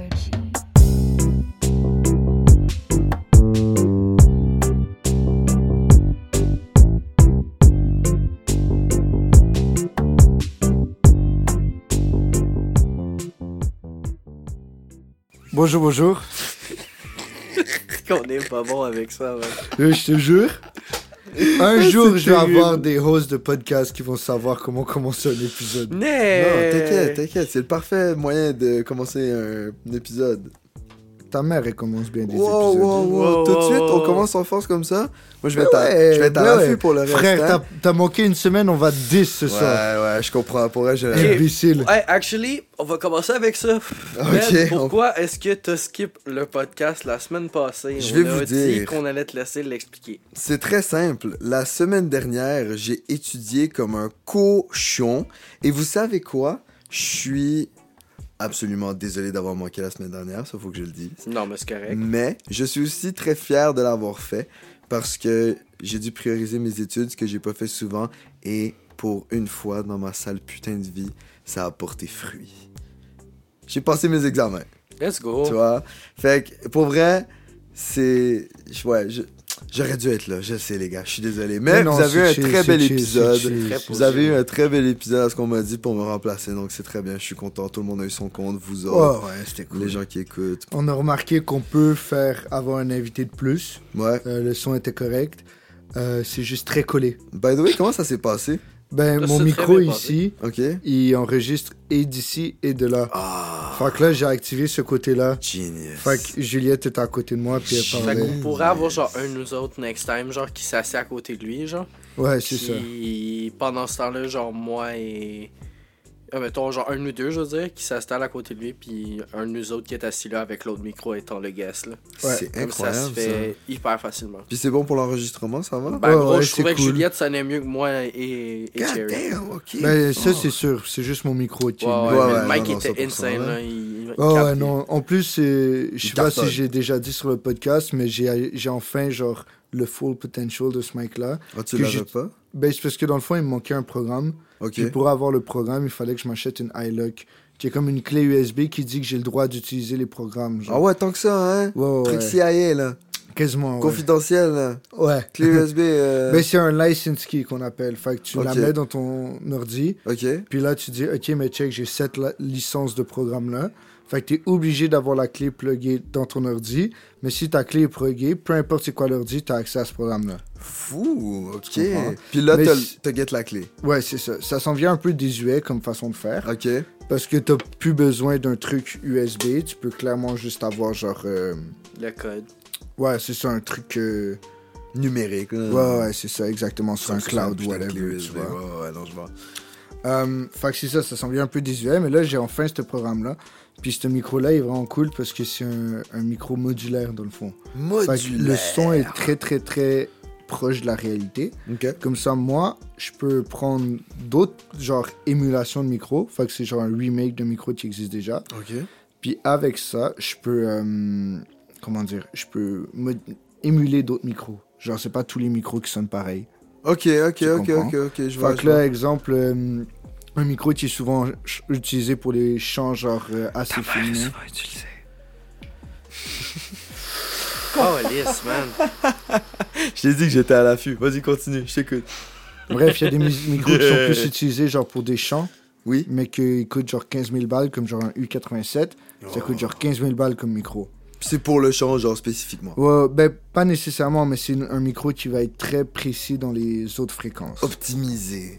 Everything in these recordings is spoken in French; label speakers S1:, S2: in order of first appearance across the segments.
S1: SAOG.
S2: Bonjour, bonjour.
S3: qu'on est pas bon avec ça, ouais.
S2: Euh, Je te jure. Un jour,
S4: C'est
S2: je vais
S4: terrible.
S2: avoir des hosts de podcast qui vont savoir comment commencer un épisode.
S3: Mais...
S4: Non, t'inquiète, t'inquiète, c'est le parfait moyen de commencer un, un épisode.
S2: Ta mère, elle commence bien des
S4: Wow, wow,
S2: épisodes.
S4: wow,
S3: Wow,
S4: tout de
S3: wow,
S4: suite,
S3: wow.
S4: on commence en force comme ça. Moi, je vais
S2: Mais
S4: être à-
S2: ouais,
S4: je vais être à
S2: mais
S4: l'affût
S2: ouais.
S4: pour le reste.
S2: Frère,
S4: hein.
S2: t'as- t'as manqué une semaine, on va 10 ce soir.
S4: Ouais, ouais, je comprends. Pour elle, je
S3: Ok.
S2: Imbécile.
S3: Ouais, actually, on va commencer avec ça. Ben, pourquoi est-ce que t'as skip le podcast la semaine passée?
S4: Je
S3: On
S4: vais
S3: a
S4: vous
S3: dit
S4: dire.
S3: qu'on allait te laisser l'expliquer.
S4: C'est très simple. La semaine dernière, j'ai étudié comme un cochon. Et vous savez quoi? Je suis absolument désolé d'avoir manqué la semaine dernière, ça faut que je le dise.
S3: Non, mais c'est correct.
S4: Mais je suis aussi très fier de l'avoir fait parce que j'ai dû prioriser mes études, ce que j'ai pas fait souvent. Et pour une fois dans ma sale putain de vie, ça a porté fruit. J'ai passé mes examens.
S3: Let's go.
S4: Mm.
S2: Oh.
S4: Tu vois? Fait que pour vrai, c'est. je- Ouais, je- J'aurais dû être là, je sais les gars, je suis désolé. Mais,
S2: non,
S4: vous avez eu un
S2: c'est chill,
S4: très
S2: c'est
S4: bel
S2: chill, c'est
S4: épisode.
S2: chill,
S3: Très
S2: c'est
S3: pour-
S4: Vous avez eu un très bel épisode à ce qu'on m'a dit pour me remplacer, donc c'est très bien, je suis content, tout le monde a eu son compte, vous
S2: chill.
S4: autres,
S2: Oh, ouais, c'était
S4: les
S2: cool.
S4: gens qui écoutent.
S2: On a remarqué qu'on peut faire avoir un invité de plus.
S4: Ouais.
S2: Euh, le son était correct. Euh, c'est juste très collé.
S4: By the way, comment ça s'est passé?
S2: Ben,
S3: Ça,
S2: mon
S3: c'est
S2: micro
S3: très bien passé.
S2: ici,
S4: Ok?
S2: il enregistre et d'ici et de là.
S4: Ah,
S2: Fait que là, j'ai activé ce côté-là.
S4: genius.
S2: Fait que Juliette était à côté de moi, puis elle
S3: Fait qu'on
S2: parlait.
S3: pourrait avoir genre un de nous autres next time, genre qui s'assied à côté de lui, genre.
S2: Ouais, c'est ça.
S3: Puis pendant ce temps-là, genre moi et. Ah, mettons, genre un de nous deux, je veux dire, qui s'installe à côté de lui, puis un de nous autres qui est assis là avec l'autre micro étant le guest, là.
S2: Ouais.
S4: C'est
S3: Comme
S4: incroyable.
S3: ça se fait hyper facilement.
S4: Puis c'est bon pour l'enregistrement, ça va?
S3: Ben,
S2: Ouais,
S3: gros,
S2: ouais,
S3: je
S2: c'est
S3: trouvais que
S2: cool.
S3: Juliette sonnait mieux que moi et, et
S4: God
S3: Cherry.
S4: damn, ok.
S2: Ben, ça,
S4: Oh.
S2: c'est sûr. C'est juste mon micro qui
S3: Ouais, ouais,
S4: Ouais, ouais,
S3: mais
S4: non,
S3: Mike
S4: non,
S3: était
S4: 100%,
S3: insane, là.
S4: ouais.
S3: Il, il
S2: Ouais, ouais,
S3: capte.
S2: non. En plus, c'est- je sais
S4: Il
S2: pas
S4: cartonne.
S2: si j'ai déjà dit sur le podcast, mais j'ai j'ai enfin, genre, le full potential de ce mic-là.
S4: Ah, tu
S2: que
S4: l'avais
S2: j'ai-
S4: pas?
S2: Ben, c'est parce que dans le fond, il me manquait un programme.
S4: Ok.
S2: Puis pour avoir le programme, il fallait que je m'achète une iLock, qui est comme une clé USB qui dit que j'ai le droit d'utiliser les programmes.
S4: Ah
S2: Genre.
S4: ouais, tant que ça, hein?
S2: ouais, ouais,
S4: Truc
S2: ouais.
S4: CIA, là.
S2: Quasiment, ouais.
S4: Confidentiel, là.
S2: Ouais.
S4: Clé USB. euh,
S2: Ben, c'est un license key qu'on appelle. Fait que tu la
S4: Ok.
S2: mets dans ton ordi,
S4: Ok.
S2: puis là, tu dis, OK, mais check, j'ai cette la- licence de programme-là. Fait que t'es obligé d'avoir la clé pluggée dans ton ordi. Mais si ta clé est pluggée, peu importe c'est quoi l'ordi, t'as accès à ce programme-là.
S4: Fou, ok.
S2: Tu comprends?
S4: Puis là,
S2: Mais
S4: t'as
S2: c'est-
S4: t'as get la clé.
S2: Ouais, c'est ça. Ça s'en vient un peu désuet comme façon de faire.
S4: Ok.
S2: Parce que t'as plus besoin d'un truc USB. Tu peux clairement juste avoir genre. euh,
S3: Le code.
S2: Ouais, c'est ça, un truc. euh,
S4: Numérique, là.
S2: Ouais, ouais, c'est ça, exactement. C'est un cloud,
S4: putain de clé
S2: whatever, tu
S4: USB.
S2: vois.
S4: Ouais, ouais, non, je vois.
S2: Euh, fait que c'est ça, ça semblait un peu désuet, mais là j'ai enfin ce programme-là. Puis ce micro-là est vraiment cool parce que c'est un, un micro modulaire dans le fond. Fait que
S4: Modulaire.
S2: le son est très très très proche de la réalité.
S4: Ok.
S2: Comme ça, moi, je peux prendre d'autres genre émulations de micro. Fait que c'est genre un remake de micro qui existe déjà.
S4: Ok.
S2: Puis avec ça, je peux euh, comment dire, je peux mod- émuler d'autres micros. Genre c'est pas tous les micros qui sonnent pareil.
S4: Ok, ok, ok,
S2: comprends?
S4: ok, ok, je vois.
S2: Fait
S4: je
S2: que là, exemple, euh, un micro qui est souvent ch- utilisé pour les chants genre euh, assez féminins.
S3: Oh, lisse, man.
S4: Ah, Je t'ai dit que j'étais à l'affût. Vas-y, continue, je t'écoute.
S2: Bref, il y a des mis- micros qui sont plus utilisés genre pour des chants,
S4: Oui.
S2: mais qui coûtent genre 15 000 balles, comme genre un U87.
S4: Oh.
S2: Ça coûte genre 15 000 balles comme micro.
S4: C'est pour le chant, genre spécifiquement.
S2: Ouais, ben, pas nécessairement, mais c'est une- un micro qui va être très précis dans les autres fréquences.
S4: Optimisé.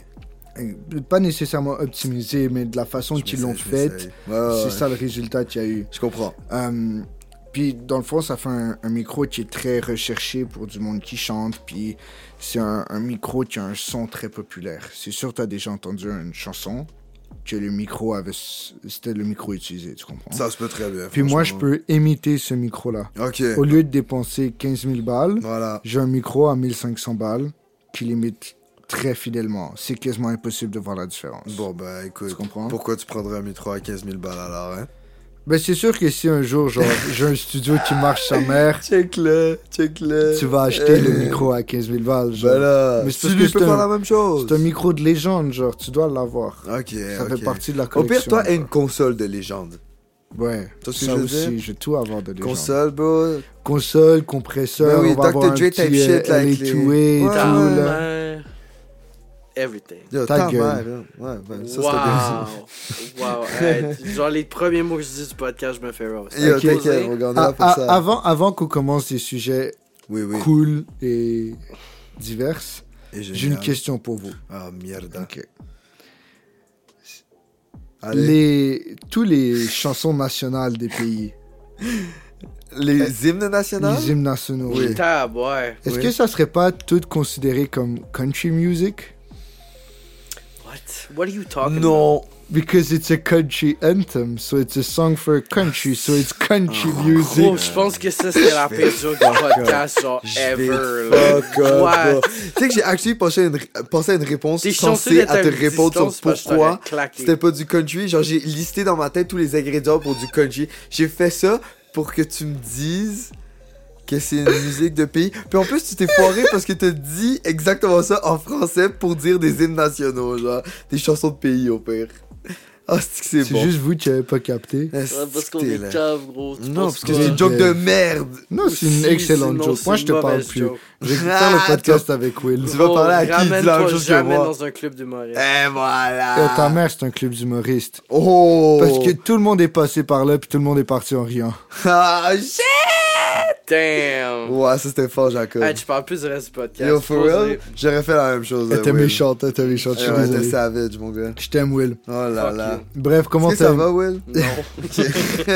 S2: Euh, Pas nécessairement optimisé, mais de la façon
S4: Je
S2: qu'ils
S4: m'essaye,
S2: l'ont
S4: je
S2: faite,
S4: m'essaye. Ouais, ouais,
S2: c'est
S4: ouais.
S2: ça le résultat qu'il y a eu.
S4: Je comprends.
S2: Euh, puis dans le fond, ça fait un, un micro qui est très recherché pour du monde qui chante. Puis c'est un, un micro qui a un son très populaire. C'est sûr, t'as déjà entendu une chanson que le micro avait, c'était le micro utilisé, tu comprends
S4: Ça se peut très bien.
S2: Puis moi, je
S4: franchement.
S2: peux imiter ce micro-là.
S4: Ok.
S2: Au lieu de dépenser 15 000 balles,
S4: Voilà.
S2: j'ai un micro à 1500 balles qui l'imite très fidèlement. C'est quasiment impossible de voir la différence.
S4: Bon, bah
S2: tu
S4: écoute.
S2: comprends
S4: Pourquoi tu prendrais un micro à 15 000 balles alors, hein?
S2: Ben c'est sûr que si un jour, genre, j'ai un studio qui marche sa mère.
S4: Check-le, check-le.
S2: tu vas acheter le micro à 15 000 balles. genre.
S4: Voilà.
S2: Mais
S4: Mais
S2: c'est
S4: tu
S2: parce
S4: lui
S2: que
S4: peux
S2: c'est
S4: faire
S2: un-
S4: la même chose.
S2: C'est un micro de légende, genre, tu dois l'avoir.
S4: Ok,
S2: Ça
S4: Ah, ok.
S2: fait partie de la
S4: Au
S2: collection.
S4: pire, toi,
S2: genre.
S4: aie une console de légende.
S2: Ouais.
S4: T'as ce que
S2: ça
S4: je veux
S2: aussi,
S4: dire?
S2: je vais tout avoir de légende. Console,
S4: Console, bro.
S2: compresseur,
S4: Ben oui,
S2: on va
S4: Dr.
S2: avoir un
S4: Dre
S2: petit
S4: type
S2: euh,
S4: shit, là, avec
S2: LA2A
S4: les-
S2: et
S4: Ouais,
S2: tout,
S3: Ta
S4: ouais.
S2: là.
S3: mère. Everything.
S4: Yo,
S2: Ta
S4: ta,
S2: gueule.
S4: mère, là. Ouais, ben, ça, c'était bien.
S3: wow. wow. Hey, tu- genre, les premiers mots que je dis du podcast, je me fais roast.
S4: Yo,
S2: Ok.
S4: t'inquiète, on
S2: Ah,
S4: regardera pour
S2: ah,
S4: ça.
S2: avant avant qu'on commence des sujets
S4: oui, oui.
S2: cool et divers,
S4: Et
S2: j'ai une
S4: génial.
S2: question pour vous.
S4: Ah, merde.
S2: Ok.
S4: Allez.
S2: Les, tous les chansons nationales des pays,
S4: Les, hymnes nationaux?
S2: les hymnes nationaux.
S4: Oui.
S3: Tab, ouais.
S2: Est-ce
S4: Oui.
S2: que ça serait pas tout considéré comme country music?
S3: What? What are you talking about?
S4: Non.
S2: Because it's a country anthem, so it's a song for a country, so it's country music.
S3: Oh, je pense que ça, c'était la pire joke du podcast, genre,
S4: Je vais
S3: ever. là.
S4: te Fuck up,
S3: Ouais.
S4: bro. Tu sais que j'ai actually pensé à une, pensé à une réponse
S3: T'es chanceux
S4: censée
S3: d'être
S4: à te
S3: une
S4: répondre
S3: distance
S4: sur
S3: parce que je t'aurais
S4: pourquoi
S3: claqué.
S4: c'était pas du country. Genre, j'ai listé dans ma tête tous les ingrédients pour du country. J'ai fait ça pour que tu me dises que c'est une musique de pays. Puis en plus, tu t'es foiré parce que t'as dit exactement ça en français pour dire des hymnes nationaux, genre des chansons de pays au pire. Ah, c'est que c'est
S2: C'est
S4: bon.
S2: juste vous qui avez pas capté.
S3: Ouais, parce qu'on
S4: Esti,
S3: est
S4: là.
S3: cave, gros. Tu
S4: Non,
S3: penses
S4: parce que
S3: quoi?
S4: c'est une joke de merde.
S2: Non, c'est une
S3: Si,
S2: excellente
S3: sinon,
S2: joke.
S3: c'est
S2: Moi, je
S3: une
S2: te parle
S3: mauvaise
S2: plus.
S3: joke.
S2: J'ai faire
S4: Ah,
S2: le podcast avec Will.
S4: Tu vas
S3: Gros,
S4: parler à qui? Dis la même
S3: ramène-toi
S4: chose que
S3: jamais
S4: moi.
S3: dans un club d'humoristes.
S4: Et
S2: Euh, ta
S4: voilà.
S2: mère, c'est un club d'humoristes.
S4: Ah. Oh.
S2: Parce que tout le monde est passé par là, puis tout le monde est parti en riant.
S4: Ah, shit!
S2: Eh. Oh
S3: Damn!
S4: Ouais, ça c'était fort, Jacob.
S3: Hey, Ah, tu parles plus du reste du podcast.
S4: Yo, for
S3: Pose
S4: real,
S3: les-
S4: j'aurais fait la même chose. hein,
S2: T'es
S4: Will.
S2: méchante, t'es méchante, je
S4: Eh
S2: suis
S4: Ouais, t'es
S2: désolé.
S4: savage, mon gars.
S2: Je t'aime, Will.
S4: Oh là
S3: Fuck
S4: là.
S3: you.
S2: Bref, comment
S4: Est-ce que ça
S2: t'as
S4: va, Will?
S3: Non.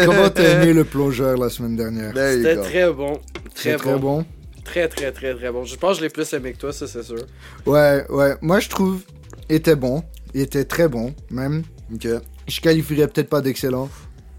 S2: comment t'as aimé le plongeur la semaine dernière?
S4: There you
S3: C'était
S4: go.
S3: très bon. Très
S2: C'est très
S3: bon.
S2: bon.
S3: Très, très, très, très bon. Je pense que je l'ai plus aimé que toi, ça, c'est sûr.
S2: Ouais, ouais. Moi, je trouve, il était bon. Il était très bon, même.
S4: Ok.
S2: Je qualifierais peut-être pas d'excellent,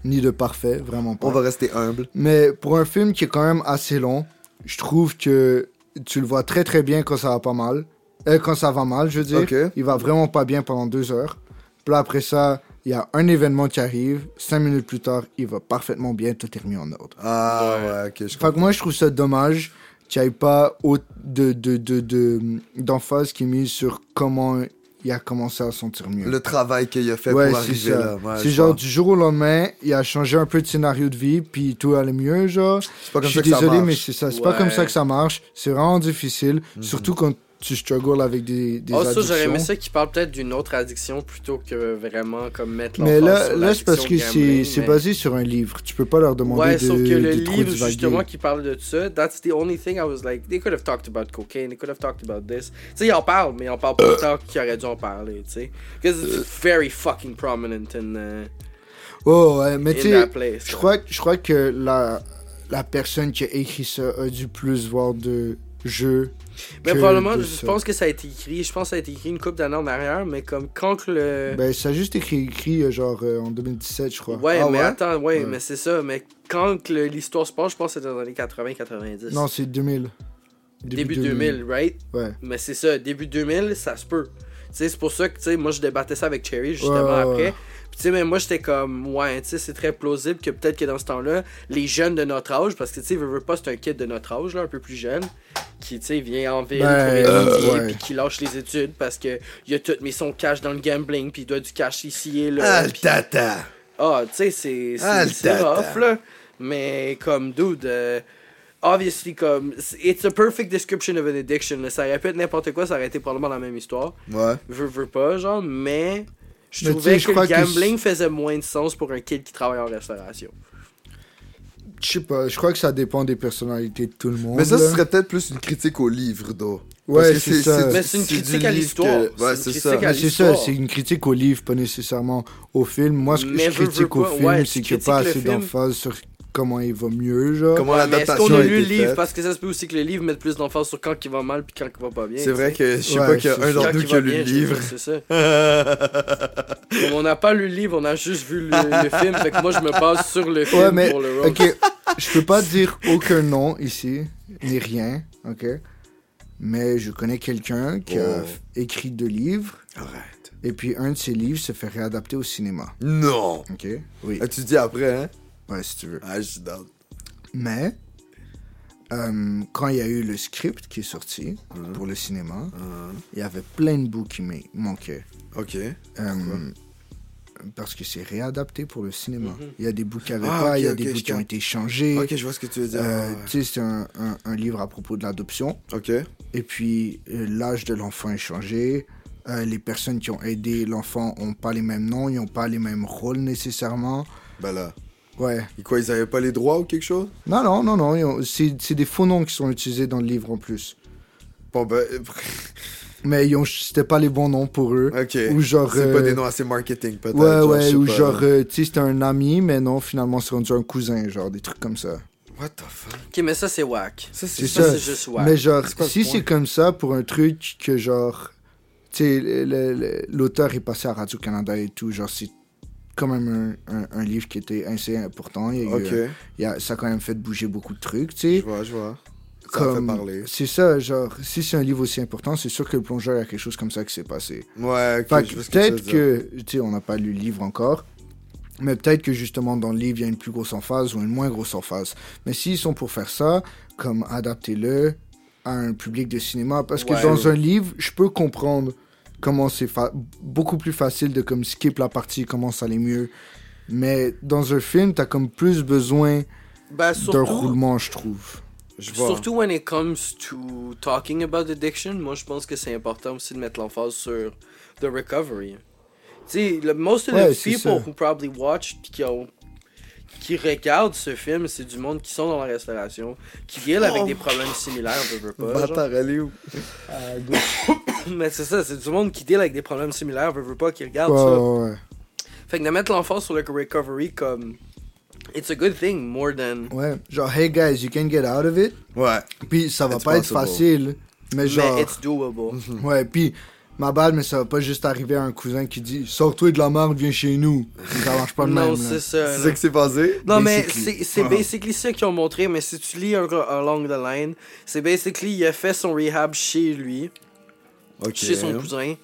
S2: ni de parfait, vraiment pas.
S4: On va rester humble.
S2: Mais pour un film qui est quand même assez long, je trouve que tu le vois très très bien quand ça va pas mal. Euh, quand ça va mal, je veux dire.
S4: Ok.
S2: Il va vraiment pas bien pendant deux heures. Puis là, après ça, il y a un événement qui arrive. Cinq minutes plus tard, il va parfaitement bien, tout est remis en ordre.
S4: Ah,
S3: Ouais.
S4: ouais, ok, je
S2: Fait
S4: comprends.
S2: que moi, je trouve ça dommage qu'il n'y ait pas autant de, de, de, de- d'emphase qui est mise sur comment il a commencé à se sentir mieux.
S4: Le travail qu'il a fait
S2: Ouais,
S4: pour
S2: c'est
S4: arriver
S2: ça.
S4: là. Ouais,
S2: c'est
S4: je
S2: genre
S4: vois.
S2: du jour au lendemain, il a changé un peu de scénario de vie, puis tout allait mieux, genre.
S4: C'est pas
S2: Je
S4: comme
S2: suis
S4: ça que ça
S2: désolé, mais
S4: marche. Mhm.
S2: c'est ça. C'est pas comme ça
S3: Ouais.
S2: que ça marche. C'est vraiment difficile, surtout quand tu struggles avec des, des
S3: Oh, ça,
S2: addictions.
S3: j'aurais aimé ça qu'il parle peut-être d'une autre addiction plutôt que vraiment comme mettre
S2: Mais
S3: l'emphase
S2: là,
S3: sur
S2: là c'est parce
S3: l'addiction
S2: que c'est
S3: gambling,
S2: c'est
S3: mais-
S2: basé sur un livre. Tu peux pas leur demander
S3: Ouais,
S2: de,
S3: sauf que le
S2: de trop
S3: livre,
S2: divaguer.
S3: justement, qui parle de ça, that's the only thing I was like, they could have talked about cocaine, they could have talked about this. Tu sais, ils en parlent, mais ils en parlent pas autant qu'ils auraient dû en parler, tu sais. Because
S2: Euh.
S3: it's very fucking prominent in, uh,
S2: Oh, ouais, mais tu
S3: in that
S2: sais,
S3: place.
S2: je crois, je crois que la, la personne qui a écrit ça a dû plus voir de jeux.
S3: Mais
S2: que
S3: probablement,
S2: de
S3: je
S2: ça.
S3: pense que ça a été écrit, je pense que ça a été écrit une couple d'années en arrière, mais comme quand que le...
S2: Ben, ça a juste écrit, écrit euh, genre euh, en 2017, je crois.
S3: ouais,
S4: Ah
S3: mais
S4: ouais?
S3: attends, ouais,
S4: Ouais.
S3: mais c'est ça, mais quand que le- l'histoire se passe, je pense que c'était dans les 80-90.
S2: Non, c'est 2000.
S3: Début 2000, right?
S2: Ouais.
S3: Mais c'est ça, début 2000, ça se peut. Tu sais, c'est pour ça que, tu sais, moi, je débattais ça avec Cherry, justement,
S2: Ouais, ouais,
S3: après.
S2: ouais.
S3: Puis, tu sais, mais moi, j'étais comme, ouais, tu sais, c'est très plausible que peut-être que dans ce temps-là, les jeunes de notre âge, parce que, tu sais, veux, veux pas, c'est un kid de notre âge, là, un peu plus jeune, qui, tu sais, vient en ville
S2: Ben,
S3: pour étudier,
S2: euh, ouais.
S3: puis qui lâche les études parce que il a tout mis son cash dans le gambling, puis il doit du cash ici et là.
S4: Ah, le
S3: puis-
S4: tata.
S3: ah, tu sais, c'est
S4: Ah,
S3: c'est-
S4: le
S3: c'est
S4: tata.
S3: rough, là. Mais comme, dude, euh, obviously, comme, it's a perfect description of an addiction. là. Ça répète n'importe quoi, ça aurait été probablement la même histoire.
S4: Ouais.
S3: Veux, veux pas, genre, mais je
S2: Mais tu
S3: trouvais
S2: sais, je
S3: que le
S2: crois que
S3: gambling faisait moins de sens pour un kid qui travaille en restauration.
S2: Je sais pas, je crois que ça dépend des personnalités de tout le monde.
S4: Mais ça,
S2: là.
S4: ce serait peut-être plus une critique au livre, d'eau.
S2: Ouais, c'est ça.
S3: Mais c'est une critique à l'histoire. C'est
S4: Ouais,
S3: une
S4: c'est
S3: critique
S4: ça.
S3: à
S2: Mais c'est ça,
S3: l'histoire.
S2: c'est une critique au livre, pas nécessairement au film. Moi, ce que
S3: Mais
S2: je
S3: veux, veux
S2: critique au
S3: pas,
S2: film,
S3: ouais,
S2: c'est
S3: tu
S2: qu'il n'y a pas
S3: critiques le
S2: assez
S3: film.
S2: d'emphase sur comment il va mieux, genre.
S4: Comment
S3: Ouais, mais est-ce
S4: l'adaptation
S3: qu'on a
S4: a
S3: lu le
S4: été
S3: livre
S4: faite?
S3: Parce que ça se peut aussi que le livre mette plus d'emphase sur quand il va mal puis quand il va pas bien.
S4: C'est vrai
S3: tu sais.
S4: que je sais
S2: Ouais,
S4: pas qu'il y a
S2: c'est
S4: un
S2: ça.
S4: d'entre
S3: Quand
S4: nous
S3: il
S4: qui
S3: va
S4: a lu
S3: bien,
S4: le
S3: je-
S4: livre.
S3: C'est ça. Comme on n'a pas lu le livre, on a juste vu le, le film. Fait que moi, je me base sur le film
S2: Ouais, mais.
S3: pour le road.
S2: Ok, je peux pas dire aucun nom ici, ni rien, ok? Mais je connais quelqu'un qui a
S4: Oh.
S2: écrit deux livres,
S4: Arrête.
S2: et puis un de ses livres se fait réadapter au cinéma,
S4: Non.
S2: ok? Oui.
S4: Ah, tu dis après, hein?
S2: Ouais, si tu veux.
S4: Ah, je suis down.
S2: Mais euh, quand il y a eu le script qui est sorti
S4: Mhm.
S2: pour le Ah. cinéma, il y avait plein de bouts qui ma- manquaient.
S4: Ok.
S2: Euh, parce que c'est réadapté pour le cinéma.
S3: Mhm.
S2: Il y a des bouts qui n'avaient
S4: Ah,
S2: pas,
S4: ok,
S2: il y a
S4: ok,
S2: des bouts
S4: je
S2: qui ont
S4: capte.
S2: été changés.
S4: Ok, je vois ce que tu veux dire.
S2: Euh,
S4: Ouais,
S2: tu sais, c'est un, un- un livre à propos de l'adoption.
S4: ouais. Ok.
S2: Et puis, euh, l'âge de l'enfant est changé. Euh, les personnes qui ont aidé l'enfant n'ont pas les mêmes noms, ils n'ont pas les mêmes rôles nécessairement.
S4: Bah là.
S2: Ouais.
S4: Et quoi, ils avaient pas les droits ou quelque chose
S2: Non, non, non, non. ils ont- C'est c'est des faux noms qui sont utilisés dans le livre en plus.
S4: Bon, ben.
S2: Mais ils ont- c'était pas les bons noms pour eux.
S4: Ok.
S2: Ou genre.
S4: C'est pas
S2: euh,
S4: des noms assez marketing, peut-être.
S2: Ouais,
S4: je
S2: ouais,
S4: sais
S2: ou
S4: pas.
S2: genre, euh, tu sais, c'était un ami, mais non, finalement, c'est rendu un cousin, genre, des trucs comme ça.
S4: What the fuck
S3: Ok, mais ça c'est whack.
S4: Ça,
S2: C'est
S4: c'est
S3: Ça
S2: euh, ça.
S3: c'est juste whack.
S2: Mais genre,
S4: C'est quoi le
S2: si
S4: point?
S2: c'est comme ça pour un truc que, genre, tu sais, le- le- le- l'auteur est passé à Radio-Canada et tout, genre, c'est quand même un, un- un livre qui était assez important. Il y a eu,
S4: Ok,
S2: euh, il y a- ça a quand même fait bouger beaucoup de trucs, tu
S4: je
S2: sais.
S4: vois, je vois. Ça
S2: Comme-
S4: fait parler.
S2: C'est ça, genre, si c'est un livre aussi important, c'est sûr que le plongeur, il y a quelque chose comme ça qui s'est passé.
S4: Ouais, ok,
S2: Fait
S4: je
S2: que
S4: vois ce que tu veux
S2: peut-être
S4: dire.
S2: que, tu sais, on n'a pas lu le livre encore, mais peut-être que justement dans le livre, il y a une plus grosse emphase ou une moins grosse emphase. Mais s'ils sont pour faire ça, comme adaptez-le à un public de cinéma, parce que
S3: Ouais.
S2: dans un livre, je peux comprendre comment c'est fa- beaucoup plus facile de comme skip la partie, comment ça allait mieux. Mais dans un film, t'as comme plus besoin
S3: Ben,
S2: d'un
S3: surtout,
S2: roulement, je trouve.
S4: Je vois.
S3: Surtout when it comes to talking about addiction, moi je pense que c'est important aussi de mettre l'emphase sur the recovery. Tu sais, le- most of
S2: Ouais,
S3: the
S2: c'est
S3: people
S2: ça.
S3: who probably watch pis qui ont qui regardent ce film, c'est du monde qui sont dans la restauration, qui deal avec
S4: Oh.
S3: des problèmes similaires, je veux pas. genre.
S4: Bâtard, allez où
S3: Mais c'est ça, c'est du monde qui deal avec des problèmes similaires, veut, veut pas, qui regarde
S2: Ouais,
S3: ça.
S2: ouais,
S3: Fait que de mettre l'emphase sur le recovery comme it's a good thing more than
S2: ouais. Ouais, genre, hey guys, you can get out of it.
S4: Ouais.
S2: Puis ça va
S4: It's
S2: pas être
S4: possible.
S2: facile, mais genre.
S3: mais it's doable.
S4: Mhm.
S2: Ouais, puis ma balle, mais ça va pas juste arriver à un cousin qui dit Sors-toi de la merde, viens chez nous. Ça marche pas de même.
S3: non,
S2: là.
S3: c'est ça.
S4: C'est
S3: là.
S4: ça qui s'est passé
S3: Non, mais
S2: Basically.
S3: c'est c'est
S4: Ah.
S3: basically ça qu'ils ont montré, mais si tu lis un- Along the Line, c'est basically, il a fait son rehab chez lui,
S4: Ok.
S3: chez son cousin,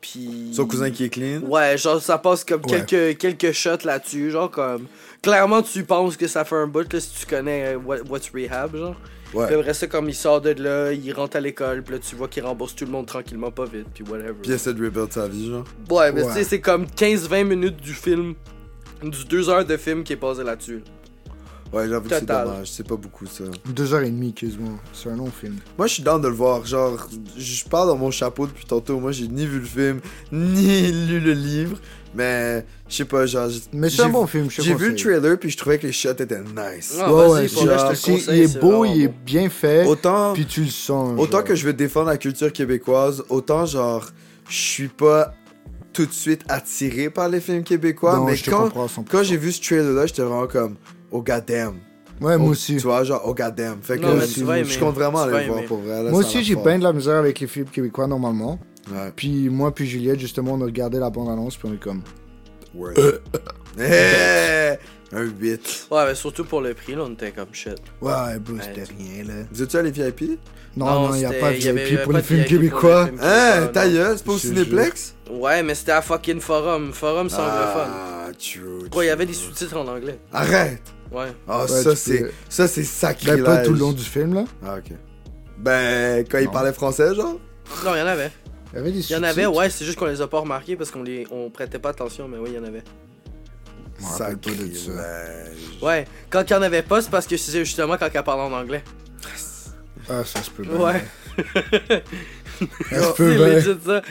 S3: puis...
S4: Son cousin qui est clean
S3: Ouais, genre, ça passe comme
S2: Ouais.
S3: quelques, quelques shots là-dessus, genre, comme... Clairement, tu penses que ça fait un bout, là, si tu connais euh, what, What's Rehab, genre. Puis
S4: Ouais.
S3: après ça, comme il sort de là, il rentre à l'école, puis là, tu vois qu'il rembourse tout le monde tranquillement, pas vite, puis whatever.
S4: Puis essaie de rebuild sa vie, genre.
S3: Ouais, mais
S2: Ouais.
S3: tu sais, c'est comme 15-20 minutes du film, du 2 heures de film qui est passé là-dessus.
S4: Ouais, j'avoue que c'est
S3: Total.
S4: dommage. C'est pas beaucoup, ça.
S2: Deux heures et demie, quasiment. C'est un long film.
S4: Moi, je suis down de le voir. Genre, je parle dans mon chapeau depuis tantôt. Moi, j'ai ni vu le film, ni lu le livre. Mais, je sais pas, genre. j'ai-
S2: Mais c'est un
S4: j'ai-
S2: bon film, je sais
S4: J'ai vu le trailer, puis je trouvais que les shots étaient nice.
S3: Ah,
S2: Ouais,
S3: vas-y,
S2: ouais,
S3: pour
S2: c'est-
S4: vrai, je te
S2: genre,
S4: le
S2: c'est- il
S3: conseille,
S2: est
S3: c'est
S2: beau,
S3: vraiment
S2: il est
S3: bon.
S2: bien fait,
S4: Autant,
S2: puis tu le sens.
S4: autant
S2: genre.
S4: que je veux défendre la culture québécoise, autant, genre, je suis pas tout de suite attiré par les films québécois.
S2: Non,
S4: mais
S2: je te
S4: quand,
S2: comprends à 100%.
S4: quand j'ai vu ce trailer-là, j'étais vraiment comme, oh goddamn.
S2: Ouais, moi
S4: Oh,
S2: aussi.
S4: Tu vois, genre, oh goddamn. Fait que
S3: Non,
S4: là,
S2: mais
S4: je-
S2: tu vas
S3: aimer.
S4: je compte
S3: Tu
S4: vraiment aller
S3: vas
S4: le voir
S3: aimer.
S4: pour vrai. là,
S2: Moi
S4: ça a
S2: aussi,
S4: l'air
S2: j'ai
S4: fort.
S2: bien de la misère avec les films québécois normalement.
S4: Ouais.
S2: Puis moi, puis Juliette, justement, on a regardé la bande-annonce, puis on est comme.
S4: Word.
S2: Euh,
S4: Hey! Un 8.
S3: Ouais, mais surtout pour le prix, là, on était comme shit.
S2: Ouais, bro, c'était
S3: Ouais.
S2: rien, là.
S4: Vous êtes-tu allé VIP?
S2: Non, non, il n'y a
S3: c'était-
S2: pas
S3: y avait- y
S2: VIP
S3: avait
S2: pour
S3: pas
S2: les
S3: de
S2: films
S3: VIP pour les
S2: québécois.
S3: films
S4: Hein?
S3: québécois,
S4: Ta
S3: Ah, non.
S4: gueule, c'est pas au
S2: Je
S4: Cinéplex?
S3: Ouais, mais c'était à fucking forum. Forum c'est anglophone.
S4: Ah, true.
S3: Quoi, il y
S4: true.
S3: avait des sous-titres en anglais.
S4: Arrête!
S3: Ouais.
S4: Ah,
S2: Ouais,
S4: ça,
S2: tu
S4: c'est
S2: peux-
S4: ça c'est sacrilège.
S2: Ben, pas tout le long du film, là.
S4: Ah, ok. Ben, quand il
S2: Non.
S4: parlait français, genre?
S3: Non, il y en avait.
S2: Il y avait des
S3: Il y en avait,
S2: sous-titres.
S3: ouais, c'est juste qu'on les a pas remarqués parce qu'on les on prêtait pas attention, mais oui, il y en avait.
S2: Je me rappelle pas de ça.
S4: Sacrilège.
S3: Ouais, quand il y en avait pas, c'est parce que c'est justement quand elle parlait en anglais.
S2: Ah, ça se peut bien.
S3: Ouais.
S2: Ça se
S3: c'est
S2: peut bien.
S3: legit, ça.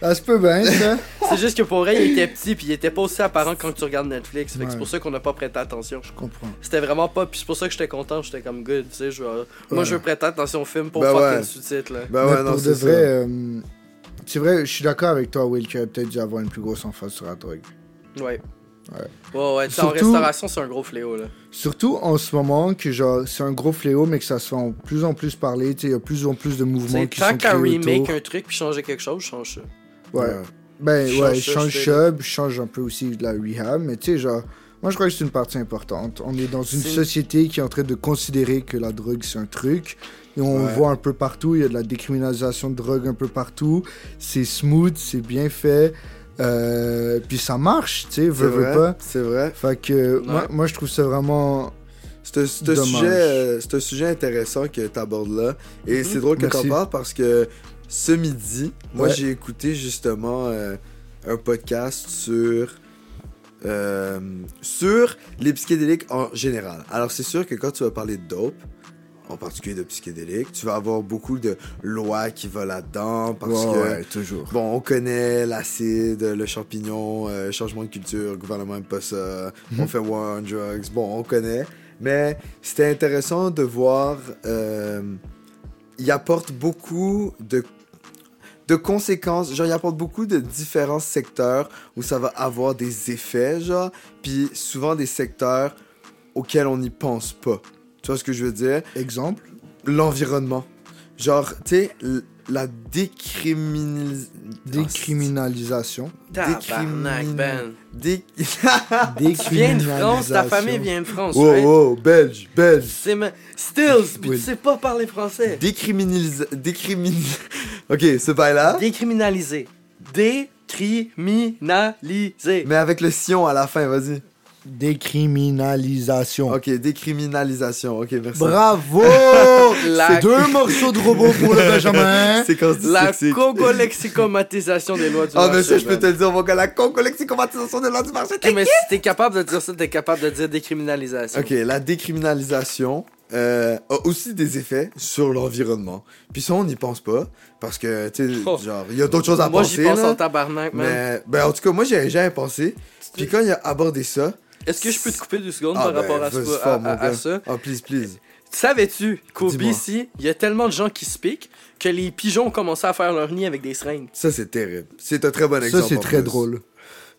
S2: Ça se peut bien, ça.
S3: C'est juste que pour vrai, il était petit puis il était pas aussi apparent quand tu regardes Netflix. Fait que
S2: Ouais.
S3: c'est pour ça qu'on n'a pas prêté attention.
S2: Je comprends.
S3: C'était vraiment pas, puis c'est pour ça que j'étais content, j'étais comme good, tu sais. Je... veux- Moi, je veux prêter attention au film pour
S4: Ben
S3: fucking
S4: ouais.
S3: sous-titres, là.
S4: Ben
S2: Mais
S4: ouais, non,
S2: pour de
S4: c'est ça.
S2: vrai, euh, c'est vrai, je suis d'accord avec toi, Will, qu'il aurait peut-être dû avoir une plus grosse emphase sur la drogue.
S3: Ouais.
S2: Ouais.
S3: Ouais, ouais. t'sais, En
S2: Surtout-
S3: restauration, c'est un gros fléau, là.
S2: Surtout en ce moment, que genre, c'est un gros fléau, mais que ça se fait en plus en plus parler. tu sais, Il y a plus en plus de mouvements
S3: T'sais,
S2: qui sont
S3: tant qu'à
S2: créés
S3: remake
S2: autour.
S3: un truc puis changer quelque chose, je change ça.
S2: Ouais. Ben
S3: Change
S2: ouais,
S3: ça,
S2: change
S3: je fais-
S2: shop, change un peu aussi de la rehab, mais tu sais, genre, moi je crois que c'est une partie importante. On est dans une
S3: C'est-
S2: société qui est en train de considérer que la drogue c'est un truc, et on
S4: Ouais.
S2: voit un peu partout, il y a de la décriminalisation de drogue un peu partout, c'est smooth, c'est bien fait, euh, puis ça marche, tu sais,
S4: C'est
S2: veux, veux
S4: vrai.
S2: pas.
S4: C'est vrai.
S2: Fait que
S3: Ouais.
S2: moi, moi je trouve ça vraiment.
S4: C'est un- c'est un,
S2: Dommage.
S4: sujet, euh, c'est un sujet intéressant que tu abordes là. Et c'est drôle que tu en
S2: Mhm. Merci.
S4: parles parce que ce midi, moi
S2: Ouais.
S4: j'ai écouté justement euh, un podcast sur euh, sur les psychédéliques en général. Alors c'est sûr que quand tu vas parler de dope, en particulier de psychédéliques, tu vas avoir beaucoup de lois qui vont là-dedans parce
S2: Ouais,
S4: que
S2: ouais, toujours.
S4: Bon, on connaît l'acide, le champignon, euh, changement de culture, gouvernement aime pas ça, on fait war on drugs, bon, on connaît. Mais c'était intéressant de voir, euh, il apporte beaucoup de, de conséquences, genre il apporte beaucoup de différents secteurs où ça va avoir des effets, genre, puis souvent des secteurs auxquels on n'y pense pas. Tu vois ce que je veux dire?
S2: Exemple
S4: L'environnement. Genre, tu sais, l- la décriminalisation...
S2: Décriminalisation.
S3: Tabarnak,
S4: Décrimin-
S3: Ben.
S4: Dé...
S3: Tu viens de France, ta famille vient de France,
S4: wow,
S3: right?
S4: wow, belge, belge.
S3: C'est ma... Stills, puis
S4: Oui.
S3: tu sais pas parler français.
S4: Décriminalisa... Décrimin... ok, ce bail-là,
S3: Décriminalisé. Décriminalisé.
S4: mais avec le sion à la fin, vas-y.
S2: Décriminalisation.
S4: Ok, décriminalisation, ok, merci.
S2: Bravo!
S3: La-
S2: C'est deux morceaux de robot pour le Benjamin.
S4: Séquence
S3: La
S4: dyslexique.
S3: congolexicomatisation des lois du
S4: Ah,
S3: marché.
S4: mais ça, je peux
S3: Ben.
S4: te le dire, mon gars, la congolexicomatisation de l'ordre du marché.
S3: Ok, Eh, mais si t'es capable de dire ça, t'es capable de dire décriminalisation.
S4: Ok, la décriminalisation euh, a aussi des effets sur l'environnement. Puis ça, on n'y pense pas, parce que, tu sais,
S3: Oh.
S4: genre, il y a d'autres choses à
S3: Moi,
S4: penser.
S3: j'y pense
S4: là.
S3: en tabarnak, man.
S4: Mais ben, en tout cas, moi j'ai jamais pensé. Puis quand il a abordé ça,
S3: Est-ce que je peux te couper deux secondes
S4: Ah,
S3: par
S4: ben,
S3: rapport à,
S4: vas-y
S3: ce-
S4: fort,
S3: à-
S4: mon
S3: à- à
S4: gars.
S3: ça?
S4: oh please please.
S3: Savais-tu qu'au
S4: Dis-moi.
S3: BC, il y a tellement de gens qui se piquent que les pigeons ont commencé à faire leur nid avec des seringues?
S4: Ça c'est terrible. C'est un très bon
S2: Ça,
S4: exemple.
S2: c'est
S4: en
S2: très
S4: plus.
S2: drôle.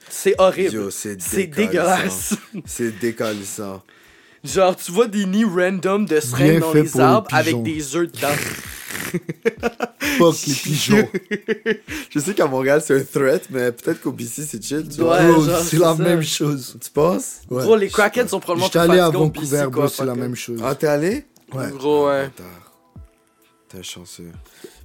S3: C'est horrible.
S4: Yo, c'est
S3: c'est dégueulasse.
S4: dégueulasse. C'est décalissant.
S3: Genre, tu vois des nids random de seringues
S2: Bien
S3: dans
S2: fait
S3: les
S2: pour les
S3: arbres
S2: pigeons.
S3: avec des œufs dedans.
S2: Fuck les pigeons.
S4: Je sais qu'à Montréal c'est un threat, mais peut-être qu'au BC c'est chill. Tu vois.
S3: Ouais,
S2: Bro,
S3: genre,
S2: Oh, c'est
S3: c'est
S2: la
S3: ça.
S2: même chose.
S4: Tu penses
S2: Ouais.
S3: Gros, les crackheads sont probablement
S2: J'étais
S3: plus
S2: allé à
S3: fatigants au BC,
S2: Vancouver,
S3: quoi,
S2: bro, c'est la
S3: fuck
S2: même
S3: it.
S2: chose.
S4: Ah t'es allé
S2: Ouais.
S3: Gros, ouais.
S4: Ah, Bâtard. T'es un chanceux.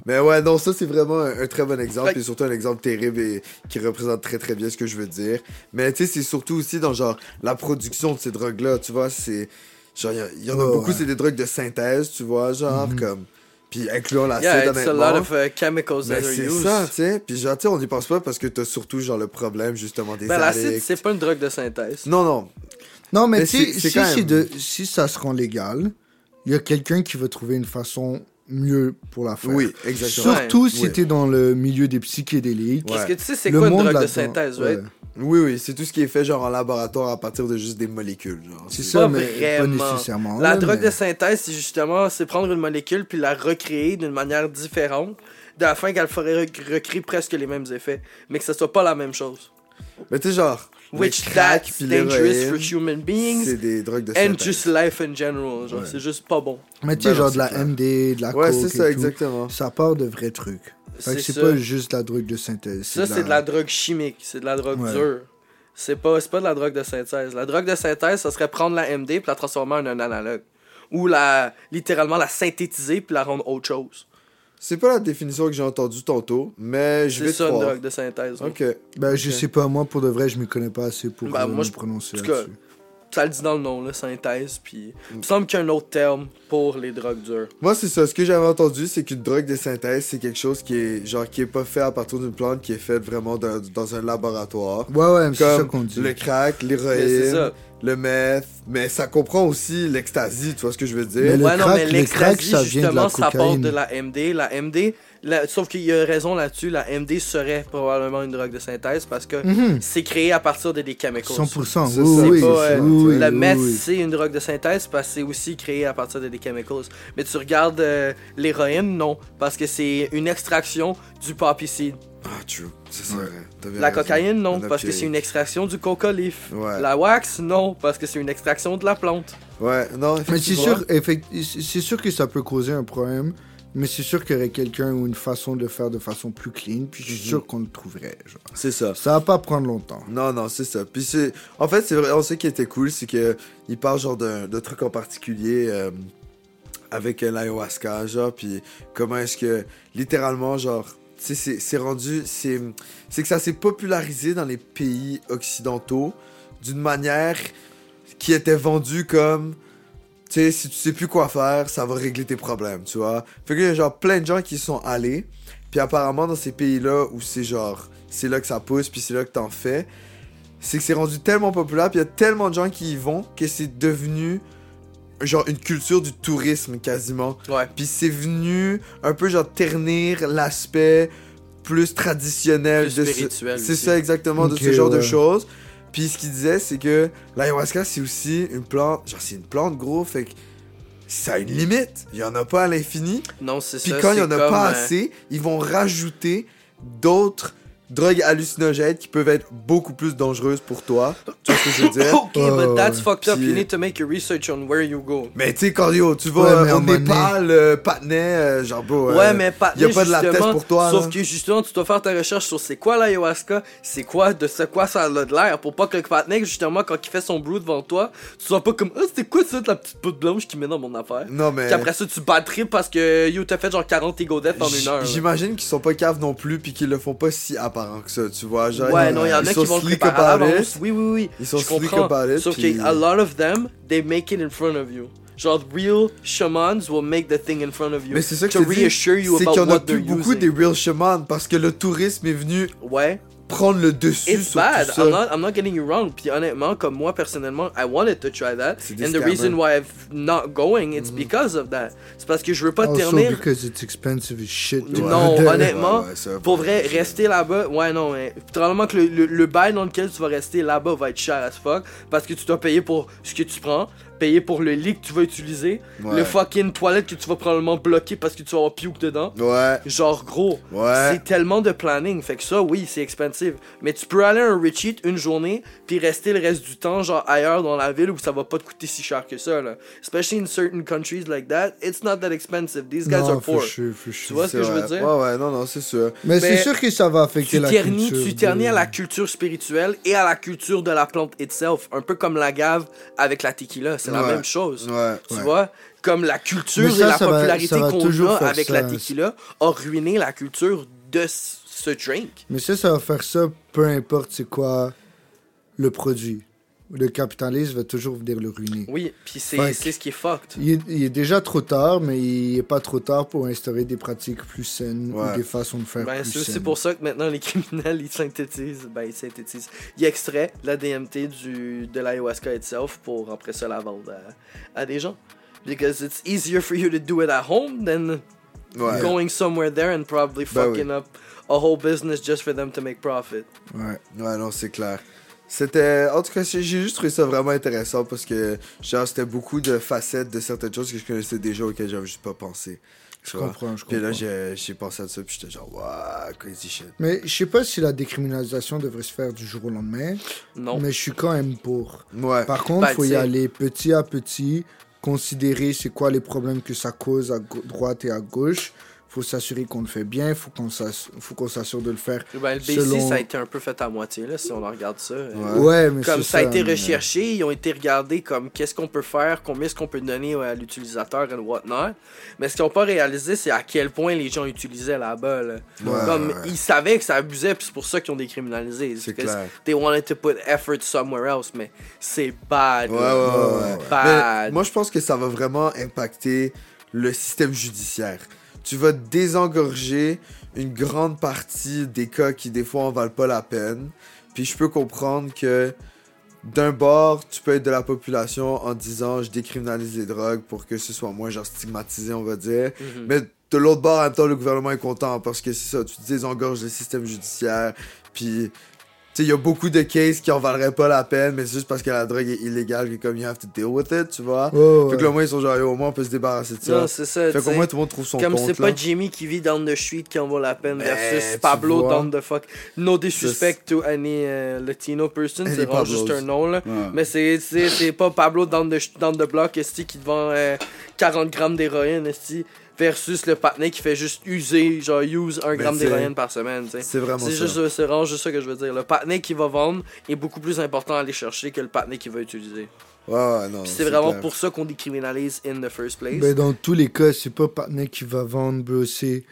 S4: Mais ouais, non, ça c'est vraiment un, un très bon exemple,
S3: Fait-
S4: et surtout un exemple terrible et qui représente très très bien ce que je veux dire. Mais tu sais, c'est surtout aussi dans genre la production de ces drogues-là, tu vois, c'est. Genre, il y, en
S2: Ouais,
S4: a beaucoup,
S2: ouais. Mm-hmm.
S4: c'est des drogues de synthèse, tu vois, genre, comme. Puis incluant l'acide,
S3: Yeah, it's a lot
S4: honnêtement.
S3: of uh, chemicals that
S4: Mais
S3: are
S4: c'est ça,
S3: used.
S4: tu sais. Puis genre, tu sais, on n'y pense pas parce que t'as surtout genre le problème justement des
S3: Ben, l'acide,
S4: addicts.
S3: c'est pas une drogue de synthèse.
S4: Non, non.
S2: Non, mais,
S4: Mais
S2: tu sais,
S4: c'est- c'est
S2: si,
S4: quand
S2: c'est
S4: même-
S2: de- si ça se rend légal, il y a quelqu'un qui va trouver une façon mieux pour la faire.
S4: Oui, exactement.
S3: Sur-
S2: Surtout si
S4: Ouais.
S2: t'es dans le milieu des psychédéliques.
S4: Ouais.
S3: Parce que tu sais, c'est
S2: Le
S3: quoi une
S2: monde
S3: drogue de
S2: là-dedans,
S3: synthèse, right?
S2: ouais.
S4: Oui, oui, c'est tout ce qui est fait genre en laboratoire à partir de juste des molécules. genre.
S2: C'est
S3: Pas
S2: ça, mais
S3: vraiment.
S2: pas nécessairement.
S3: La
S2: là,
S3: drogue
S2: mais-
S3: de synthèse, c'est justement, c'est prendre une molécule puis la recréer d'une manière différente, de- afin qu'elle ferait rec- recréer presque les mêmes effets, mais que ce soit pas la même chose.
S4: Mais tu sais, genre.
S3: Which
S4: le crack
S3: that's
S4: puis
S3: dangerous
S4: l'héroïne,
S3: for human
S4: C'est
S3: beings
S4: des drogues de
S3: and
S4: synthèse.
S3: just life in general. Genre, c'est juste pas bon.
S2: Mais tu sais,
S4: Ben non,
S2: genre de
S4: c'est
S2: la
S4: clair.
S2: MD, de la
S4: Ouais,
S2: coke
S4: c'est
S2: et
S4: ça,
S2: tout,
S4: exactement.
S2: Ça part de vrais trucs. Fait que c'est
S3: C'est ça.
S2: pas juste la drogue de synthèse.
S3: Ça, c'est de la drogue chimique, c'est de la drogue
S2: Ouais.
S3: dure. C'est pas, c'est pas de la drogue de synthèse. La drogue de synthèse, ça serait prendre la MD puis la transformer en un analogue. Ou la, littéralement la synthétiser puis la rendre autre chose.
S4: C'est pas la définition que j'ai entendue tantôt, mais je
S3: C'est
S4: vais te
S3: ça une
S4: croire.
S3: drogue de synthèse. oui.
S4: Ok.
S2: Ben, je
S3: Ok.
S2: sais pas, moi, pour de vrai, je m'y connais pas assez pour
S3: Ben,
S2: euh,
S3: moi,
S2: me
S3: je-
S2: prononcer
S3: en tout cas,
S2: là-dessus. Mm.
S3: Ça le dit dans le nom, là, synthèse. Puis il me semble qu'il y a un autre terme pour les drogues dures.
S4: Moi, c'est ça. Ce que j'avais entendu, c'est qu'une drogue de synthèse, c'est quelque chose qui est genre qui est pas fait à partir d'une plante, qui est fait vraiment d'un- dans un laboratoire.
S2: Ouais, ouais, mais c'est ça
S4: Comme
S2: qu'on dit.
S4: le crack,
S3: Mais c'est
S4: l'héroïne,
S3: ça.
S4: le meth, mais ça comprend aussi l'extasie, tu vois ce que je veux dire?
S2: Mais le
S3: ouais, non,
S2: crack-
S3: mais
S2: le crack,
S3: l'extasie,
S2: ça vient de la
S3: justement, ça part
S2: cocaïne.
S3: de la MD. La MD, la- sauf qu'il y a raison là-dessus, la MD serait probablement une drogue de synthèse parce que
S2: Mhm.
S3: c'est créé à partir de des chemicals.
S2: 100%,
S4: C'est
S2: oui, oui,
S4: ça, c'est
S2: oui,
S4: pas,
S2: oui,
S3: le
S2: oui,
S3: euh, meth,
S2: oui.
S3: c'est une drogue de synthèse parce que c'est aussi créé à partir de des chemicals. Mais tu regardes euh, l'héroïne, non, parce que c'est une extraction du poppy seed.
S4: Ah, true. Ça, c'est
S2: Ouais.
S4: vrai. T'as bien
S3: La
S4: raison.
S3: cocaïne, non,
S4: Un
S3: parce que c'est une extraction du coca leaf.
S4: Euh, Ouais.
S3: La wax, non, parce que c'est une extraction de la plante.
S4: Ouais, non,
S2: Mais c'est
S4: effectivement.
S2: sûr, effect- c'est c'est sûr que ça peut causer un problème, mais c'est sûr qu'il y aurait quelqu'un ou une façon de le faire de façon plus clean, puis je suis
S3: Mhm.
S2: sûr qu'on le trouverait. genre.
S4: C'est ça.
S2: Ça va pas prendre longtemps.
S4: Non, non, c'est ça. Puis c'est. En fait, c'est vrai. On sait qui était cool, c'est que il parle genre d'un d'un truc en particulier euh, avec euh, l'ayahuasca, genre. Puis comment est-ce que littéralement, genre, tu sais, c'est- c'est rendu, c'est, c'est que ça s'est popularisé dans les pays occidentaux d'une manière qui était vendue comme tu sais, si tu sais plus quoi faire, ça va régler tes problèmes, tu vois. Fait que, genre, plein de gens qui sont allés Puis apparemment, dans ces pays-là où c'est genre, c'est là que ça pousse, puis c'est là que t'en fais, c'est que c'est rendu tellement populaire, puis il y a tellement de gens qui y vont que c'est devenu genre une culture du tourisme quasiment.
S3: Ouais.
S4: Puis c'est venu un peu genre ternir l'aspect plus traditionnel
S3: Plus
S4: de ce-
S3: spirituel
S4: C'est
S3: aussi.
S4: ça exactement
S2: Ok,
S4: de ce genre de
S2: ouais.
S4: choses. Puis ce qu'il disait c'est que l'ayahuasca c'est aussi une plante, genre c'est une plante gros fait que ça a une limite, il y en a pas à l'infini.
S3: Non, c'est
S4: Puis
S3: ça.
S4: quand il y
S3: c'est
S4: en a
S3: comme,
S4: pas
S3: euh,
S4: assez, ils vont rajouter d'autres drogues hallucinogènes qui peuvent être beaucoup plus dangereuses pour toi. Tu vois ce que je veux dire
S3: Ok, but that's
S2: ouais.
S3: fucked up.
S4: oh, Puis-
S3: You need to make your research on where you go.
S4: Mais tu sais, Cordio, tu vas
S2: Ouais,
S4: euh,
S2: mais
S4: au
S2: à un moment
S4: Népal, euh, Patnais, euh, genre, bro,
S3: Ouais,
S4: euh,
S3: mais pas.
S4: y a pas de la
S3: justement,
S4: thèse pour toi,
S3: Sauf
S4: là.
S3: que justement, tu dois faire ta recherche sur c'est quoi l'ayahuasca, c'est quoi de ce quoi ça a de l'air, pour pas que le Patnik, justement, quand il fait son brew devant toi, tu sois pas comme, ah, c'est quoi ça, de la petite poudre blanche qui met dans mon affaire.
S4: Non, mais.
S3: Puis après ça, tu battrais parce que yo, t'as fait genre 40 égodettes en
S4: j-
S3: une heure. là.
S4: J'imagine qu'ils sont pas caves non plus, puis qu'ils le font pas si apparent que ça, tu vois. Genre,
S3: Ouais,
S4: ils-
S3: non, il y en
S4: ils
S3: a
S4: sont
S3: qui vont le
S4: sleek
S3: préparer à
S4: about
S3: l'avance.
S4: it.
S3: Oui, oui, oui.
S4: Ils sont
S3: je
S4: sleek
S3: comprends.
S4: about it,
S3: Sauf que
S4: puis-
S3: a lot of them, they make it in front of you. Genre, real shamans will make the thing in front of you.
S4: Mais c'est ça que
S3: to
S4: je te dis,
S3: reassure you
S4: c'est
S3: about
S4: qu'il y en a
S3: what
S4: plus
S3: they're
S4: beaucoup
S3: using.
S4: des real shamans parce que le tourisme est venu
S3: Ouais.
S4: prendre le dessus
S3: It's
S4: sur
S3: bad.
S4: tout ça.
S3: I'm not, I'm not getting you wrong. Puis honnêtement, comme moi personnellement, I wanted to try that.
S4: C'est des
S3: And the reason why I'm not going,
S4: Mm-hmm.
S3: it's because of that. C'est parce que je veux pas
S4: Oh,
S3: te
S2: Also
S3: ternir.
S2: because it's expensive as shit.
S3: Ouais. Non,
S2: Ouais.
S3: honnêtement,
S4: Ouais, ouais, ça,
S3: pour vrai,
S4: ouais,
S3: rester là-bas, ouais, non, hein. probablement que le, le, le bail dans lequel tu vas rester là-bas va être cher as fuck parce que tu dois payer pour ce que tu prends, payer pour le lit que tu vas utiliser,
S4: Ouais.
S3: le fucking toilette que tu vas probablement bloquer parce que tu vas avoir piouk dedans.
S4: Ouais,
S3: Genre, gros,
S4: ouais.
S3: c'est tellement de planning, fait que ça, oui, c'est expensive. Mais tu peux aller à un retreat une journée, puis rester le reste du temps, genre ailleurs dans la ville où ça va pas te coûter si cher que ça, là. Especially in certain countries like that, it's not that expensive. These guys
S2: Non,
S3: are poor.
S2: for sure, for sure.
S3: Tu vois ce
S4: c'est
S3: que je veux
S4: vrai.
S3: dire?
S4: Ouais, ouais, non, non, c'est sûr.
S2: Mais,
S3: Mais
S2: c'est sûr que ça va affecter
S3: tu
S2: la
S3: ternis,
S2: culture.
S3: tu
S2: de-
S3: ternis à la culture spirituelle et à la culture de la plante itself. Un peu comme la gave avec la tequila, c'est la
S4: Ouais.
S3: même chose.
S4: Ouais.
S3: Tu
S2: Ouais.
S3: vois, comme la culture
S2: Mais ça,
S3: et la
S2: ça va-
S3: popularité
S2: ça va
S3: qu'on
S2: toujours
S3: a
S2: faire
S3: avec
S2: ça.
S3: la tequila a ruiné la culture de c- ce drink.
S2: Mais ça, ça va faire ça, peu importe c'est quoi le produit. Le capitalisme va toujours venir le ruiner.
S3: Oui, puis c'est
S2: Fuck.
S3: c'est ce qui est fucked.
S2: Il est, il est déjà trop tard, mais il n'est pas trop tard pour instaurer des pratiques plus saines
S4: Ouais.
S2: ou des façons de faire
S3: Ben,
S2: plus
S3: c'est
S2: saines.
S3: c'est pour ça que maintenant les criminels ils synthétisent, ben ils synthétisent, ils extraient la DMT du, de l'ayahuasca itself pour après ça la vendre à, à des gens. Because it's easier for you to do it at home than
S4: Ouais.
S3: going somewhere there and probably
S4: Ben oui.
S3: fucking up a whole business just for them to make profit.
S2: Ouais.
S4: Ouais, non, c'est clair. C'était. En tout cas, j'ai j'ai juste trouvé ça vraiment intéressant parce que, genre, c'était beaucoup de facettes de certaines choses que je connaissais déjà auxquelles j'avais juste pas pensé. Tu
S2: Je
S4: vois?
S2: comprends, je
S4: Puis là,
S2: comprends.
S4: j'ai j'ai pensé à ça, puis j'étais genre, waouh, crazy shit.
S2: Mais je sais pas si la décriminalisation devrait se faire du jour au lendemain,
S3: Non.
S2: mais je suis quand même pour.
S4: Ouais.
S2: Par contre,
S3: Ben,
S2: il faut
S3: tu sais-
S2: y aller petit à petit, considérer c'est quoi les problèmes que ça cause à gau- droite et à gauche. faut s'assurer qu'on le fait bien, faut qu'on s'ass- faut qu'on s'assure de le faire.
S3: Ben, le BC,
S2: selon-
S3: ça a été un peu fait à moitié, là, si on en regarde ça. Euh,
S4: Ouais.
S2: Ouais, mais
S3: Comme
S2: c'est
S3: ça a été
S2: mais-
S3: recherché, ils ont été regardés comme qu'est-ce qu'on peut faire, combien est-ce qu'on peut donner à l'utilisateur et whatnot. Mais ce qu'ils n'ont pas réalisé, c'est à quel point les gens utilisaient là-bas. là.
S4: Ouais,
S3: comme
S4: ouais.
S3: ils savaient que ça abusait, puis c'est pour ça qu'ils ont décriminalisé.
S4: C'est
S3: Because
S4: clair.
S3: They wanted to put effort somewhere else, mais c'est bad.
S4: Ouais, ouais,
S3: là.
S4: ouais. ouais.
S3: Bad.
S4: Mais moi, je pense que ça va vraiment impacter le système judiciaire. Tu vas désengorger une grande partie des cas qui, des fois, en valent pas la peine. Puis je peux comprendre que, d'un bord, tu peux être de la population en disant je décriminalise les drogues pour que ce soit moins genre stigmatisé, on va dire.
S3: Mhm.
S4: Mais de l'autre bord, en même temps, le gouvernement est content parce que c'est ça, tu désengorges le système judiciaire. Puis, tu sais, il y a beaucoup de cases qui en valeraient pas la peine, mais c'est juste parce que la drogue est illégale que comme you have to deal with it, tu vois.
S2: Ouais, ouais.
S4: Fait que là, au moins, ils sont genre, Yo, au moins, on peut se débarrasser de ça.
S3: Non, c'est ça.
S4: fait
S3: tu
S4: qu'au
S3: sais.
S4: moins, tout le monde trouve son
S3: Comme
S4: compte.
S3: c'est pas
S4: là.
S3: Jimmy qui vit down the street qui en vaut la peine
S4: Ben,
S3: versus
S4: tu
S3: Pablo
S4: vois.
S3: down the fuck. No
S4: Ça,
S3: disrespect to any euh, Latino person,
S4: Any
S3: c'est vraiment
S4: Pablos.
S3: juste un nom là.
S4: Ouais.
S3: Mais c'est- c'est c'est pas Pablo down the, sh- down the block esti, qui te vend euh, 40 grammes d'héroïne esti, versus le patinet qui fait juste user, genre use 1
S4: Ben,
S3: gramme
S4: c'est-
S3: d'héroïne par semaine. tu sais.
S4: C'est vraiment
S3: C'est
S4: ça.
S3: juste, c'est vraiment juste ça que je veux dire. Le patinet qui va vendre est beaucoup plus important à aller chercher que le patinet qu'il va utiliser.
S4: Ouais, ouais, non.
S3: Puis c'est vraiment
S4: Ah, clair.
S3: pour ça qu'on décriminalise in the first place.
S2: Ben, dans tous les cas, c'est pas Partner qui va vendre, bro, c'est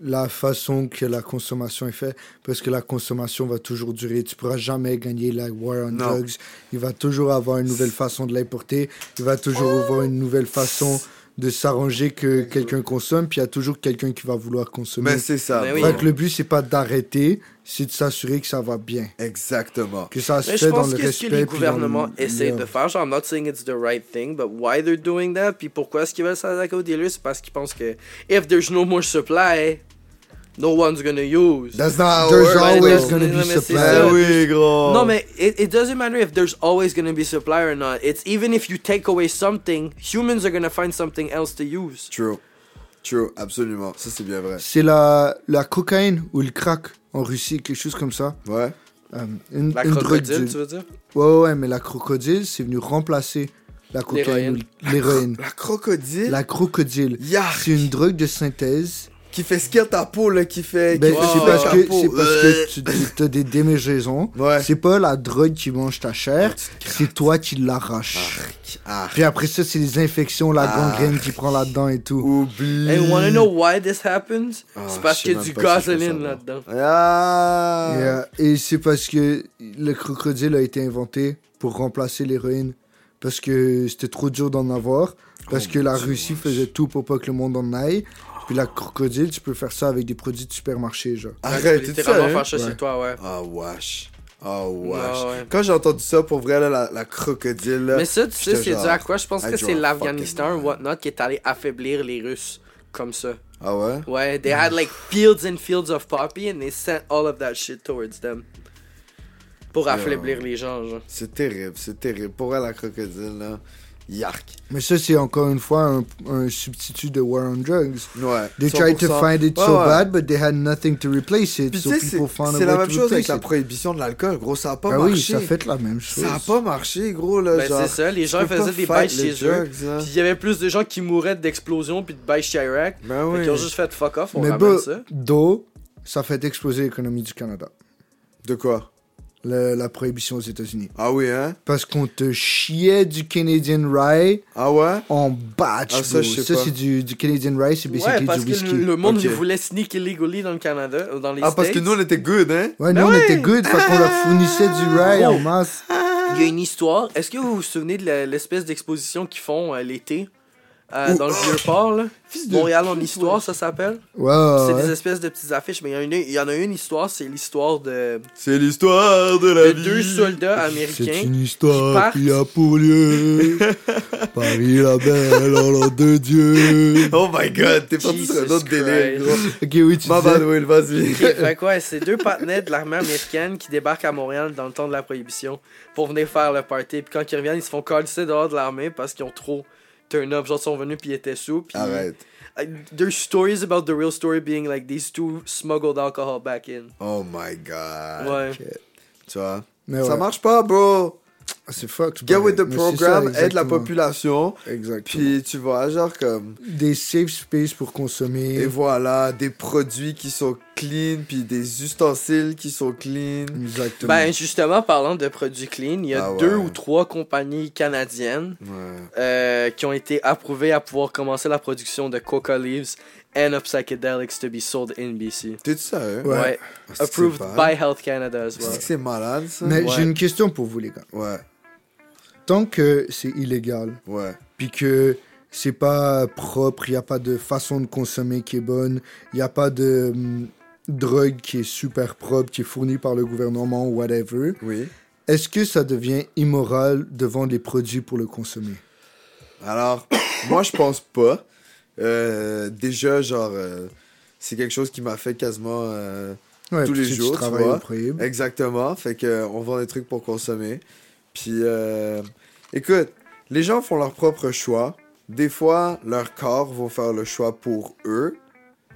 S2: la façon que la consommation est faite, parce que la consommation va toujours durer. Tu pourras jamais gagner la war on
S4: Non.
S2: drugs. Il va toujours avoir une nouvelle façon de l'importer. Il va toujours avoir une nouvelle façon de s'arranger que quelqu'un consomme, puis il y a toujours quelqu'un qui va vouloir consommer.
S4: Mais c'est ça.
S3: Mais
S4: bro.
S3: oui.
S2: Donc le but, c'est pas d'arrêter, c'est de s'assurer que ça va bien.
S4: Exactement.
S2: Que ça se
S3: Mais je
S2: fait dans
S3: pense
S2: le
S3: que ce que
S2: respect.
S3: les
S2: puis dans le-
S3: gouvernements essayent
S2: le-
S3: de faire, genre, I'm not saying it's the right thing, but why they're doing that, puis pourquoi est-ce qu'ils veulent s'attaquer aux dealers, c'est parce qu'ils pensent que if there's no more supply, no one's gonna use.
S2: That's not
S4: There's
S2: There's
S3: always
S2: always gonna
S3: gonna
S2: be
S3: be
S2: supply.
S3: ça.
S4: Ben oui, gros.
S3: No, man, it, it doesn't matter if there's always gonna be supply or not. It's even if you take away something, humans are gonna find something else to use.
S4: True. True, absolument. Ça, c'est bien vrai.
S2: C'est la, la cocaïne ou le crack en Russie, quelque chose comme ça.
S4: Ouais.
S2: Euh, une,
S3: La
S2: une drogue
S3: crocodile,
S2: du-
S3: tu veux dire?
S2: Ouais, ouais, ouais, mais la crocodile, c'est venu remplacer la cocaïne
S3: L'héroïne.
S2: ou l'héroïne.
S4: La crocodile
S2: La crocodile,
S4: Yark.
S2: c'est une drogue de synthèse.
S4: qui fait skier ta peau, là, qui fait.
S2: Ben,
S4: qui fait
S2: c'est
S3: wow.
S2: parce
S4: ta
S2: que,
S4: peau. Euh,
S2: c'est parce
S3: Euh.
S2: que tu, tu as des démangeaisons.
S4: Ouais.
S2: C'est pas la drogue qui mange ta chair,
S3: Oh,
S4: Tu te
S2: c'est toi qui l'arraches.
S4: Ah,
S2: Puis après ça, c'est les infections, la
S4: Ah.
S2: gangrène qui prend là-dedans et tout.
S4: oublie.
S3: And you wanna know why this happens?
S4: Ah,
S3: c'est parce
S4: je
S3: qu'il y a
S4: sais
S3: du
S4: même pas si je peux
S3: gasoline
S4: savoir.
S3: là-dedans.
S4: Ah!
S2: Et, euh, Et, c'est parce que le crocodile a été inventé pour remplacer l'héroïne. Parce que c'était trop dur d'en avoir. Parce
S4: Oh
S2: que
S4: mon
S2: la
S4: Dieu,
S2: Russie
S4: wesh.
S2: faisait tout pour pas que le monde en aille. Puis la crocodile, tu peux faire ça avec des produits de supermarché, genre.
S4: Arrête,
S3: Tu peux
S4: t'es
S3: littéralement
S4: ça.
S3: faire ça
S2: Ouais.
S3: chez toi, ouais.
S4: Ah, wesh. Ah, wesh.
S3: Ouais, ouais.
S4: Quand j'ai entendu ça, pour vrai, là, la, la crocodile, là.
S3: Mais ça, tu sais,
S4: j'étais
S3: c'est
S4: genre,
S3: dû à quoi? Je pense
S4: I
S3: que c'est
S4: draw a
S3: l'Afghanistan
S4: fucking
S3: ou whatnot qui est allé affaiblir les Russes comme ça.
S4: Ah ouais?
S3: Ouais, they had like fields and fields of poppy and they sent all of that shit towards them. Pour affaiblir les gens, genre.
S4: C'est terrible, c'est terrible. Pour elle, la crocodile, là. Yark.
S2: Mais ça, c'est encore une fois un, un substitut de War on Drugs.
S4: Ouais.
S2: They tried to
S4: 100%.
S2: find it
S4: Ouais,
S2: so
S4: ouais.
S2: bad, but they had nothing to replace it.
S4: Puis
S2: so
S4: tu sais, c'est-
S2: people found a
S4: c'est la
S2: way
S4: même
S2: to
S4: chose avec
S2: replace
S4: la
S2: it.
S4: prohibition de l'alcool, gros. Ça a pas
S2: Ben oui,
S4: marché.
S2: ça fait la même chose.
S4: Ça a pas marché, gros, là.
S3: Ben,
S4: genre,
S3: c'est ça, les
S4: tu
S3: gens
S4: peux pas
S3: faisaient des
S4: fight
S3: bails
S4: les
S3: chez eux,
S4: drugs, là.
S3: Puis il y avait plus de gens qui mouraient d'explosions puis de bail Chirac.
S4: Ben
S3: Fait
S4: oui.
S3: qu'ils ont juste fait fuck off, on
S2: Mais
S3: ramène
S2: bon,
S3: ça.
S2: d'eau, ça fait exploser l'économie du Canada.
S4: De quoi?
S2: Le- la prohibition aux États-Unis.
S4: Ah oui, hein?
S2: Parce qu'on te chiait du Canadian Rye
S4: Ah ouais?
S2: en batch.
S4: Ah, ça,
S2: bro.
S4: je sais
S2: ça
S4: pas.
S2: c'est du, du Canadian Rye, c'est
S3: Ouais,
S2: basically
S3: parce
S2: du
S3: que
S2: whisky.
S3: le, le monde
S4: Ok.
S3: les voulait sneak illegally dans le Canada, euh, dans les
S4: Ah, parce
S3: States.
S4: que nous, on était good, hein?
S2: Ouais,
S3: Ben
S2: nous
S3: ouais.
S2: on était good parce qu'on leur fournissait du rye
S3: Gros.
S2: en masse.
S3: Il y a une histoire. Est-ce que vous vous souvenez de la- l'espèce d'exposition qu'ils font euh, l'été euh,
S4: Ouh.
S3: dans le vieux port là
S4: Fils
S3: Montréal en histoire, ça s'appelle.
S2: Ouais, ouais,
S4: Ah
S3: C'est
S2: ouais.
S3: des espèces de petites affiches, mais il y, en a une- il y en a une histoire, c'est l'histoire de,
S4: C'est l'histoire de la
S3: de
S4: vie.
S3: deux soldats
S2: C'est
S3: américains.
S2: une histoire
S3: qui
S2: qui a pour lieu. Paris la belle, en l'an de Dieu.
S4: Oh my god, t'es parti sur un
S3: Jesus
S4: autre délire, gros.
S2: Ok, oui, tu
S4: Ma bad,
S2: disais.
S4: Will, vas-y.
S3: Ok, fait quoi, c'est deux partenaires de l'armée américaine qui débarquent à Montréal dans le temps de la prohibition pour venir faire le party. Puis quand ils reviennent, ils se font colisser dehors de l'armée parce qu'ils ont trop turn up. Genre, ils sont venus puis ils étaient sous. Puis
S4: Arrête.
S3: Uh, There's stories about the real story being like these two smuggled alcohol back in.
S4: Oh my
S2: Ah,
S4: god.
S3: Ouais.
S4: Tu vois?
S2: Mais
S4: Ça
S2: ouais.
S4: marche pas, bro.
S2: Ah, C'est fucked.
S4: Get
S2: pareil.
S4: with the
S2: Mais c'est
S4: program,
S2: ça,
S4: aide la
S2: exactement.
S4: population.
S2: Exactement.
S4: Puis tu vois, genre comme.
S2: Des safe spaces pour
S4: Et
S2: consommer.
S4: voilà, des produits qui sont clean, puis des ustensiles qui sont clean.
S2: Exactement.
S3: Ben justement, parlant de produits clean, il y a
S4: Ah ouais.
S3: deux ou trois compagnies canadiennes
S4: Ouais.
S3: euh, qui ont été approuvées à pouvoir commencer la production de Coca Leaves and of psychedelics to be sold in BC.
S4: T'es-tu sérieux?
S2: Ouais.
S4: Ah, c'est-tu
S3: Approved
S4: bad?
S3: by Health Canada as well.
S4: C'est que c'est malade, ça?
S2: Mais
S3: ouais.
S2: j'ai une question pour vous, les gars.
S4: Ouais,
S2: Tant que c'est illégal,
S4: ouais.
S2: puis que c'est pas propre, il n'y a pas de façon de consommer qui est bonne, il n'y a pas de hum, drogue qui est super propre, qui est fournie par le gouvernement, whatever,
S4: Oui.
S2: est-ce que ça devient immoral de vendre les produits pour le consommer
S4: Alors, moi, je pense pas. Euh, déjà, genre, euh, c'est quelque chose qui m'a fait quasiment. euh,
S2: Ouais,
S4: Tous
S2: puis
S4: les
S2: si tu
S4: jours, tu
S2: travailles
S4: vois.
S2: au prohibe.
S4: Exactement. Fait que euh, on vend des trucs pour consommer. Puis, euh, écoute, les gens font leur propre choix. Des fois, leurs corps vont faire le choix pour eux.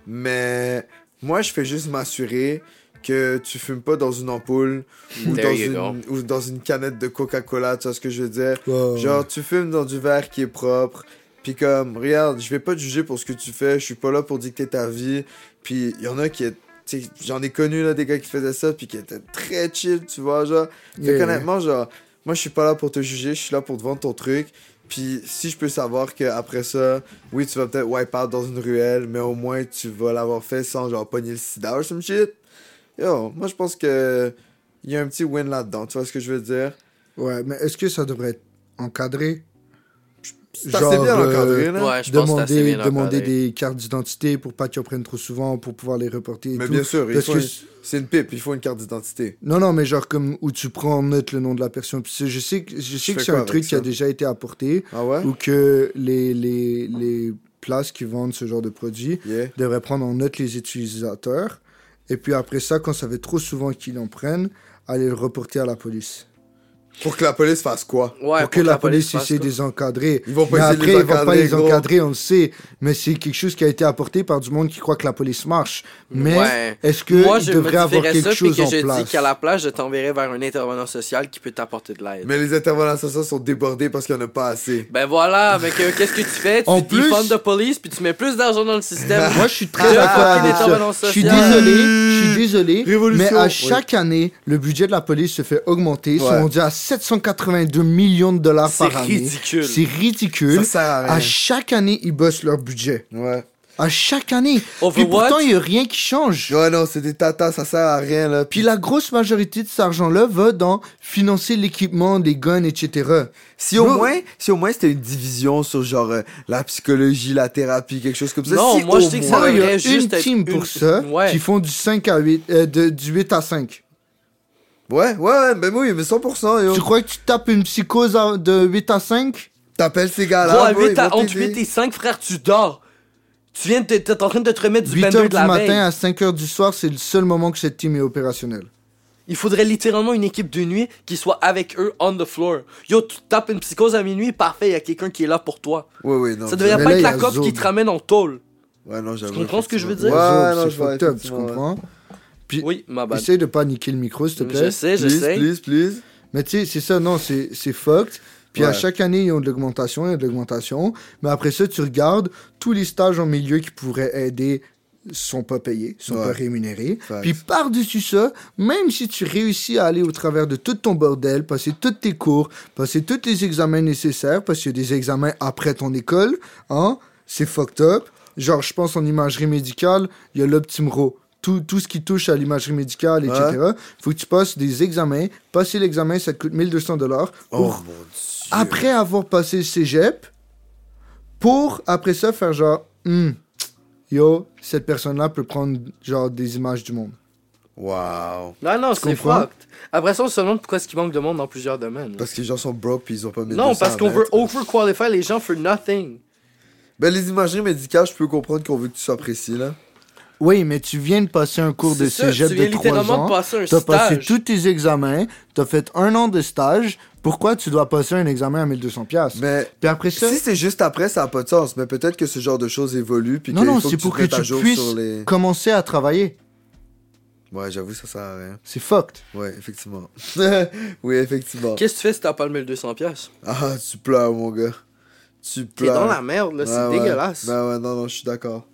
S4: Mais moi, je fais juste m'assurer que tu fumes pas dans une ampoule ou,
S3: There
S4: dans
S3: you go.
S4: une, ou dans une canette de Coca-Cola. Tu vois ce que je veux dire?
S2: Wow.
S4: Genre, tu fumes dans du verre qui est propre. Puis comme, regarde, je vais pas te juger pour ce que tu fais. Je suis pas là pour dicter ta vie. Puis il y en a qui... est- tu sais, J'en ai connu là, des gars qui faisaient ça puis qui étaient très chill, tu vois, genre. Fait
S2: Yeah.
S4: qu'honnêtement, genre, moi je suis pas là pour te juger, je suis là pour te vendre ton truc. Puis si je peux savoir qu'après ça, oui, tu vas peut-être wipe out dans une ruelle, mais au moins tu vas l'avoir fait sans genre pogner le sida ou some shit. Yo, moi je pense que il y a un petit win là-dedans, tu vois ce que je veux dire?
S2: Ouais, mais est-ce que ça devrait être encadré
S4: C'est assez bien
S2: Genre, euh,
S4: encadré, là.
S3: Ouais, je pense que c'est assez
S2: demander
S3: bien
S2: demander
S3: encadré.
S2: des cartes d'identité pour pas qu'ils en prennent trop souvent, pour pouvoir les reporter. et
S4: Mais
S2: tout.
S4: bien sûr, il
S2: Parce
S4: faut
S2: que-
S4: une- c'est une pipe, il faut une carte d'identité.
S2: Non, non, mais genre comme où tu prends en note le nom de la personne. Puis c'est- je sais que, je sais
S4: fais
S2: que c'est un
S4: quoi avec
S2: truc qui a
S4: ça
S2: déjà été apporté
S4: Ah ouais?
S2: ou que les, les, les places qui vendent ce genre de produits
S4: Yeah.
S2: devraient prendre en note les utilisateurs. Et puis après ça, quand ça fait trop souvent qu'ils en prennent, aller le reporter à la police.
S4: Pour que la police fasse quoi?
S3: Ouais,
S2: pour que la police
S3: fasse
S2: essaie de
S3: quoi.
S2: les encadrer.
S4: Ils vont pas
S2: Mais
S4: essayer de
S2: après,
S4: les
S2: ils vont pas
S4: encadrer,
S2: les
S4: gros.
S2: encadrer, on le sait. Mais c'est quelque chose qui a été apporté par du monde qui croit que la police marche. Mais
S3: Ouais.
S2: est-ce que
S3: Moi,
S2: il
S3: je
S2: devrait avoir
S3: modifierais
S2: quelque
S3: ça,
S2: chose
S3: puis
S2: en
S3: que je dis
S2: place
S3: qu'à la place, je t'enverrai vers un intervenant social qui peut t'apporter de l'aide.
S4: Mais les intervenants sociaux sont débordés parce qu'il n'y en a pas assez.
S3: Ben voilà, mais que- qu'est-ce que tu fais? Tu
S2: En plus-
S3: défends de police, puis tu mets plus d'argent dans le système.
S2: Moi, je suis
S3: Ah,
S2: très d'accord
S3: fucking
S2: avec
S3: intervenant
S2: ça. Je suis
S3: social.
S2: désolé, je suis désolé.
S4: Révolution.
S2: Mais à
S4: Oui.
S2: chaque année, le budget de la police se fait augmenter. Ils sont
S4: Ouais.
S2: rendus à 782 millions de dollars
S3: C'est
S2: par année.
S3: ridicule.
S2: C'est ridicule.
S4: Ça sert à rien.
S2: À chaque année, ils bossent leur budget.
S4: Ouais.
S2: À chaque année. Puis
S3: Overwatch?
S2: pourtant, il n'y a rien qui change.
S4: Ouais, non, c'est des tatas, ça sert à rien, là.
S2: Puis la grosse majorité de cet argent-là va dans financer l'équipement, les guns, etc.
S4: Si au
S2: Bro.
S4: moins, si au moins c'était une division sur genre euh, la psychologie, la thérapie, quelque chose comme ça.
S3: Non,
S4: si
S3: moi,
S4: au
S3: je sais que ça
S4: moins-
S2: Moi, il y
S3: devrait
S2: a une
S3: juste être
S2: team
S3: une-
S2: pour ça
S3: Ouais.
S2: qui font du 5 à 8, euh, de- du 8 à 5.
S4: Ouais, ouais, ouais, ben oui, mais 100%, yo.
S2: Tu crois que tu tapes une psychose à- de 8 à 5
S4: T'appelles ces gars-là.
S3: Gros, à
S4: bro, ils
S3: 8 à-
S4: vont
S3: entre
S4: t'aider.
S3: 8 et 5, frère, tu dors. Tu viens de te- t'es en train de te remettre du
S2: 8h
S3: 22
S2: du
S3: de la
S2: matin
S3: veille.
S2: à 5h du soir, c'est le seul moment que cette team est opérationnelle.
S3: Il faudrait littéralement une équipe de nuit qui soit avec eux on the floor. Yo, tu tapes une psychose à minuit, parfait, il y a quelqu'un qui est là pour toi.
S4: Ouais, ouais, non.
S3: ça devrait
S2: mais
S3: pas
S2: là,
S3: être
S2: y
S3: la
S2: a
S3: COP qui
S2: Zoom.
S3: te ramène en tôle.
S4: Ouais, non, j'avoue.
S3: Tu comprends ce que je veux
S2: Les
S3: dire?
S4: Ouais,
S2: autres,
S4: non,
S2: c'est
S4: je vois,
S2: fucked up, tu
S4: effectivement, ouais. Bah,
S2: comprends Puis
S3: Oui, ma bad.
S2: essaye de pas niquer le micro, s'il te plaît.
S3: Je sais, je
S4: Please,
S3: sais.
S4: please, please.
S2: Mais tu sais, c'est ça, non, c'est c'est fucked. Puis à
S4: Ouais.
S2: chaque année, ils ont de l'augmentation, ils ont de l'augmentation. Mais après ça, tu regardes, tous les stages en milieu qui pourraient aider sont pas payés, sont
S4: Ouais.
S2: pas rémunérés.
S4: Facts.
S2: Puis par-dessus ça, même si tu réussis à aller au travers de tout ton bordel, passer tous tes cours, passer tous les examens nécessaires, parce qu'il y a des examens après ton école, hein, c'est fucked up. Genre, je pense en imagerie médicale, il y a l'optimro. Tout, tout ce qui touche à l'imagerie médicale, etc. Faut que tu passes des examens. Passer l'examen, ça te coûte 1200 dollars.
S4: Oh mon dieu.
S2: Après avoir passé le cégep, pour après ça faire genre, Hmm, yo, cette personne-là peut prendre genre des images du monde.
S4: Wow.
S3: Non, non, c'est
S2: comprends?
S3: fucked. Après ça, on se demande pourquoi est-ce qu'il manque de monde dans plusieurs domaines.
S4: Parce que les gens sont broke puis ils ont pas mis
S3: Non,
S4: 200
S3: parce qu'on
S4: mètres.
S3: veut overqualifier les gens for nothing.
S4: Ben, les imageries médicales, je peux comprendre qu'on veut que tu sois précis, là.
S2: Oui, mais tu viens de passer un cours de
S3: C'est ça,
S2: cégep
S3: tu viens
S2: de 3
S3: littéralement de
S2: ans.
S3: passer un
S2: T'as passé
S3: stage.
S2: tous tes examens, t'as fait un an de stage. Pourquoi tu dois passer un examen à 1200 pièces
S4: Mais.
S2: Puis après ça,
S4: Si c'est juste après, ça n'a pas de sens. Mais peut-être que ce genre de choses évolue. Puis
S2: non
S4: qu'il
S2: non,
S4: faut
S2: c'est
S4: tu
S2: pour
S4: te
S2: que
S4: mettes à
S2: tu
S4: jour
S2: puisses
S4: sur les-
S2: commencer à travailler.
S4: Ouais, j'avoue, ça sert à rien.
S2: C'est fucked.
S4: Ouais, effectivement. oui, effectivement.
S3: Qu'est-ce que tu fais si t'as pas le 1200$? piastres?
S4: Ah, tu pleures, mon gars. Tu
S3: T'es
S4: pleures.
S3: dans la merde, là,
S4: Ouais,
S3: c'est
S4: ouais.
S3: dégueulasse.
S4: Ben ouais, non, non, je suis d'accord.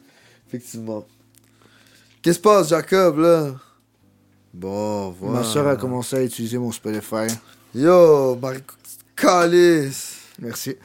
S4: Effectivement. Qu'est-ce qui se passe, Jacob, là? Bon, hein. voilà.
S2: Ma soeur a commencé à utiliser mon Spotify.
S4: Yo, Marie... Calice!
S2: Merci.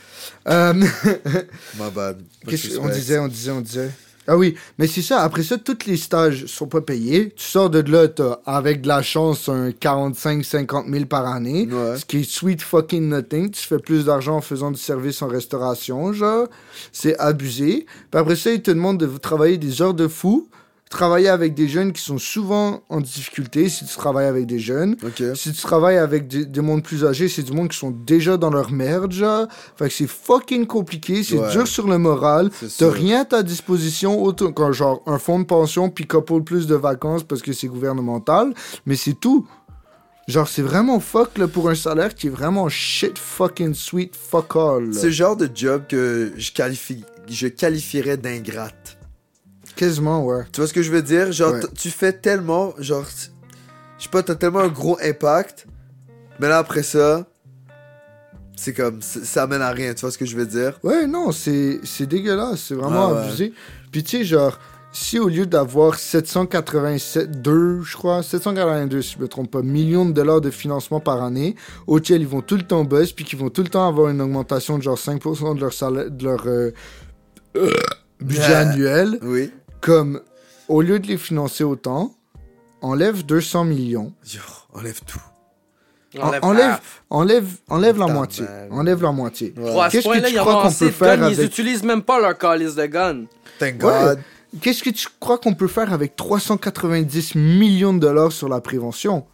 S2: Euh,
S4: My bad.
S2: Qu'est-ce qu'on disait, on disait, on disait. Ah oui, mais c'est ça. Après ça, tous les stages sont pas payés. Tu sors de là, t'as, avec de la chance, un 45-50 000 par année.
S4: Ouais.
S2: Ce qui est sweet fucking nothing. Tu fais plus d'argent en faisant du service en restauration, genre. C'est abusé. Puis après ça, ils te demandent de travailler des heures de fou. Travailler avec des jeunes qui sont souvent en difficulté si tu travailles avec des jeunes.
S4: Ok.
S2: Si tu travailles avec des, des mondes plus âgés, c'est du monde qui sont déjà dans leur merde, genre. Fait que c'est fucking compliqué, c'est
S4: Ouais.
S2: dur sur le moral.
S4: C'est
S2: T'as
S4: sûr.
S2: rien à ta disposition autant qu'un genre un fonds de pension puis couple plus de vacances parce que c'est gouvernemental, mais c'est tout. Genre, c'est vraiment fuck là, pour un salaire qui est vraiment shit fucking sweet fuck all. là.
S4: C'est le genre de job que je, qualifie... je qualifierais d'ingrate.
S2: Quasiment, ouais.
S4: Tu vois ce que je veux dire? Genre,
S2: Ouais.
S4: t- tu fais tellement, genre, t- je sais pas, t'as tellement un gros impact, mais là, après ça, c'est comme, c- ça amène à rien, tu vois ce que je veux dire?
S2: Ouais, non, c'est c'est dégueulasse, c'est vraiment
S4: Ouais, ouais.
S2: abusé. Puis tu sais, genre, si au lieu d'avoir 787, 2, je crois, 782, si je me trompe pas, millions de dollars de financement par année, auquel ils vont tout le temps buzz, puis qu'ils vont tout le temps avoir une augmentation de genre 5% de leur salaire, de leur euh, budget
S4: Ah.
S2: annuel,
S4: Oui.
S2: comme au lieu de les financer autant, enlève 200 millions,
S4: Yo, enlève tout.
S2: En- Enlève, enlève, enlève, la moitié. Enlève la moitié.
S4: Ouais.
S3: Bon, à ce
S2: Qu'est-ce
S3: point-là,
S2: que
S3: ils
S2: tu
S3: ont
S2: crois qu'on peut
S3: avancé de gun,
S2: faire
S3: ils
S2: avec
S3: utilisent même pas leur calice de gun.
S4: Thank
S2: Ouais.
S4: God.
S2: Qu'est-ce que tu crois qu'on peut faire avec 390 millions de dollars sur la prévention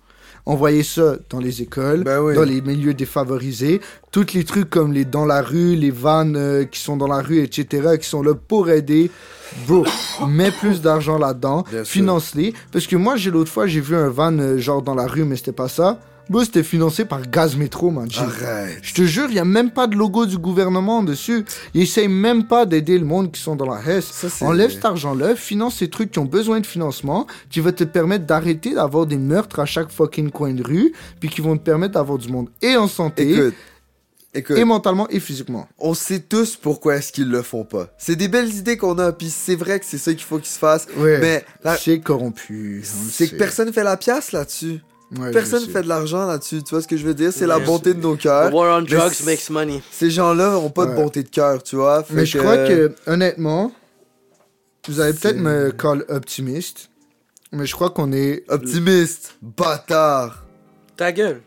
S2: Envoyer ça dans les écoles,
S4: Ben oui.
S2: dans les milieux défavorisés, tous les trucs comme les dans la rue, les vannes euh, qui sont dans la rue, etc., qui sont là pour aider. Bro, mets plus d'argent là-dedans,
S4: Bien sûr.
S2: finance-les. Parce que moi, j'ai l'autre fois, j'ai vu un van euh, genre dans la rue, mais c'était pas ça. Bro, c'était financé par Gaz Métro, man.
S4: Ah.
S2: J'ai-
S4: Arrête.
S2: je te jure, il n'y a même pas de logo du gouvernement dessus. Ils essayent même pas d'aider le monde qui sont dans la
S4: Ça,
S2: Hesse.
S4: c'est-
S2: Enlève cet argent-là, finance ces trucs qui ont besoin de financement, qui va te permettre d'arrêter d'avoir des meurtres à chaque fucking coin de rue, puis qui vont te permettre d'avoir du monde et en santé,
S4: Écoute. Écoute.
S2: et mentalement et physiquement.
S4: on sait tous pourquoi est-ce qu'ils le font pas. C'est des belles idées qu'on a, puis c'est vrai que c'est ça qu'il faut qu'ils se fassent.
S2: Ouais.
S4: Mais la-
S2: C'est corrompu. on le
S4: c'est que
S2: sait.
S4: personne fait la pièce là-dessus.
S2: Ouais, je
S4: personne
S2: sais.
S4: fait de l'argent là-dessus. Tu vois ce que je veux dire? C'est la
S3: Ouais,
S4: bonté de nos
S3: The
S4: cœurs.
S3: war on
S4: mais
S3: drugs
S4: c'est-
S3: makes money.
S4: Ces gens-là ont pas de
S2: Ouais.
S4: bonté de cœur, tu vois. Fait
S2: Mais je crois que, honnêtement, vous allez peut-être
S4: C'est-
S2: me call optimiste, mais je crois qu'on est.
S4: Optimiste, bâtard.
S3: Ta gueule.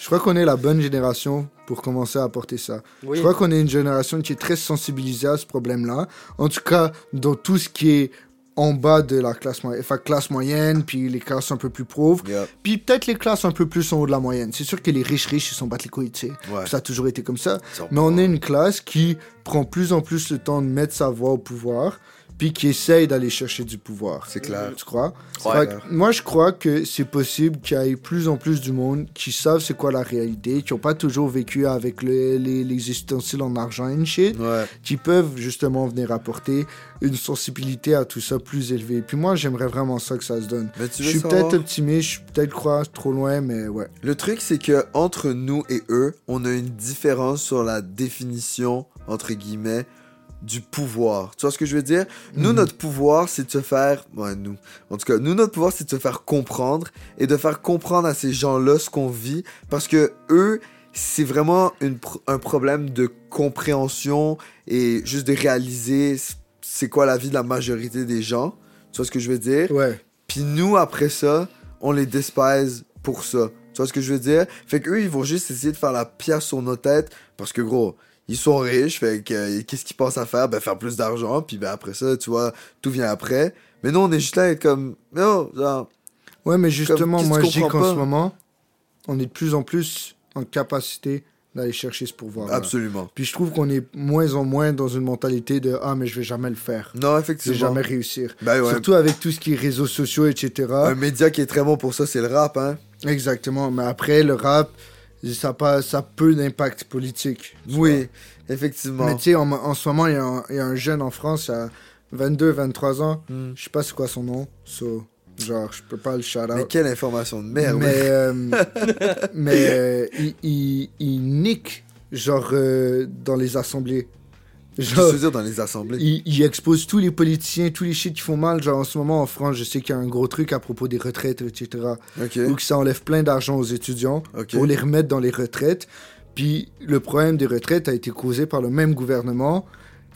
S2: Je crois qu'on est la bonne génération pour commencer à apporter ça.
S3: Oui.
S2: Je crois qu'on est une génération qui est très sensibilisée à ce problème-là. En tout cas, dans tout ce qui est en bas de la classe, moyenne, enfin, classe moyenne, puis les classes un peu plus pauvres,
S4: Yup.
S2: puis peut-être les classes un peu plus en haut de la moyenne. C'est sûr que les riches riches, ils sont battent les couilles, tu sais.
S4: Ouais.
S2: Ça a toujours été comme ça.
S4: Ils sont
S2: Mais on est une classe qui prend plus en plus le temps de mettre sa voix au pouvoir, puis qui essaye d'aller chercher du pouvoir.
S4: C'est clair.
S2: Tu crois
S4: Ouais.
S2: Fait que Moi, je crois que c'est possible qu'il y ait plus en plus du monde qui savent c'est quoi la réalité, qui n'ont pas toujours vécu avec le- les, les ustensiles en argent et shit,
S4: Ouais.
S2: qui peuvent justement venir apporter une sensibilité à tout ça plus élevée. Puis moi, j'aimerais vraiment ça que ça se donne.
S4: Mais
S2: Je
S4: tu veux
S2: suis
S4: savoir?
S2: peut-être optimiste, je suis peut-être croire trop loin, mais ouais.
S4: Le truc, c'est que entre nous et eux, on a une différence sur la définition, entre guillemets, du pouvoir. Tu vois ce que je veux dire? Nous,
S2: Mhm.
S4: notre pouvoir, c'est de se faire. Ouais, nous. En tout cas, nous, notre pouvoir, c'est de se faire comprendre et de faire comprendre à ces gens-là ce qu'on vit parce que eux, c'est vraiment une pro- un problème de compréhension et juste de réaliser c- c'est quoi la vie de la majorité des gens. Tu vois ce que je veux dire?
S2: Ouais.
S4: Puis nous, après ça, on les despise pour ça. Tu vois ce que je veux dire? Fait qu'eux, ils vont juste essayer de faire la pièce sur nos têtes parce que gros, ils sont riches. Fait que euh, qu'est-ce qu'ils pensent à faire? Ben, faire plus d'argent. Puis ben, après ça, tu vois, tout vient après. Mais nous, on est juste là à être comme. Non, genre.
S2: Ouais, mais justement,
S4: qu'est-ce
S2: moi,
S4: qu'on
S2: je dis
S4: comprend
S2: qu'en
S4: pas
S2: ce moment, on est de plus en plus en capacité d'aller chercher ce pouvoir.
S4: Absolument.
S2: Puis je trouve qu'on est moins en moins dans une mentalité de Ah, mais je vais jamais le faire.
S4: Non,
S2: Je vais
S4: effectivement.
S2: jamais réussir.
S4: Ben ouais.
S2: Surtout avec tout ce qui est réseaux sociaux, etc.
S4: Un média qui est très bon pour ça, c'est le rap, hein.
S2: Exactement. Mais après, le rap, ça a, pas, ça a peu d'impact politique. tu
S4: Oui, effectivement.
S2: vois. Mais tu sais, en, en ce moment, il y, a un- il y a un jeune en France à 22, 23 ans.
S4: Hmm.
S2: Je sais pas c'est quoi son nom. So, genre, je peux pas le shout
S4: Mais quelle information de merde.
S2: mais euh, mais euh, il, il- il nique, genre, euh, dans les assemblées.
S4: Je
S2: Genre,
S4: veux dire dans les assemblées.
S2: il, il expose tous les politiciens, tous les shit qui font mal. Genre, en ce moment, en France, je sais qu'il y a un gros truc à propos des retraites, etc.
S4: Ok.
S2: Ou que ça enlève plein d'argent aux étudiants
S4: Ok.
S2: pour les remettre dans les retraites. Puis le problème des retraites a été causé par le même gouvernement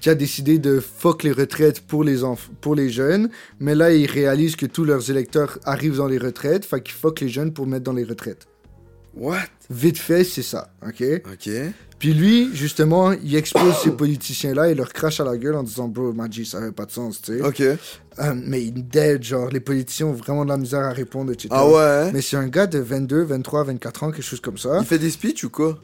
S2: qui a décidé de fuck les retraites pour les, enf- pour les jeunes. Mais là, ils réalisent que tous leurs électeurs arrivent dans les retraites, fait qu'ils fuck les jeunes pour mettre dans les retraites.
S4: What?
S2: Vite fait, c'est ça, ok?
S4: Ok.
S2: Puis lui, justement, il expose ces politiciens-là et leur crache à la gueule en disant « Bro, Maggi, ça n'avait pas de sens, tu sais.
S4: Ok.
S2: Euh, mais il dead, genre, les politiciens ont vraiment de la misère à répondre, etc.
S4: Ah ouais? hein?
S2: Mais c'est un gars de 22, 23, 24 ans, quelque chose comme ça.
S4: Il fait des speeches ou quoi?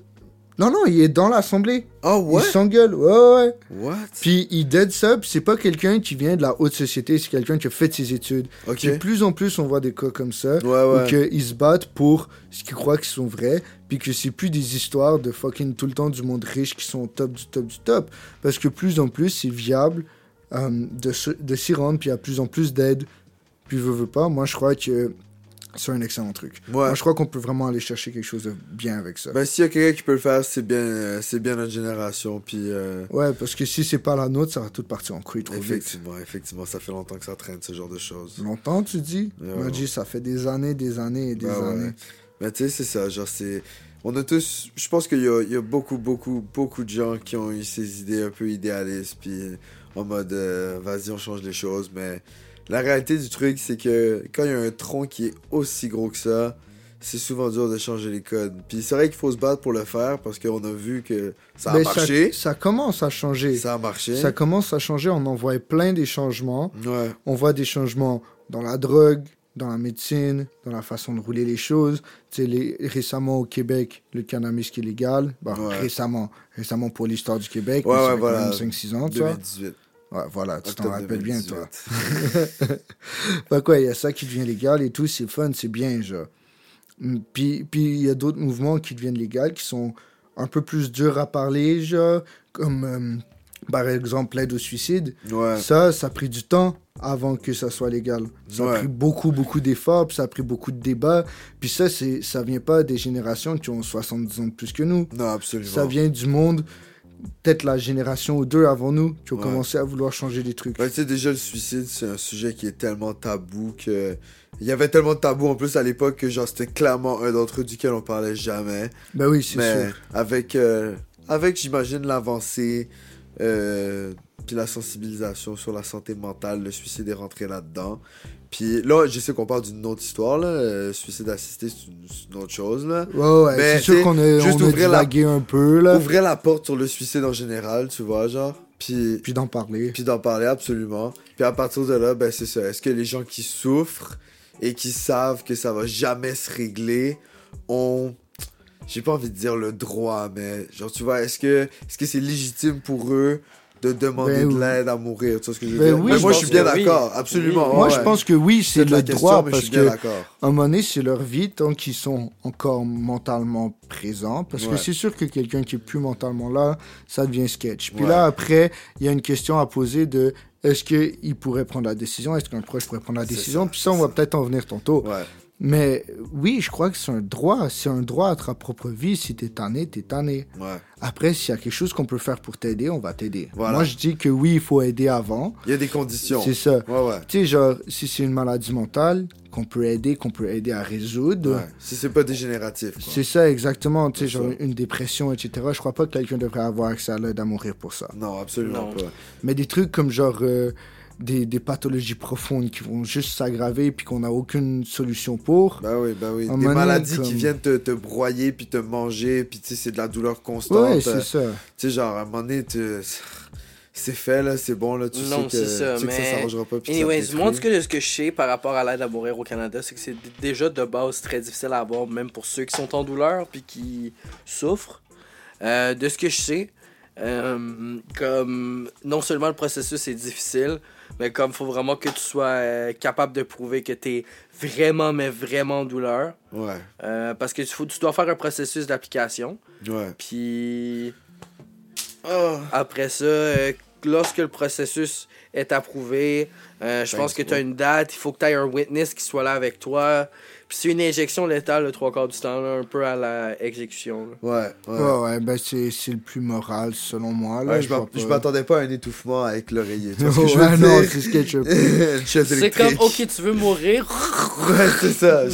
S2: Non, non, il est dans l'assemblée.
S4: Ah ouais?
S2: Il s'engueule, ouais, ouais, ouais.
S4: What?
S2: Puis il dead ça, puis c'est pas quelqu'un qui vient de la haute société, c'est quelqu'un qui a fait ses études.
S4: Ok.
S2: Puis De plus en plus, on voit des cas comme ça.
S4: Ouais, ouais.
S2: Ou qu'ils se battent pour ce qu'ils croient qu'ils sont vrais, puis que c'est plus des histoires de fucking tout le temps du monde riche qui sont au top du top du top. Parce que plus en plus, c'est viable euh, de se- de s'y rendre, puis il y a plus en plus d'aide. Puis veux, veux pas, moi je crois que c'est un excellent truc.
S4: Ouais.
S2: Moi je crois qu'on peut vraiment aller chercher quelque chose de bien avec ça.
S4: Ben, s'il y a quelqu'un qui peut le faire, c'est bien, euh, c'est bien notre génération. Puis, euh,
S2: Ouais, parce que si c'est pas la nôtre, ça va tout partir en couille trop vite.
S4: effectivement, effectivement, ça fait longtemps que ça traîne, ce genre de choses.
S2: Longtemps, tu dis
S4: Ouais,
S2: Moi,
S4: ouais.
S2: dis, ça fait des années, des années et des
S4: Ben ouais.
S2: années.
S4: Mais tu sais, c'est ça. Genre, c'est. On a tous. Je pense qu'il y a, il y a beaucoup, beaucoup, beaucoup de gens qui ont eu ces idées un peu idéalistes. Puis, en mode, euh, vas-y, on change les choses. Mais la réalité du truc, c'est que quand il y a un tronc qui est aussi gros que ça, c'est souvent dur de changer les codes. Puis c'est vrai qu'il faut se battre pour le faire parce qu'on a vu que ça a
S2: Mais
S4: marché.
S2: Ça, commence à changer.
S4: Ça,
S2: Ça...
S4: a marché.
S2: commence à changer. On en voit plein des changements.
S4: Ouais.
S2: On voit des changements dans la drogue, dans la médecine, dans la façon de rouler les choses. Tu sais, les- récemment au Québec, le cannabis qui est légal. Bah,
S4: Ouais.
S2: Récemment, récemment pour l'histoire du Québec.
S4: Ouais,
S2: mais ça fait
S4: ouais,
S2: quand
S4: voilà.
S2: même 5-6 ans, tu vois.
S4: 2018.
S2: Ouais, voilà, tu t'en
S4: octobre
S2: rappelles bien, toi.
S4: 2018.
S2: Fait quoi, il y a ça qui devient légal et tout, c'est fun, c'est bien, genre. Mm, Puis puis il y a d'autres mouvements qui deviennent légaux, qui sont un peu plus durs à parler, genre, comme euh, par exemple l'aide au suicide.
S4: Ouais.
S2: Ça, ça a pris du temps avant que ça soit légal. Ça
S4: Ouais.
S2: a pris beaucoup, beaucoup d'efforts, puis ça a pris beaucoup de débats. Puis ça, c'est ça vient pas des générations qui ont 70 ans de plus que nous.
S4: Non, absolument.
S2: Ça vient du monde, peut-être la génération ou deux avant nous, qui ont
S4: Ouais.
S2: commencé à vouloir changer des trucs.
S4: Ouais, Ben, tu sais, déjà, le suicide, c'est un sujet qui est tellement tabou que. Il y avait tellement de tabous en plus à l'époque que, genre, c'était clairement un d'entre eux duquel on parlait jamais.
S2: Ben oui, c'est
S4: Mais
S2: sûr.
S4: avec, euh, avec j'imagine, l'avancée, euh, puis la sensibilisation sur la santé mentale, le suicide est rentré là-dedans. Puis là, je sais qu'on parle d'une autre histoire, là. euh, suicide assisté, c'est une, c'est une autre chose, là.
S2: Ouais, ouais,
S4: Mais,
S2: c'est
S4: tu sais,
S2: sûr qu'on a,
S4: juste
S2: on a
S4: ouvrir la-
S2: divagué un peu, là,
S4: Ouvrez la porte sur le suicide en général, tu vois, genre. Puis,
S2: puis d'en parler.
S4: puis d'en parler, absolument. Puis à partir de là, ben, c'est ça. Est-ce que les gens qui souffrent et qui savent que ça va jamais se régler ont. J'ai pas envie de dire le droit, mais genre, tu vois, est-ce que est-ce que c'est légitime pour eux de demander
S2: Ben
S4: de
S2: oui.
S4: l'aide à mourir Tu vois ce que je veux
S2: Ben
S4: dire
S2: oui,
S4: Mais
S2: je
S4: moi, je
S2: pense
S4: suis bien
S3: que oui.
S4: d'accord, absolument.
S3: Oui.
S2: Moi,
S4: ouais.
S2: je pense que oui, c'est
S4: Peut-être la
S2: le
S4: question,
S2: droit,
S4: mais je
S2: parce
S4: suis bien
S2: que
S4: d'accord.
S2: à un moment donné, c'est leur vie tant qu'ils sont encore mentalement présents. Parce
S4: Ouais.
S2: que c'est sûr que quelqu'un qui est plus mentalement là, ça devient sketch. Puis
S4: Ouais.
S2: là, après, il y a une question à poser de est-ce qu'il pourrait prendre la décision Est-ce qu'un proche pourrait prendre la
S4: C'est
S2: décision
S4: ça,
S2: Puis ça, on
S4: c'est
S2: va
S4: ça.
S2: peut-être en venir tantôt.
S4: Ouais.
S2: Mais oui, je crois que c'est un droit. C'est un droit à ta propre vie. Si t'es tanné, t'es tanné.
S4: Ouais.
S2: Après, s'il y a quelque chose qu'on peut faire pour t'aider, on va t'aider.
S4: Voilà.
S2: Moi, je dis que oui, il faut aider avant.
S4: Il y a des conditions.
S2: C'est ça.
S4: Ouais, ouais.
S2: Tu sais, genre, si c'est une maladie mentale qu'on peut aider, qu'on peut aider à résoudre,
S4: Ouais. Si c'est pas dégénératif. quoi.
S2: c'est ça exactement. Tu sais,
S4: C'est
S2: genre,
S4: ça.
S2: une dépression, etc. Je crois pas que quelqu'un devrait avoir accès à l'aide à mourir pour ça.
S4: Non, absolument
S3: Non.
S4: pas.
S2: Mais des trucs comme, genre, euh, des, des pathologies profondes qui vont juste s'aggraver puis qu'on n'a aucune solution pour.
S4: Bah oui, bah oui.
S2: Un
S4: des
S2: moment
S4: maladies
S2: comme-
S4: qui viennent te, te broyer puis te manger, puis tu sais, c'est de la douleur constante.
S2: Ouais,
S4: Euh,
S2: c'est
S4: tu
S2: ça.
S4: sais, genre, à un moment donné, tu- c'est fait, là, c'est bon, là, tu
S3: Non,
S4: sais que,
S3: c'est ça,
S4: tu sais que
S3: mais-
S4: ça s'arrangera pas. Puis ça te
S3: Anyways,
S4: détruit.
S3: moi, en tout cas, ce que je sais par rapport à l'aide à mourir au Canada, c'est que c'est d- déjà de base très difficile à avoir, même pour ceux qui sont en douleur puis qui souffrent. Euh, de ce que je sais, euh, comme non seulement le processus est difficile, mais comme faut vraiment que tu sois euh, capable de prouver que tu es vraiment, mais vraiment en douleur.
S4: Ouais,
S3: Euh, parce que tu, faut, tu dois faire un processus d'application.
S4: ouais.
S3: Puis. Oh. Après ça, euh, lorsque le processus est approuvé, euh, je
S4: Thanks,
S3: pense que tu as
S4: ouais.
S3: une date, il faut que tu aies un witness qui soit là avec toi. Puis c'est une injection létale le trois quarts du temps, là, un peu à la exécution. là.
S4: Ouais, ouais.
S2: Ouais, ouais, ben c'est c'est le plus moral selon moi. Là,
S4: Ouais, je
S2: vois
S4: m'en- je
S2: pas.
S4: m'attendais pas à un étouffement avec l'oreiller. Tu vois ce que je
S2: Ouais,
S4: veux
S2: non,
S4: dire?
S2: c'est sketch up.
S4: Une chaise
S3: C'est comme,
S4: électrique.
S3: ok, tu veux mourir.
S4: Ouais, c'est ça.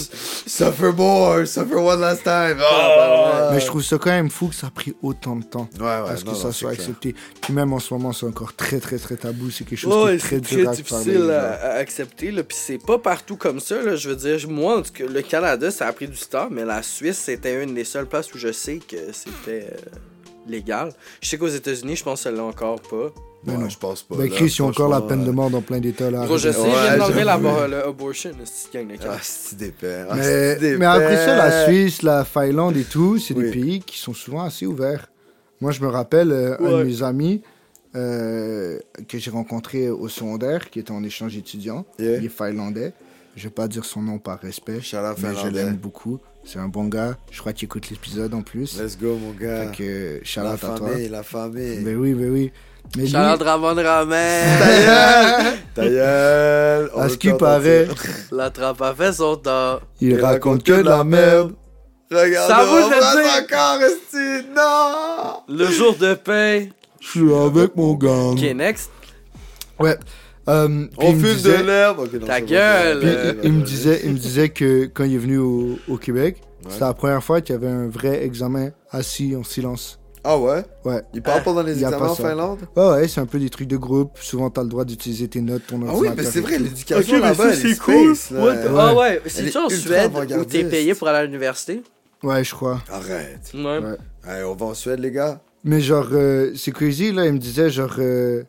S4: Suffer more, suffer one last time.
S3: Oh.
S4: Ah, bah, ouais.
S2: Mais je trouve ça quand même fou que ça a pris autant de temps.
S4: Ouais, ouais,
S2: à ce que
S4: non,
S2: ça
S4: non,
S2: soit
S4: c'est clair.
S2: accepté. Puis même en ce moment, c'est encore très, très, très tabou. C'est quelque chose qui
S3: Ouais,
S2: est très
S3: c'est
S2: dur
S3: très
S2: à
S3: difficile
S2: parler,
S3: à,
S2: genre.
S3: à accepter. Là. Puis c'est pas partout comme ça. Là. Je veux dire, moi, en tout cas, le Canada, ça a pris du temps, mais la Suisse, c'était une des seules places où je sais que c'était euh, légal. Je sais qu'aux États-Unis, je pense que ça l'est encore pas.
S2: Mais
S4: Ouais,
S2: non.
S4: je pense pas.
S2: Ben,
S4: là,
S2: Chris, ils ont encore la
S4: franchement,
S2: peine
S4: euh,
S2: de mort dans plein d'États. là.
S3: Gros, je sais,
S4: Ouais,
S3: j'ai viens d'enlever la
S4: j'avoue.
S3: barre le abortion, cette gang de
S4: Ah,
S3: cave.
S4: c'est d'épais. Ah,
S2: mais,
S4: c'est
S2: mais après ça, la
S4: d'épais.
S2: Suisse, la Finlande et tout, c'est
S4: Oui.
S2: des pays qui sont souvent assez ouverts. Moi, je me rappelle, euh, un
S3: Ouais.
S2: de mes amis euh, que j'ai rencontré au secondaire, qui était en échange étudiant,
S4: Yeah.
S2: il est finlandais. Je vais pas dire son nom par respect,
S4: Shout out
S2: mais je
S4: Finlandais.
S2: l'aime beaucoup. C'est un bon gars. Je crois qu'il écoute l'épisode en plus.
S4: Let's go, mon gars.
S2: Fait que, shout
S4: La
S2: out à toi.
S4: famille, la famille.
S2: Ben oui, ben oui. Mais lui,
S3: Charles Dravon Ramen,
S4: Ta gueule, on
S2: à ce qui
S4: t'entend
S2: paraît,
S4: dire.
S3: la trappe a fait son temps.
S2: il raconte que de la merde.
S4: Regarde,
S3: Ça vous
S4: on
S3: le
S4: brasse
S3: dit.
S4: encore, esti. Non!
S3: Le jour de paix.
S2: Je suis avec mon gang.
S3: Ok, next.
S2: Ouais. Euh, puis il
S4: On
S2: me
S4: fume de
S2: disait-
S4: l'herbe. Ok, non,
S3: Ta
S4: c'est bon,
S3: gueule.
S2: puis
S4: c'est bon,
S2: il,
S4: c'est bon,
S2: il me
S4: c'est bon.
S2: disait, il me disait que quand il est venu au, au Québec,
S4: Ouais.
S2: c'était la première fois qu'il y avait un vrai examen assis en silence.
S4: Ah ouais?
S2: Ouais.
S4: Ils parlent pas dans les
S2: Ah, y a
S4: examens
S2: pas
S4: en
S2: ça.
S4: Finlande?
S2: Ouais, ouais, c'est un peu des trucs de groupe. Souvent, t'as le droit d'utiliser tes notes, ton
S4: Ah oui,
S2: ordinateur
S4: mais
S2: et
S4: c'est vrai,
S2: tout.
S4: l'éducation
S3: Ok, mais
S4: là-bas,
S3: ça,
S4: elle est
S3: c'est cool.
S4: space, là.
S3: What the- Ah ouais,
S4: Elle
S3: c'est
S4: est
S3: ça en
S4: ultra
S3: Suède où
S4: avant-gardiste.
S3: t'es payé pour aller à l'université
S2: Ouais, je crois.
S4: Arrête.
S3: Ouais.
S2: Ouais.
S4: Hey, on va en Suède, les gars.
S2: Mais genre, euh, c'est crazy, là, il me disait, genre, euh,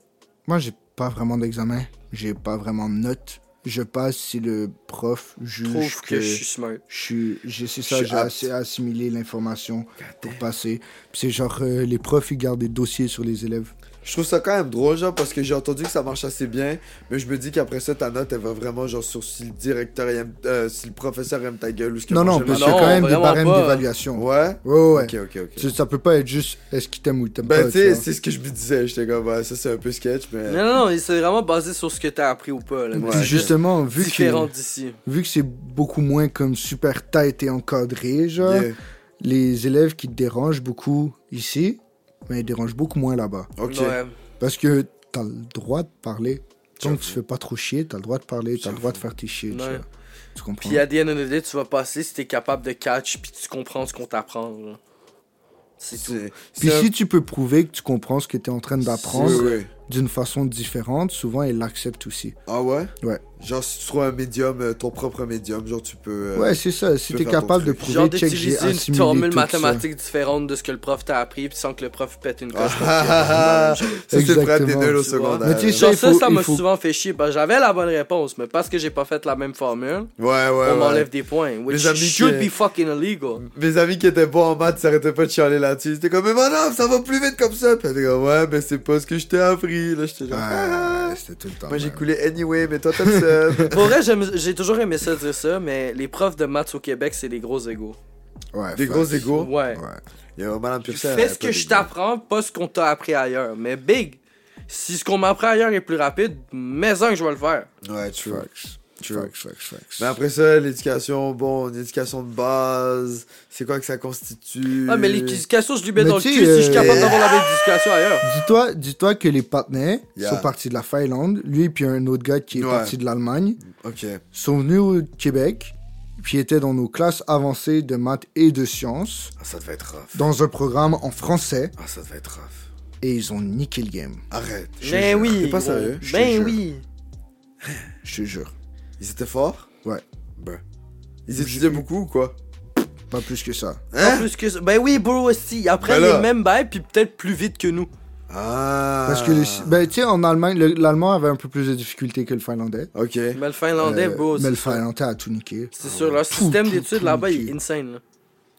S2: moi, j'ai pas vraiment d'examen, j'ai pas vraiment de notes. Je passe si le prof
S3: Je
S2: juge
S3: trouve que
S2: que
S3: je suis smart.
S2: je suis... j'ai- C'est
S4: Je
S2: ça,
S4: suis
S2: j'ai
S4: apte.
S2: assez assimilé l'information pour
S4: damn.
S2: passer. Puis c'est genre, euh, les profs, ils gardent des dossiers sur les élèves.
S4: Je trouve ça quand même drôle, genre, parce que j'ai entendu que ça marche assez bien, mais je me dis qu'après ça, ta note, elle va vraiment, genre, sur si le directeur il aime, euh, si le professeur aime ta gueule ou ce que
S2: non, non,
S4: mange
S2: parce qu'il y
S4: le
S2: a
S3: non,
S2: quand même des
S3: vraiment
S2: barèmes
S3: pas.
S4: matin.
S2: d'évaluation. Ouais,
S4: Ah Ouais?
S2: ouais, ouais.
S4: Ok, ok, ok.
S2: C'est- Ça peut pas être juste, est-ce qu'il t'aime ou il t'aime pas,
S4: Ben, tu sais,
S2: tu vois.
S4: c'est ce que je me disais. J'étais comme, bah, ça, c'est un peu sketch, mais.
S3: Non, non, non, c'est vraiment basé sur ce que t'as appris ou pas. Là.
S4: Ouais.
S2: Puis Justement, vu
S3: différent
S2: que,
S3: d'ici.
S2: vu que c'est beaucoup moins comme super tight et encadré, genre...
S4: Yeah.
S2: les élèves qui te dérangent beaucoup ici, mais ils dérangent beaucoup moins là-bas.
S4: Ok.
S3: Ouais.
S2: Parce que t'as le droit de parler. Tant que tu
S4: J'avoue.
S2: fais pas trop chier, t'as le droit de parler, t'as le droit de faire tes shit.
S3: Ouais.
S2: Tu, vois. Tu comprends?
S3: Puis à the end of the day, tu vas passer si t'es capable de catch puis tu comprends ce qu'on t'apprend. là. C'est tout.
S4: C'est-
S2: Puis
S4: c'est un-
S2: si tu peux prouver que tu comprends ce que t'es en train d'apprendre
S4: Oui, oui.
S2: d'une façon différente, souvent ils l'acceptent aussi.
S4: Ah ouais?
S2: Ouais.
S4: Genre, si tu trouves un médium, euh, ton propre médium, genre, tu peux. euh,
S2: ouais, c'est ça. Si
S4: peux
S2: t'es
S4: faire ton
S2: capable de
S4: truc.
S2: prouver,
S3: Genre
S2: check, j'ai
S3: d'utiliser une
S2: assimilé
S3: formule
S2: tout ça.
S3: mathématique différente de ce que le prof t'a appris puis sans que le prof pète une
S4: Ah,
S3: coche.
S4: ah, ah, ah. ça, c'est le problème des
S2: Exactement.
S4: nuls au
S3: Tu vois.
S4: secondaire.
S2: Mais tu sais,
S3: Genre
S2: il
S3: ça,
S2: faut-
S3: ça
S2: il
S3: m'a
S2: faut-
S3: souvent fait chier. parce que J'avais la bonne réponse, mais parce que j'ai pas fait la même formule,
S4: Ouais, ouais.
S3: on
S4: ouais.
S3: m'enlève des points. Which
S4: Les amis
S3: should
S4: qui-
S3: be fucking illegal.
S4: Mes amis qui étaient bons en maths s'arrêtaient pas de chialer là-dessus. C'était comme, mais madame, ça va plus vite comme ça. Puis elle était comme, ouais, mais c'est pas ce que je t'ai appris. Là, j'étais genre, ah,
S2: Ouais,
S4: ah.
S2: c'était tout le temps.
S4: Moi, j'ai
S2: même.
S4: coulé anyway, mais toi, t'aimes ça.
S3: Pour vrai, j'aime- j'ai toujours aimé ça dire ça, mais les profs de maths au Québec, c'est des gros égaux.
S2: Ouais,
S4: Des
S2: facts.
S4: gros égaux.
S2: Ouais.
S3: Ouais.
S4: Il y a madame
S3: Tu
S4: Purcell,
S3: fais
S4: elle a
S3: ce
S4: pas
S3: que je
S4: d'ego.
S3: t'apprends, pas ce qu'on t'a appris ailleurs. Mais big, si ce qu'on m'a appris ailleurs est plus rapide, mais un que je vais le faire.
S4: Ouais, true.
S2: Facts.
S4: True.
S2: Facts, facts, facts.
S4: Mais après ça, l'éducation, bon, une éducation de base, c'est quoi que ça constitue
S3: Ah, mais l'éducation, je lui mets
S2: Euh, Mais
S3: dans le
S2: tu sais,
S3: cul si je suis
S2: euh,
S3: capable d'avoir la même éducation ailleurs.
S2: Dis-toi, dis-toi que les partenaires
S4: Yeah.
S2: sont partis de la Finlande, lui puis un autre gars qui est
S4: Ouais.
S2: parti de l'Allemagne,
S4: Ok.
S2: sont venus au Québec, puis étaient dans nos classes avancées de maths et de sciences,
S4: Ah, ça devait être rough.
S2: dans un programme en français,
S4: Ah, ça devait être rough.
S2: et ils ont niqué le game.
S4: Arrête. Je te
S3: Ben
S4: jure.
S3: oui.
S4: T'es pas
S3: gros.
S4: sérieux
S2: Je te
S3: Ben
S2: jure.
S3: oui.
S2: Je te jure.
S4: Ils étaient forts
S2: Ouais.
S4: Ben. Ils étudiaient beaucoup ou quoi
S2: Pas plus que ça.
S3: En plus que ça- Ben oui, bro aussi. Ils apprennent
S4: Ben là.
S3: les mêmes bails, puis peut-être plus vite que nous.
S4: Ah
S2: Parce que, le- ben, tu sais, en Allemagne, le- l'allemand avait un peu plus de difficultés que le finlandais.
S4: Ok.
S3: Mais le finlandais,
S2: Euh,
S3: bro.
S2: mais le
S3: c'est sûr.
S2: finlandais a tout niqué.
S3: C'est sûr, leur
S2: Tout,
S3: système
S2: tout,
S3: d'études
S2: tout
S3: là-bas, il est
S2: niqué.
S3: insane. là.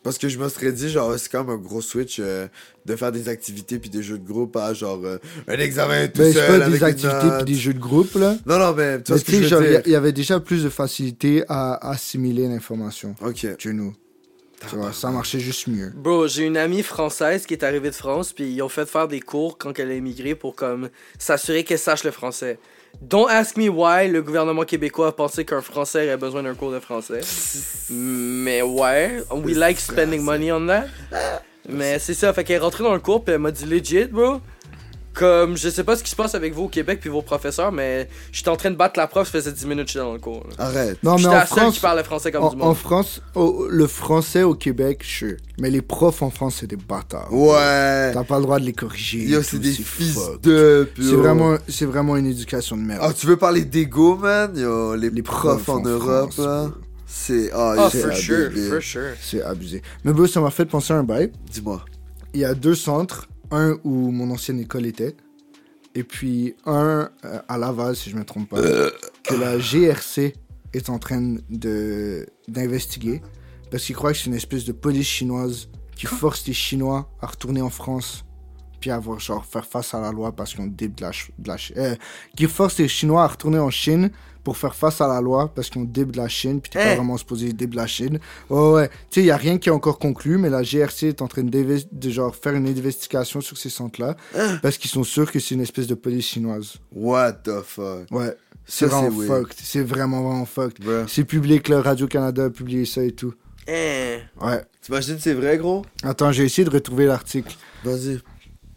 S4: Parce que je me serais dit, genre, c'est quand même un gros switch euh, de faire des activités puis des jeux de groupe à genre euh, un examen tout
S2: Ben, c'est
S4: seul.
S2: pas
S4: avec
S2: des
S4: une
S2: activités
S4: note.
S2: puis des jeux de groupe, là.
S4: Non, non, mais tu vois
S2: Mais
S4: ce
S2: tu
S4: que
S2: sais,
S4: je
S2: genre,
S4: veux
S2: il y a-
S4: dire.
S2: il y avait déjà plus de facilité à assimiler l'information
S4: Ok.
S2: que nous. Tu vois, ça marchait juste mieux.
S3: Bro, j'ai une amie française qui est arrivée de France, puis ils ont fait faire des cours quand elle a émigré pour comme s'assurer qu'elle sache le français. Don't ask me why le gouvernement québécois a pensé qu'un français aurait besoin d'un cours de français. Mais ouais, we like spending money on that. Mais c'est ça, fait qu'elle est rentrée dans le cours, puis elle m'a dit legit, bro. Comme, je sais pas ce qui se passe avec vous au Québec puis vos professeurs, mais j'étais en train de battre la prof, ça faisait 10 minutes que j'étais dans le cours. là.
S4: Arrête.
S2: Non, mais
S3: J'étais
S2: en
S3: la seule qui
S2: France,
S3: parlait français comme du
S2: en,
S3: monde.
S2: en France, au- le français au Québec, je. Mais les profs en France, c'est des bâtards.
S4: Ouais.
S2: T'as pas le droit de les corriger.
S4: Yo,
S2: et
S4: c'est
S2: tout,
S4: des fils
S2: fuck.
S4: de. puis,
S2: C'est
S4: oh.
S2: vraiment, c'est vraiment une éducation de
S4: Ah,
S2: merde.
S4: tu veux parler d'ego, man Yo, les,
S2: Les
S4: profs
S2: profs en
S4: en, Europe,
S2: France,
S4: hein.
S2: bro.
S4: C'est. Ah,
S3: Ah,
S4: c'est
S3: for sure,
S4: abusé.
S3: for sure.
S2: C'est abusé. Mais bon, ça m'a fait penser à un bail.
S4: Dis-moi.
S2: Il y a deux centres. Un où mon ancienne école était. Et puis un euh, à Laval, si je me trompe pas. Que la GRC est en train de- d'investiguer. Parce qu'ils croient que c'est une espèce de police chinoise qui force les Chinois à retourner en France. Puis à avoir, genre, faire face à la loi parce qu'on dip de la. ch- de la ch- euh, qui force les Chinois à retourner en Chine pour faire face à la loi parce qu'on dip de la Chine. Puis t'es
S3: Hein?
S2: pas vraiment supposé dip de la Chine. Ouais, ouais. Tu sais, il n'y a rien qui est encore conclu, mais la GRC est en train d'inves- de genre, faire une investigation sur ces centres-là parce qu'ils sont sûrs que c'est une espèce de police chinoise.
S4: What the fuck
S2: Ouais. C'est
S4: Ça,
S2: vraiment
S4: c'est weird.
S2: fucked. C'est vraiment, vraiment fucked.
S4: Bruh.
S2: C'est public, là. Radio-Canada a publié ça et tout.
S3: Hein.
S2: Ouais.
S4: T'imagines, c'est vrai, gros
S2: Attends, j'ai essayé de retrouver l'article.
S4: Vas-y.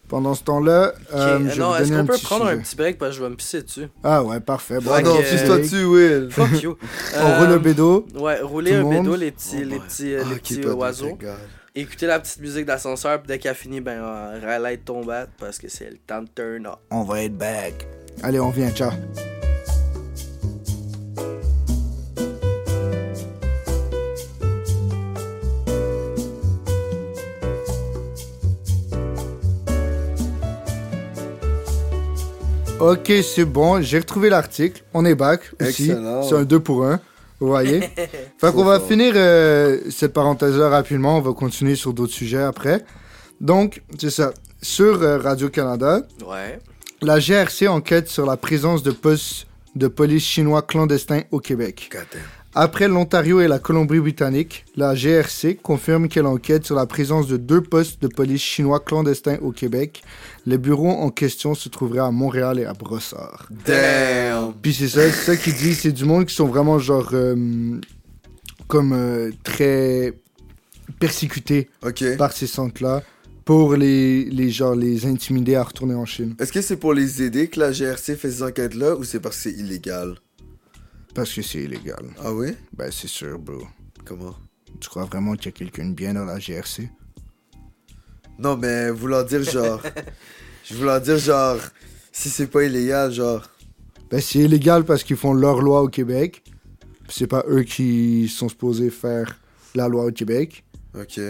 S2: Pendant ce temps-là,
S3: Ok,
S2: euh, je
S3: euh,
S2: vais
S3: non,
S2: vous
S3: est-ce
S2: donner
S3: qu'on
S2: un
S3: peut
S2: petit,
S3: prendre un
S2: sujet.
S3: petit break parce que je vais me pisser dessus.
S2: Ah ouais, parfait.
S4: Ah
S3: Ouais,
S4: non,
S3: que-
S4: fils-toi dessus, Will.
S3: Fuck you. Euh,
S2: On roule le bédo.
S3: Ouais, rouler
S2: Tout le
S3: un bédo,
S2: monde. Oh,
S3: les petits, les petits, euh,
S4: Ah,
S3: les
S4: ok,
S3: petits
S4: pas
S3: euh,
S4: de
S3: oiseaux.
S4: regarde.
S3: Écoutez la petite musique d'ascenseur, puis dès qu'elle finit, ben, euh, ralliez ton bat parce que c'est le temps de turn up.
S2: On va être back. Allez, on vient, ciao. Ok, c'est bon, j'ai retrouvé l'article. On est back aussi.
S4: Excellent.
S2: C'est un 2 pour 1. Vous voyez? fait qu'on va
S4: fort.
S2: finir euh, cette parenthèse-là rapidement. On va continuer sur d'autres sujets après. Donc, c'est ça. Sur euh, Radio-Canada,
S3: Ouais.
S2: la GRC enquête sur la présence de postes de police chinois clandestins au Québec. Après l'Ontario et la Colombie-Britannique, la GRC confirme qu'elle enquête sur la présence de deux postes de police chinois clandestins au Québec. Les bureaux en question se trouveraient à Montréal et à Brossard.
S4: Damn!
S2: Puis c'est ça, c'est ça qu'ils disent, c'est du monde qui sont vraiment genre euh, comme euh, très persécutés
S4: Ok.
S2: par ces centres-là pour les, les genre les intimider à retourner en Chine
S4: Est-ce que c'est pour les aider que la GRC fait ces enquêtes-là ou c'est parce que c'est illégal?
S2: parce que c'est illégal.
S4: Ah oui?
S2: Ben c'est sûr, bro.
S4: Comment?
S2: Tu crois vraiment qu'il y a quelqu'un de bien dans la GRC
S4: Non, mais vouloir dire genre. je vouloir dire genre. Si c'est pas illégal, genre.
S2: Ben c'est illégal parce qu'ils font leur loi au Québec. Puis C'est pas eux qui sont supposés faire la loi au Québec,
S4: Ok.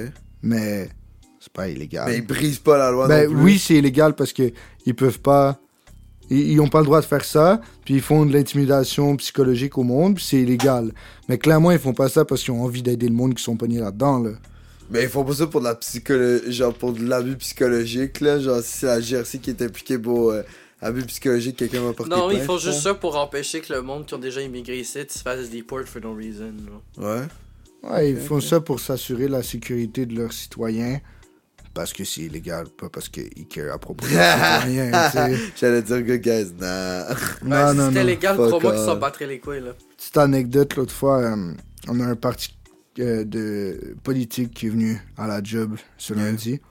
S2: mais c'est pas illégal.
S4: Mais Ben, ils brisent pas la loi
S2: Ben
S4: non plus.
S2: oui, c'est illégal parce que ils peuvent pas. Ils ils ont pas le droit de faire ça, puis ils font de l'intimidation psychologique au monde, puis c'est illégal. Mais clairement, ils font pas ça parce qu'ils ont envie d'aider le monde qui sont pognés là-dedans, là.
S4: Mais ils font pas ça pour de la psychologie. Genre pour de l'abus psychologique, là. Genre si c'est la GRC qui est impliquée pour euh, abus psychologique, quelqu'un va porter
S3: Non, ils
S4: plainte,
S3: font
S4: là.
S3: juste
S2: hein.
S3: ça pour empêcher que le monde qui ont déjà immigré ici se fasse des ports for no reason. là.
S4: Ouais.
S2: Ouais, ils font ça pour s'assurer la sécurité de leurs citoyens, parce que c'est illégal, pas parce qu'ils care à propos de leurs citoyens, tu sais.
S4: J'allais dire good guys, nah.
S3: Ouais,
S2: Non,
S3: Ben, si
S2: non,
S3: c'était
S2: non.
S3: légal,
S4: fuck
S3: crois-moi qu'ils
S4: off.
S3: s'en battraient les couilles, là.
S2: Petite anecdote, l'autre fois, euh, on a un parti euh, de politique qui est venu à la job ce
S4: Yeah.
S2: lundi.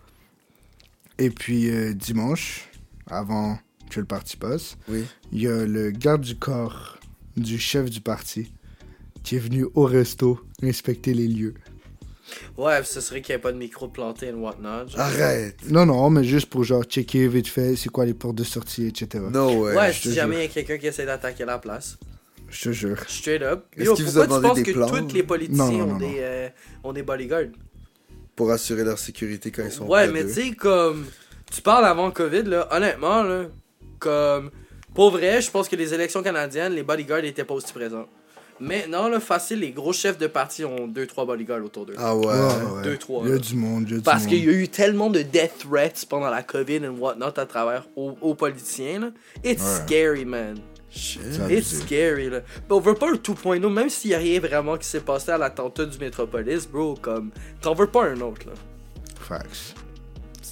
S2: Et puis euh, dimanche, avant que le parti passe,
S4: Oui.
S2: il y a le garde du corps du chef du parti qui est venu au resto inspecter les lieux.
S3: Ouais, ce serait qu'il n'y ait pas de micro planté et whatnot. genre.
S4: Arrête.
S2: Non, non, mais juste pour genre checker vite fait c'est quoi les portes de sortie, etc.
S4: No way.
S3: Ouais,
S4: Je te
S3: si jamais il y a quelqu'un qui essaie d'attaquer la place.
S2: Je te jure.
S3: Straight up.
S4: Est-ce
S3: Yo,
S4: qu'ils vous
S3: pourquoi
S4: ont
S3: tu
S4: demandé
S3: penses
S4: des
S3: que
S4: plans?
S3: tous les politiciens
S2: Non, non, non,
S3: ont, des, euh, ont des bodyguards?
S4: jure. Pour assurer leur sécurité quand ils sont
S3: Ouais,
S4: près
S3: mais
S4: d'eux.
S3: tu sais, comme. Tu parles avant COVID, là, honnêtement, là. Comme. Pour vrai, je pense que les élections canadiennes, les bodyguards étaient pas aussi présents. Maintenant, là, facile, les gros chefs de parti ont 2-3 bodyguards autour d'eux.
S4: Ah ouais.
S2: Ouais, ouais.
S3: Deux, trois,
S2: Il y a
S3: là.
S2: du monde, il y a du
S3: Parce
S2: monde.
S3: qu'il y a eu tellement de death threats pendant la COVID and whatnot à travers aux, aux politiciens, là. It's
S2: Ouais.
S3: scary, man.
S4: Shit.
S2: Ça,
S3: It's
S2: c'est-
S3: scary, là. Mais on veut pas le 2.0, oh, même s'il y a rien vraiment qui s'est passé à l'attentat du Metropolis, bro, comme, t'en veux pas un autre, là.
S2: Facts.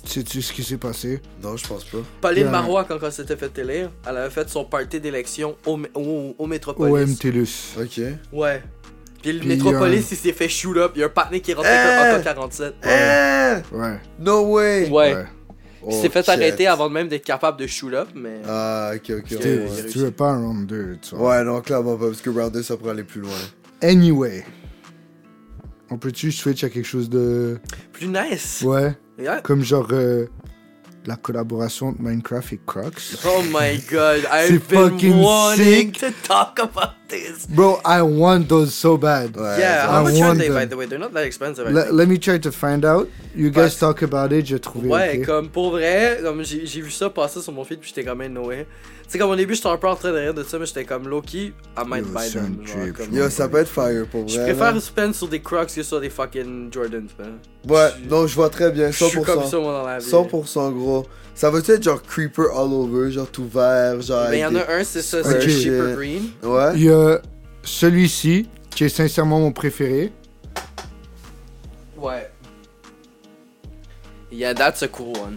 S2: Sais-tu ce qui s'est passé?
S4: Non, je pense pas.
S3: Pauline
S2: Yeah.
S3: Marois, quand, quand elle s'était fait élire, elle avait fait son party d'élection au, mé- au, au Metropolis.
S2: OM TELUS.
S4: Ok.
S3: Ouais. Puis le
S2: Puis,
S3: Metropolis, il s'est fait shoot up, il y a un partner qui est rentré
S4: Hey!
S3: comme AK-47.
S4: Eh!
S2: Ouais.
S4: No way!
S3: Ouais.
S2: ouais.
S3: Il
S4: Oh,
S3: s'est fait
S4: shit.
S3: arrêter avant même d'être capable de shoot up, mais...
S4: Ah, ok, ok.
S3: C'était-
S4: Ouais,
S2: T'es-
S3: ouais.
S2: tu veux pas un round 2, tu vois.
S4: Ouais, non, clairement pas, parce que round 2, ça pourrait aller plus loin.
S2: Anyway. On peut-tu switch à quelque chose de.
S3: Plus nice.
S2: Ouais.
S3: Yeah.
S2: Comme genre. euh, la collaboration entre Minecraft et Crocs.
S3: Oh my god, I've
S2: C'est
S3: been
S2: fucking
S3: wanting
S2: sick.
S3: to talk about this.
S2: Bro, I want those so bad.
S4: Ouais.
S3: Yeah,
S4: ça-
S3: how
S2: I
S3: much are
S2: want
S3: they, by
S2: them.
S3: the way? They're not that expensive, I
S2: Le-
S3: think.
S2: let me try to find out. You
S3: Parce-
S2: guys talk about it, j'ai trouvé.
S3: Ouais,
S2: ok?
S3: comme pour vrai, comme j'ai j'ai vu ça passer sur mon feed, puis j'étais comme même Noé. Tu sais, comme au début, j'étais un peu en train de rire de ça, mais j'étais comme Loki, I might
S2: Yo,
S3: buy
S2: c'est
S3: them.
S2: un
S3: genre,
S2: trip,
S3: comme-
S4: Yo, ça peut être fire pour vrai.
S3: Je
S4: là.
S3: préfère spend sur des Crocs que sur des fucking Jordans, man.
S4: Ouais, non, je vois très bien,
S3: Je suis comme ça,
S4: 100%.
S3: moi, dans la vie.
S4: 100% gros. Ça va-tu être genre creeper all over, genre tout vert, genre.
S3: Mais il y en
S4: avec
S3: a un, c'est ça, c'est
S2: Ok.
S3: le Sheeper Green.
S4: des- Ouais.
S2: Il y a celui-ci, qui est sincèrement mon préféré.
S3: Ouais. Yeah, that's a cool one.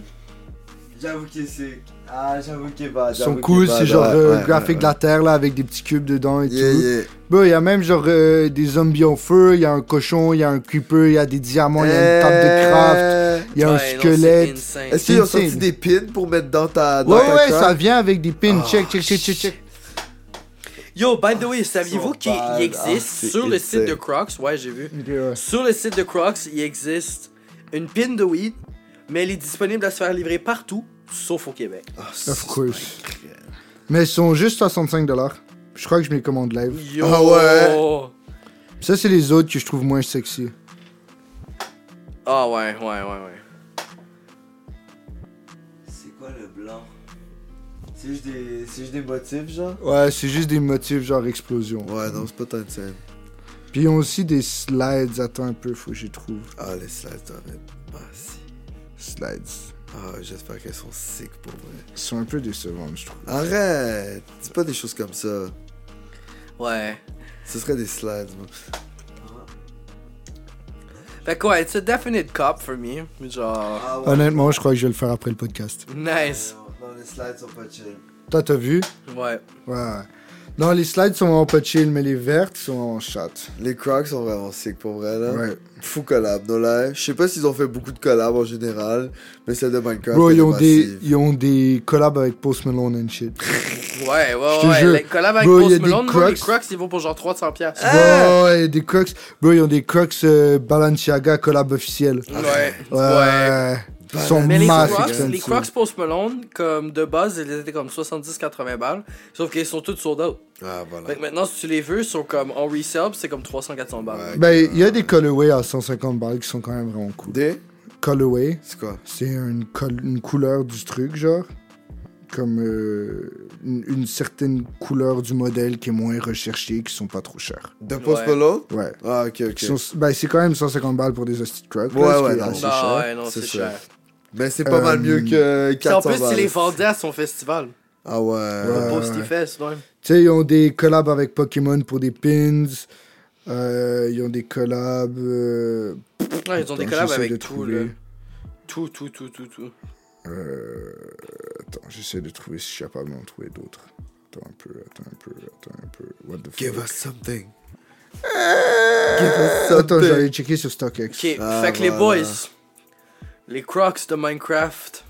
S4: J'avoue qu'il est sick. Ah, j'avoue qu'il est bad.
S2: Ils sont cool, c'est genre euh, graphique de la terre, là, avec des petits cubes dedans et
S4: Yeah,
S2: tout.
S4: yeah.
S2: Bon, il y a même genre euh, des zombies en feu, il y a un cochon, il y a un creeper, il y a des diamants, il y a une table
S4: Eh.
S2: de craft,
S4: craft.
S2: il y a un
S3: Ouais, non, c'est
S2: squelette.
S3: insane.
S4: Est-ce qu'ils ont
S2: Insane.
S4: sorti des pins pour mettre dans ta. dans
S2: ouais,
S4: ta
S2: ouais,
S4: craft?
S2: ça vient avec des pins.
S4: Oh,
S2: check, check, check, check, check.
S3: Yo, by the way, saviez-vous
S4: sont
S3: qu'il
S2: hein.
S4: bad.
S3: il
S4: Ah,
S3: existe
S4: c'est
S3: sur le
S4: insane.
S3: site de Crocs? Ouais, j'ai vu.
S2: Ok, ouais.
S3: Sur le site de Crocs, il existe une pin de weed, mais elle est disponible à se faire livrer partout, sauf au Québec.
S4: Ah, ça,
S2: Of
S4: c'est
S2: course.
S4: incroyable.
S2: Mais ils sont juste 65 dollars. Je crois que je me les commande live.
S3: Yo!
S4: Ah ouais?
S2: Ça, c'est les autres que je trouve moins sexy.
S3: Ah ouais, ouais, ouais, ouais.
S4: C'est quoi le blanc C'est juste des, c'est juste des motifs, genre
S2: Ouais, c'est juste des motifs genre explosion.
S4: Ouais, non, c'est pas tant de scène.
S2: Puis ils ont aussi des slides. Attends un peu, faut que j'y trouve.
S4: Ah, les slides, t'arrêtes. Ah, si.
S2: Slides.
S4: Ah, j'espère qu'elles sont sick pour vrai.
S2: Ils sont un peu décevantes, je trouve.
S4: Arrête C'est pas des choses comme ça.
S3: Ouais.
S4: Ce serait des slides, moi.
S3: Fait quoi, it's a definite cop for me. Genre.
S4: Ah,
S2: Honnêtement, je crois que je vais le faire après le podcast.
S3: Nice.
S4: Non, les slides sont pas chill.
S2: Toi, t'as vu?
S3: Ouais.
S2: Ouais. Non, les slides sont vraiment pas chill, mais les vertes sont en chatte.
S4: Les Crocs sont vraiment sick pour vrai, là.
S2: Ouais.
S4: Fou collab, no lie. Je sais pas s'ils ont fait beaucoup de collabs en général, mais celle de Minecraft.
S2: Bro,
S4: elle
S2: ils
S4: est
S2: ont, des,
S4: massive.
S2: ils ont des collabs avec Post Malone and shit.
S3: Ouais, ouais,
S2: Je te
S3: ouais.
S2: jure.
S3: Les collabs avec
S2: Bro, y
S3: Post
S2: a des
S3: Malone, non, les
S2: Crocs.
S3: Crocs, ils vont pour genre 300$. piastres.
S2: Ouais, ouais, des Crocs. Bro, ils ont des Crocs euh, Balenciaga collab officiel.
S3: Ouais.
S2: Ouais.
S3: Ouais.
S2: Ils sont
S3: Mais les
S2: massive
S3: Crocs,
S2: expensive.
S3: les Crocs Post Malone, comme de base, ils étaient comme 70-80 balles. Sauf qu'ils sont tous sold out.
S4: Ah, voilà.
S3: Fait que maintenant, si tu les veux, ils sont comme en resale, pis c'est comme 300-400 balles.
S4: Ouais.
S2: Ben, il y a des colorways à 150 balles qui sont quand même vraiment cool.
S4: Des
S2: Colorway,
S4: C'est quoi
S2: c'est une, col- une couleur du truc, genre. Comme euh, une, une certaine couleur du modèle qui est moins recherchée, qui sont pas trop chères.
S4: De Post
S3: Ouais.
S4: Malone
S2: Ouais.
S4: Ah, ok, ok.
S2: Qui sont- ben, c'est quand même 150 balles pour des hosties de euh, Crocs. là,
S4: Ouais,
S2: ce qui
S4: ouais,
S2: est
S4: non.
S2: assez
S4: c'est
S3: Ah
S2: cher.
S3: ouais, non, c'est
S4: c'est
S3: cher.
S4: cher. Mais c'est pas mal mieux que
S3: Puis en
S4: 400
S3: plus, ils les
S4: balles.
S3: vendaient à son festival.
S4: Ah ouais.
S2: Ouais.
S3: Post il fait, c'est dingue.
S2: Tu sais, ils ont des collabs avec Pokémon pour des pins. Euh, ils ont des collabs. euh,
S3: Ouais, ils ont des
S2: attends,
S3: collabs
S2: j'essaie de
S3: avec tout,
S2: trouver.
S3: là. Tout, tout, tout, tout, tout.
S2: Euh, attends, j'essaie de trouver si je suis capable d'en trouver d'autres. Attends un peu, attends un peu, attends un peu. What the
S4: Give
S2: fuck?
S4: us something.
S2: Attends, j'allais checker sur StockX.
S3: Ok,
S4: Ah,
S3: fait que les
S4: voilà.
S3: boys, les Crocs de Minecraft,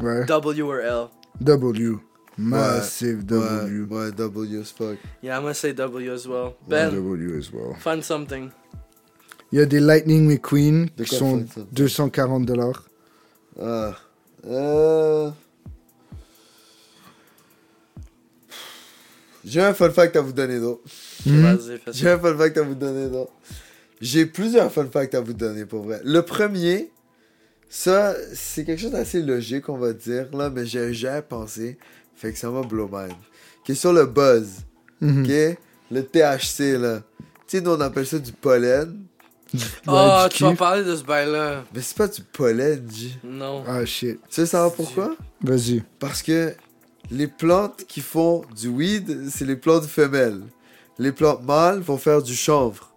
S2: Ouais.
S3: W or L.
S2: W. Massive W.
S4: Ouais, ouais, W as fuck.
S3: Yeah, I'm gonna say W as well.
S2: Ouais,
S3: Ben,
S2: W as well.
S3: find something.
S2: Il y a des Lightning McQueen
S4: De
S2: qui
S4: quoi
S2: sont
S4: fait, ça
S2: 240 dollars.
S4: Ah. Euh... J'ai un fun fact à vous donner, d'autres.
S3: Vas-y, fais
S4: J'ai
S3: ça.
S4: un fun fact à vous donner, non. J'ai plusieurs fun facts à vous donner, pour vrai. Le premier, ça, c'est quelque chose d'assez logique, on va dire, là, mais j'ai jamais pensé, fait que ça m'a blow mind. Qui est sur le buzz,
S2: Mhm.
S4: ok? Le THC, là. Tu sais, nous, on appelle ça du pollen,
S3: Oh,
S2: Ouais, du
S3: tu vas
S2: kiff.
S3: parler de ce bail-là.
S4: mais c'est pas du pollen, J.
S3: Non.
S2: Ah shit.
S4: Tu veux savoir pourquoi?
S2: Vas-y.
S4: Parce que les plantes qui font du weed, c'est les plantes femelles. Les plantes mâles vont faire du chanvre.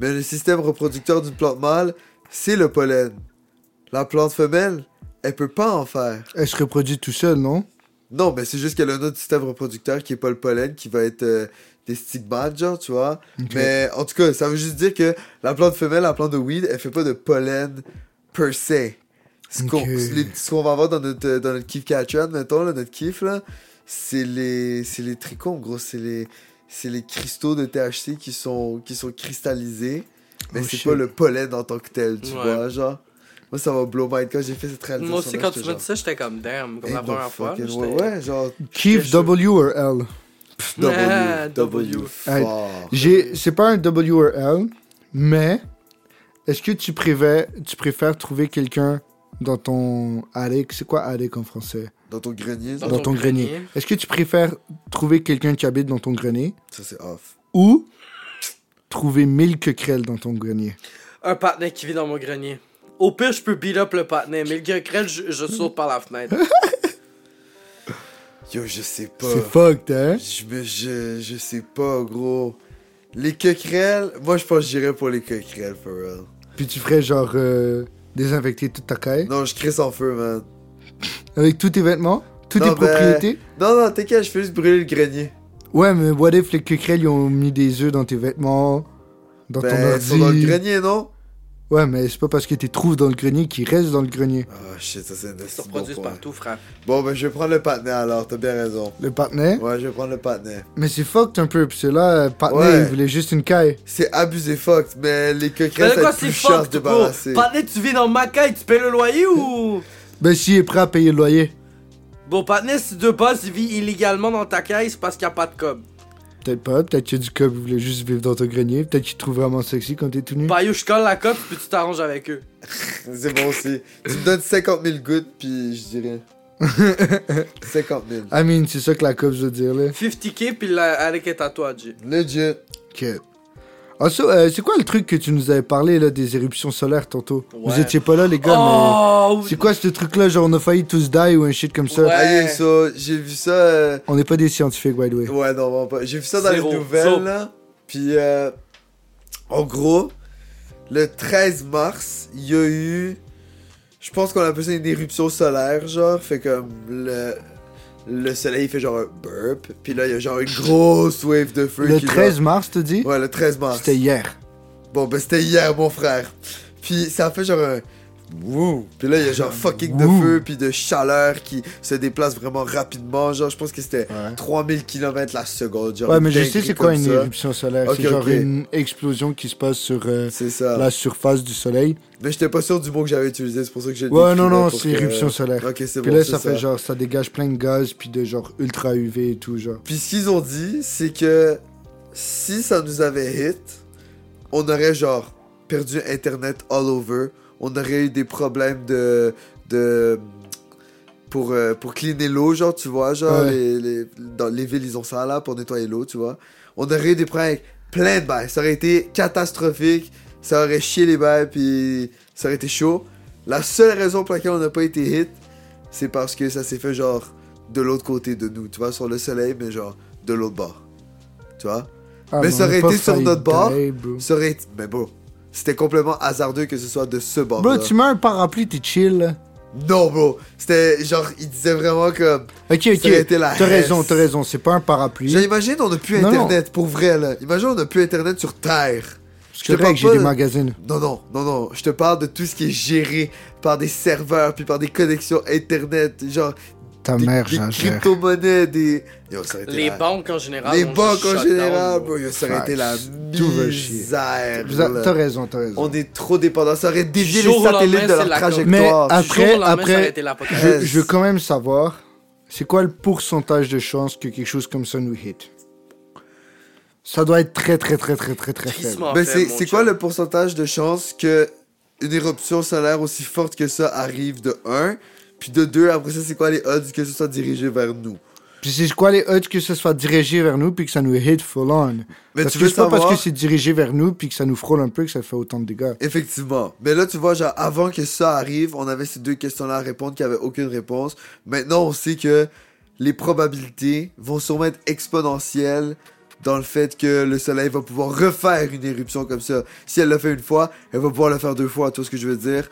S4: Mais le système reproducteur d'une plante mâle, c'est le pollen. La plante femelle, elle peut pas en faire.
S2: Elle se reproduit tout seul, non?
S4: Non, mais c'est juste qu'elle a un autre système reproducteur qui est pas le pollen, qui va être euh, des stigmates, genre, tu vois. Mais en tout cas, ça veut juste dire que la plante femelle, la plante de weed, elle fait pas de pollen per se. Ce qu'on
S2: Ok.
S4: les- ce qu'on va avoir dans notre, euh, dans notre kiff catcher, mettons, là, notre kiff, là, c'est les, c'est les trichomes, gros. C'est les, c'est les cristaux de THC qui sont, qui sont cristallisés. Mais
S2: Oh
S4: c'est
S2: shit.
S4: pas le pollen en tant que tel, tu
S3: Ouais.
S4: vois, genre. Moi, ça m'a blow mind quand j'ai fait cette réalisation.
S3: Moi aussi, quand tu m'as dit ça, j'étais comme damn, comme la première fois.
S4: Ouais,
S3: j'étais-
S4: ouais, genre.
S2: Kiff W ou L?
S4: Pff,
S3: Ah,
S4: W,
S3: W.
S4: W, fort.
S2: J'ai, c'est pas un W ou L, mais est-ce que tu, prévais, tu préfères trouver quelqu'un dans ton attic? C'est quoi attic en français?
S4: Dans ton grenier,
S3: Dans
S4: ça,
S2: Dans, ton,
S3: ton
S2: grenier.
S3: grenier.
S2: Est-ce que tu préfères trouver quelqu'un qui habite dans ton grenier
S4: ça, c'est off.
S2: ou trouver 1000 querelles dans ton grenier?
S3: Un patinet qui vit dans mon grenier. Au pire, je peux beat up le patinet, mais le grenier, je, je saute par la fenêtre.
S4: Yo, je sais pas.
S2: C'est fucked, hein?
S4: Je, me- je, je sais pas, gros. Les coquerelles, moi je pense que j'irais pour les coquerelles, for real.
S2: Puis tu ferais genre euh, désinfecter toute ta caille
S4: Non, je crisse en feu, man.
S2: avec tous tes vêtements, toutes
S4: Non, ben-
S2: tes propriétés?
S4: Non, non, t'inquiète, je fais juste brûler le grenier.
S2: Ouais, mais what if les querelles ils ont mis des œufs dans tes vêtements, dans
S4: ben, ils sont
S2: ton
S4: dans le
S2: ordi?
S4: grenier, non
S2: Ouais, mais c'est pas parce que tu trouves dans le grenier qu'ils restent dans le grenier.
S4: Oh shit, ça c'est un
S3: Ils se
S4: esti bon
S3: reproduisent
S4: point.
S3: partout, frère.
S4: Bon, ben je vais prendre le patinet alors, t'as bien raison.
S2: Le partenaire,
S4: Ouais, je vais prendre le patinet.
S2: mais c'est fucked un peu, parce que là, le partenaire,
S4: Ouais.
S2: il voulait juste une caille.
S4: C'est abusé fucked, mais les
S3: Mais
S4: coquerelles,
S3: de
S4: ça va
S3: quoi
S4: être
S3: c'est
S4: plus cher de
S3: fuck, bro?
S4: débarrasser.
S3: Partner, tu vis dans ma caille, tu payes le loyer ou.
S2: Ben, s'il est prêt à payer le loyer,
S3: Bon, partner, si de base tu vis illégalement dans ta caille, c'est parce qu'il n'y a pas de cob.
S2: peut-être pas, peut-être que du cop, il voulait juste vivre dans ton grenier, peut-être qu'il te trouve vraiment sexy quand t'es tout nu.
S3: Bah, yo, je colle la cob, puis tu t'arranges avec eux.
S4: C'est bon aussi. tu me donnes 50 000 gouttes, puis je dirais. 50 000.
S2: I mean, c'est ça que la cop veut dire, là.
S3: 50k, puis la... avec un tatouage.
S4: Legit.
S2: Ok. Also, euh, c'est quoi le truc que tu nous avais parlé, là, des éruptions solaires tantôt Vous
S3: Ouais.
S2: étiez pas là, les gars,
S3: Oh!
S2: mais. C'est quoi ce truc-là, genre on a failli tous die ou un shit comme ça
S3: Ouais.
S4: Aïe, ça, j'ai vu ça. euh,
S2: On n'est pas des scientifiques, by the way.
S4: Ouais, non, vraiment pas. J'ai vu ça dans
S3: Zéro.
S4: les nouvelles,
S3: Zéro.
S4: là. Puis, euh, en gros, le 13 mars, il y a eu. Je pense qu'on appelle ça une éruption solaire, genre. Fait comme le. Le soleil il fait genre un burp, puis là il y a genre une grosse wave de feu.
S2: Le
S4: qui, genre-
S2: 13 mars, te dis
S4: Ouais, le 13 mars.
S2: C'était hier.
S4: Bon, ben c'était hier, mon frère. Puis ça a fait genre un. Wouh! Puis là, il y a genre fucking de
S2: Wouh.
S4: feu, puis de chaleur qui se déplace vraiment rapidement. Genre, je pense que c'était
S2: Ouais.
S4: 3000 km la seconde. Genre,
S2: Ouais, mais
S4: une
S2: je sais
S4: dinguerie
S2: c'est quoi
S4: comme
S2: une
S4: ça.
S2: éruption solaire.
S4: Ok,
S2: c'est genre
S4: ok. Ah.
S2: une explosion qui se passe sur euh,
S4: C'est ça.
S2: la surface du soleil.
S4: Mais j'étais pas sûr du mot que j'avais utilisé, c'est pour ça que j'ai
S2: Ouais, non, non, c'est éruption solaire.
S4: euh, Ok, c'est
S2: Puis
S4: bon.
S2: là,
S4: c'est
S2: ça fait genre, ça dégage plein de gaz, puis de genre ultra UV et tout, genre.
S4: Puis ce qu'ils ont dit, c'est que si ça nous avait hit, on aurait genre perdu Internet all over. On aurait eu des problèmes de. de pour, euh, pour cleaner l'eau, genre, tu vois. Genre,
S2: Ouais.
S4: les, les- dans les villes, ils ont ça là pour nettoyer l'eau, tu vois. On aurait eu des problèmes avec plein de bails. Ça aurait été catastrophique. Ça aurait chié les bails, puis ça aurait été chaud. La seule raison pour laquelle on n'a pas été hit, c'est parce que ça s'est fait genre de l'autre côté de nous, tu vois, sur le soleil, mais genre de l'autre bord. Tu vois
S2: Ah,
S4: Mais ça
S2: on a
S4: aurait
S2: pas
S4: été sur
S2: failli
S4: notre bord.
S2: die, bro.
S4: Ça aurait été- Mais bon, c'était complètement hasardeux que ce soit de ce bord.
S2: Bro, tu mets un parapluie, t'es chill. là.
S4: Non, bro. C'était genre, il disait vraiment comme.
S2: Ok, ok.
S4: Ça aurait été la
S2: T'as raison,
S4: Hesse.
S2: t'as raison, c'est pas un parapluie.
S4: Genre, imagine, on n'a plus
S2: Non,
S4: Internet, pour vrai, là. Imagine, on n'a plus Internet sur Terre.
S2: Je
S4: Je te
S2: te
S4: parle
S2: que j'ai
S4: pas
S2: des
S4: de-
S2: magazines.
S4: Non, non, non, non. Je te parle de tout ce qui est géré par des serveurs, puis par des connexions Internet. Genre,
S2: Ta
S4: des,
S2: mère,
S4: des
S2: j'agère.
S4: crypto-monnaies, des. Yo, ça aurait été
S3: Les
S4: la-
S3: banques en général.
S4: Les
S3: ont
S4: banques
S3: juste
S4: en
S3: shut
S4: général,
S3: down,
S4: bro. Yo, ça aurait
S2: Facts.
S4: été la
S2: Tout va chier.
S4: misère.
S2: Vous a-
S4: là.
S2: T'as raison, t'as raison.
S4: On est trop dépendants. Ça aurait dévié
S3: Jour
S4: les
S3: au
S4: satellites
S3: lendemain,
S4: de
S3: c'est la
S4: leur
S3: com.
S4: trajectoire.
S2: Mais ah,
S3: Du jour au
S2: Après-
S3: lendemain,
S2: après,
S3: ça aurait été l'apocalypse.
S2: Je,
S4: Yes.
S2: je veux quand même savoir, c'est quoi le pourcentage de chances que quelque chose comme ça nous hit Ça doit être très très très très très très faible.
S3: Tristement
S4: Ben,
S3: faible,
S4: c'est
S3: mon
S4: c'est quoi
S3: chum.
S4: le pourcentage de chances que une éruption solaire aussi forte que ça arrive de 1 puis de 2 après ça c'est quoi les odds que ce soit dirigé vers nous
S2: Puis c'est quoi les odds que ça soit dirigé vers nous puis que ça nous hit full on
S4: Mais
S2: Parce
S4: tu
S2: que
S4: veux
S2: c'est pas parce
S4: savoir-
S2: que c'est dirigé vers nous puis que ça nous frôle un peu que ça fait autant de dégâts.
S4: Effectivement. Mais là, tu vois, genre, avant que ça arrive, on avait ces deux questions-là à répondre qui n'avaient aucune réponse. Maintenant, on sait que les probabilités vont sûrement être exponentielles dans le fait que le soleil va pouvoir refaire une éruption comme ça. Si elle l'a fait une fois, elle va pouvoir le faire deux fois, tu vois ce que je veux dire.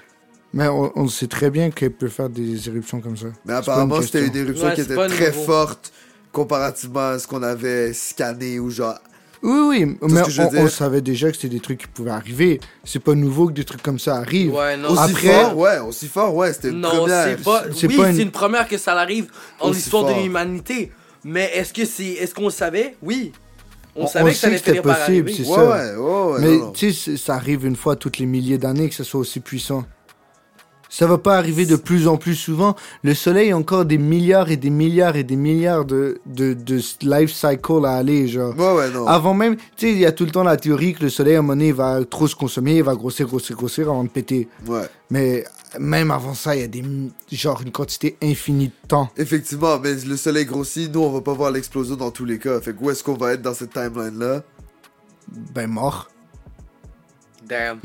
S2: Mais on, on sait très bien qu'elle peut faire des éruptions comme ça.
S4: Mais
S2: C'est pas
S4: apparemment,
S2: une
S4: c'était une
S2: question.
S4: éruption
S3: Ouais,
S4: qui
S3: c'est
S4: était
S3: pas
S4: très
S3: nouveau.
S4: forte comparativement à ce qu'on avait scanné ou genre...
S2: Oui, oui,
S4: ce
S2: mais
S4: que je veux
S2: on, on
S4: dire.
S2: savait déjà que c'était des trucs qui pouvaient arriver. C'est pas nouveau que des trucs comme ça arrivent.
S3: Ouais, non.
S4: Aussi
S2: Après-
S4: fort, ouais, aussi fort, ouais, c'était une
S3: Non,
S4: première.
S3: c'est pas.
S2: c'est
S3: oui,
S2: pas une-
S3: c'est une première que ça arrive en
S4: Aussi
S3: l'histoire de
S4: fort.
S3: l'humanité. Mais est-ce que c'est, est-ce qu'on le savait Oui. On,
S2: On-
S3: savait
S2: on
S3: que ça allait
S2: sait que c'était
S3: finir par
S2: possible,
S3: arriver.
S2: c'est
S4: Ouais,
S2: ça.
S4: ouais, ouais, ouais,
S2: Mais
S4: non, non.
S2: tu sais, c'est- ça arrive une fois toutes les milliers d'années que ça soit aussi puissant. Ça va pas arriver de plus en plus souvent. Le Soleil a encore des milliards et des milliards et des milliards de, de, de s- life cycle à aller, genre.
S4: Ouais, ouais, non.
S2: Avant même, tu sais, il y a tout le temps la théorie que le Soleil, à un moment donné, va trop se consommer, il va grossir, grossir, grossir avant de péter.
S4: Ouais.
S2: Mais même avant ça, il y a des, m- genre, une quantité infinie de temps.
S4: Effectivement, mais le soleil grossit, nous on va pas voir l'explosion dans tous les cas. Fait que où est-ce qu'on va être dans cette timeline là
S2: Ben, mort.
S3: Damn.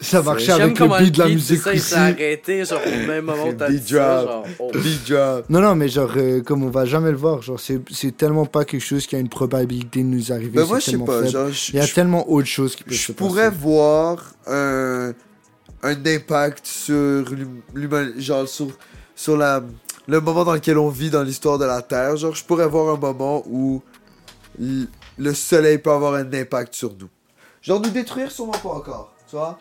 S2: Ça marchait
S3: J'aime
S2: avec le
S3: comment
S2: beat de la
S3: beat, c'est
S2: musique
S3: ça, il s'est
S2: aussi.
S3: arrêté, genre, au même moment où t'as
S4: Beat
S3: dit ça,
S4: drop.
S3: genre, oh.
S4: Big job.
S2: Non, non, mais genre, euh, comme on va jamais le voir, genre, c'est, c'est tellement pas quelque chose qui a une probabilité de nous arriver.
S4: Ben
S2: c'est
S4: moi je sais
S2: tellement
S4: pas,
S2: faible.
S4: genre je-
S2: Il y a
S4: je-
S2: tellement autre chose qui peut
S4: je
S2: se
S4: pourrais
S2: passer.
S4: voir un, un impact sur l'hum- l'humain, genre sur, sur la, le moment dans lequel on vit dans l'histoire de la Terre. Genre je pourrais voir un moment où l- le soleil peut avoir un impact sur nous. Genre nous détruire sûrement pas encore, tu vois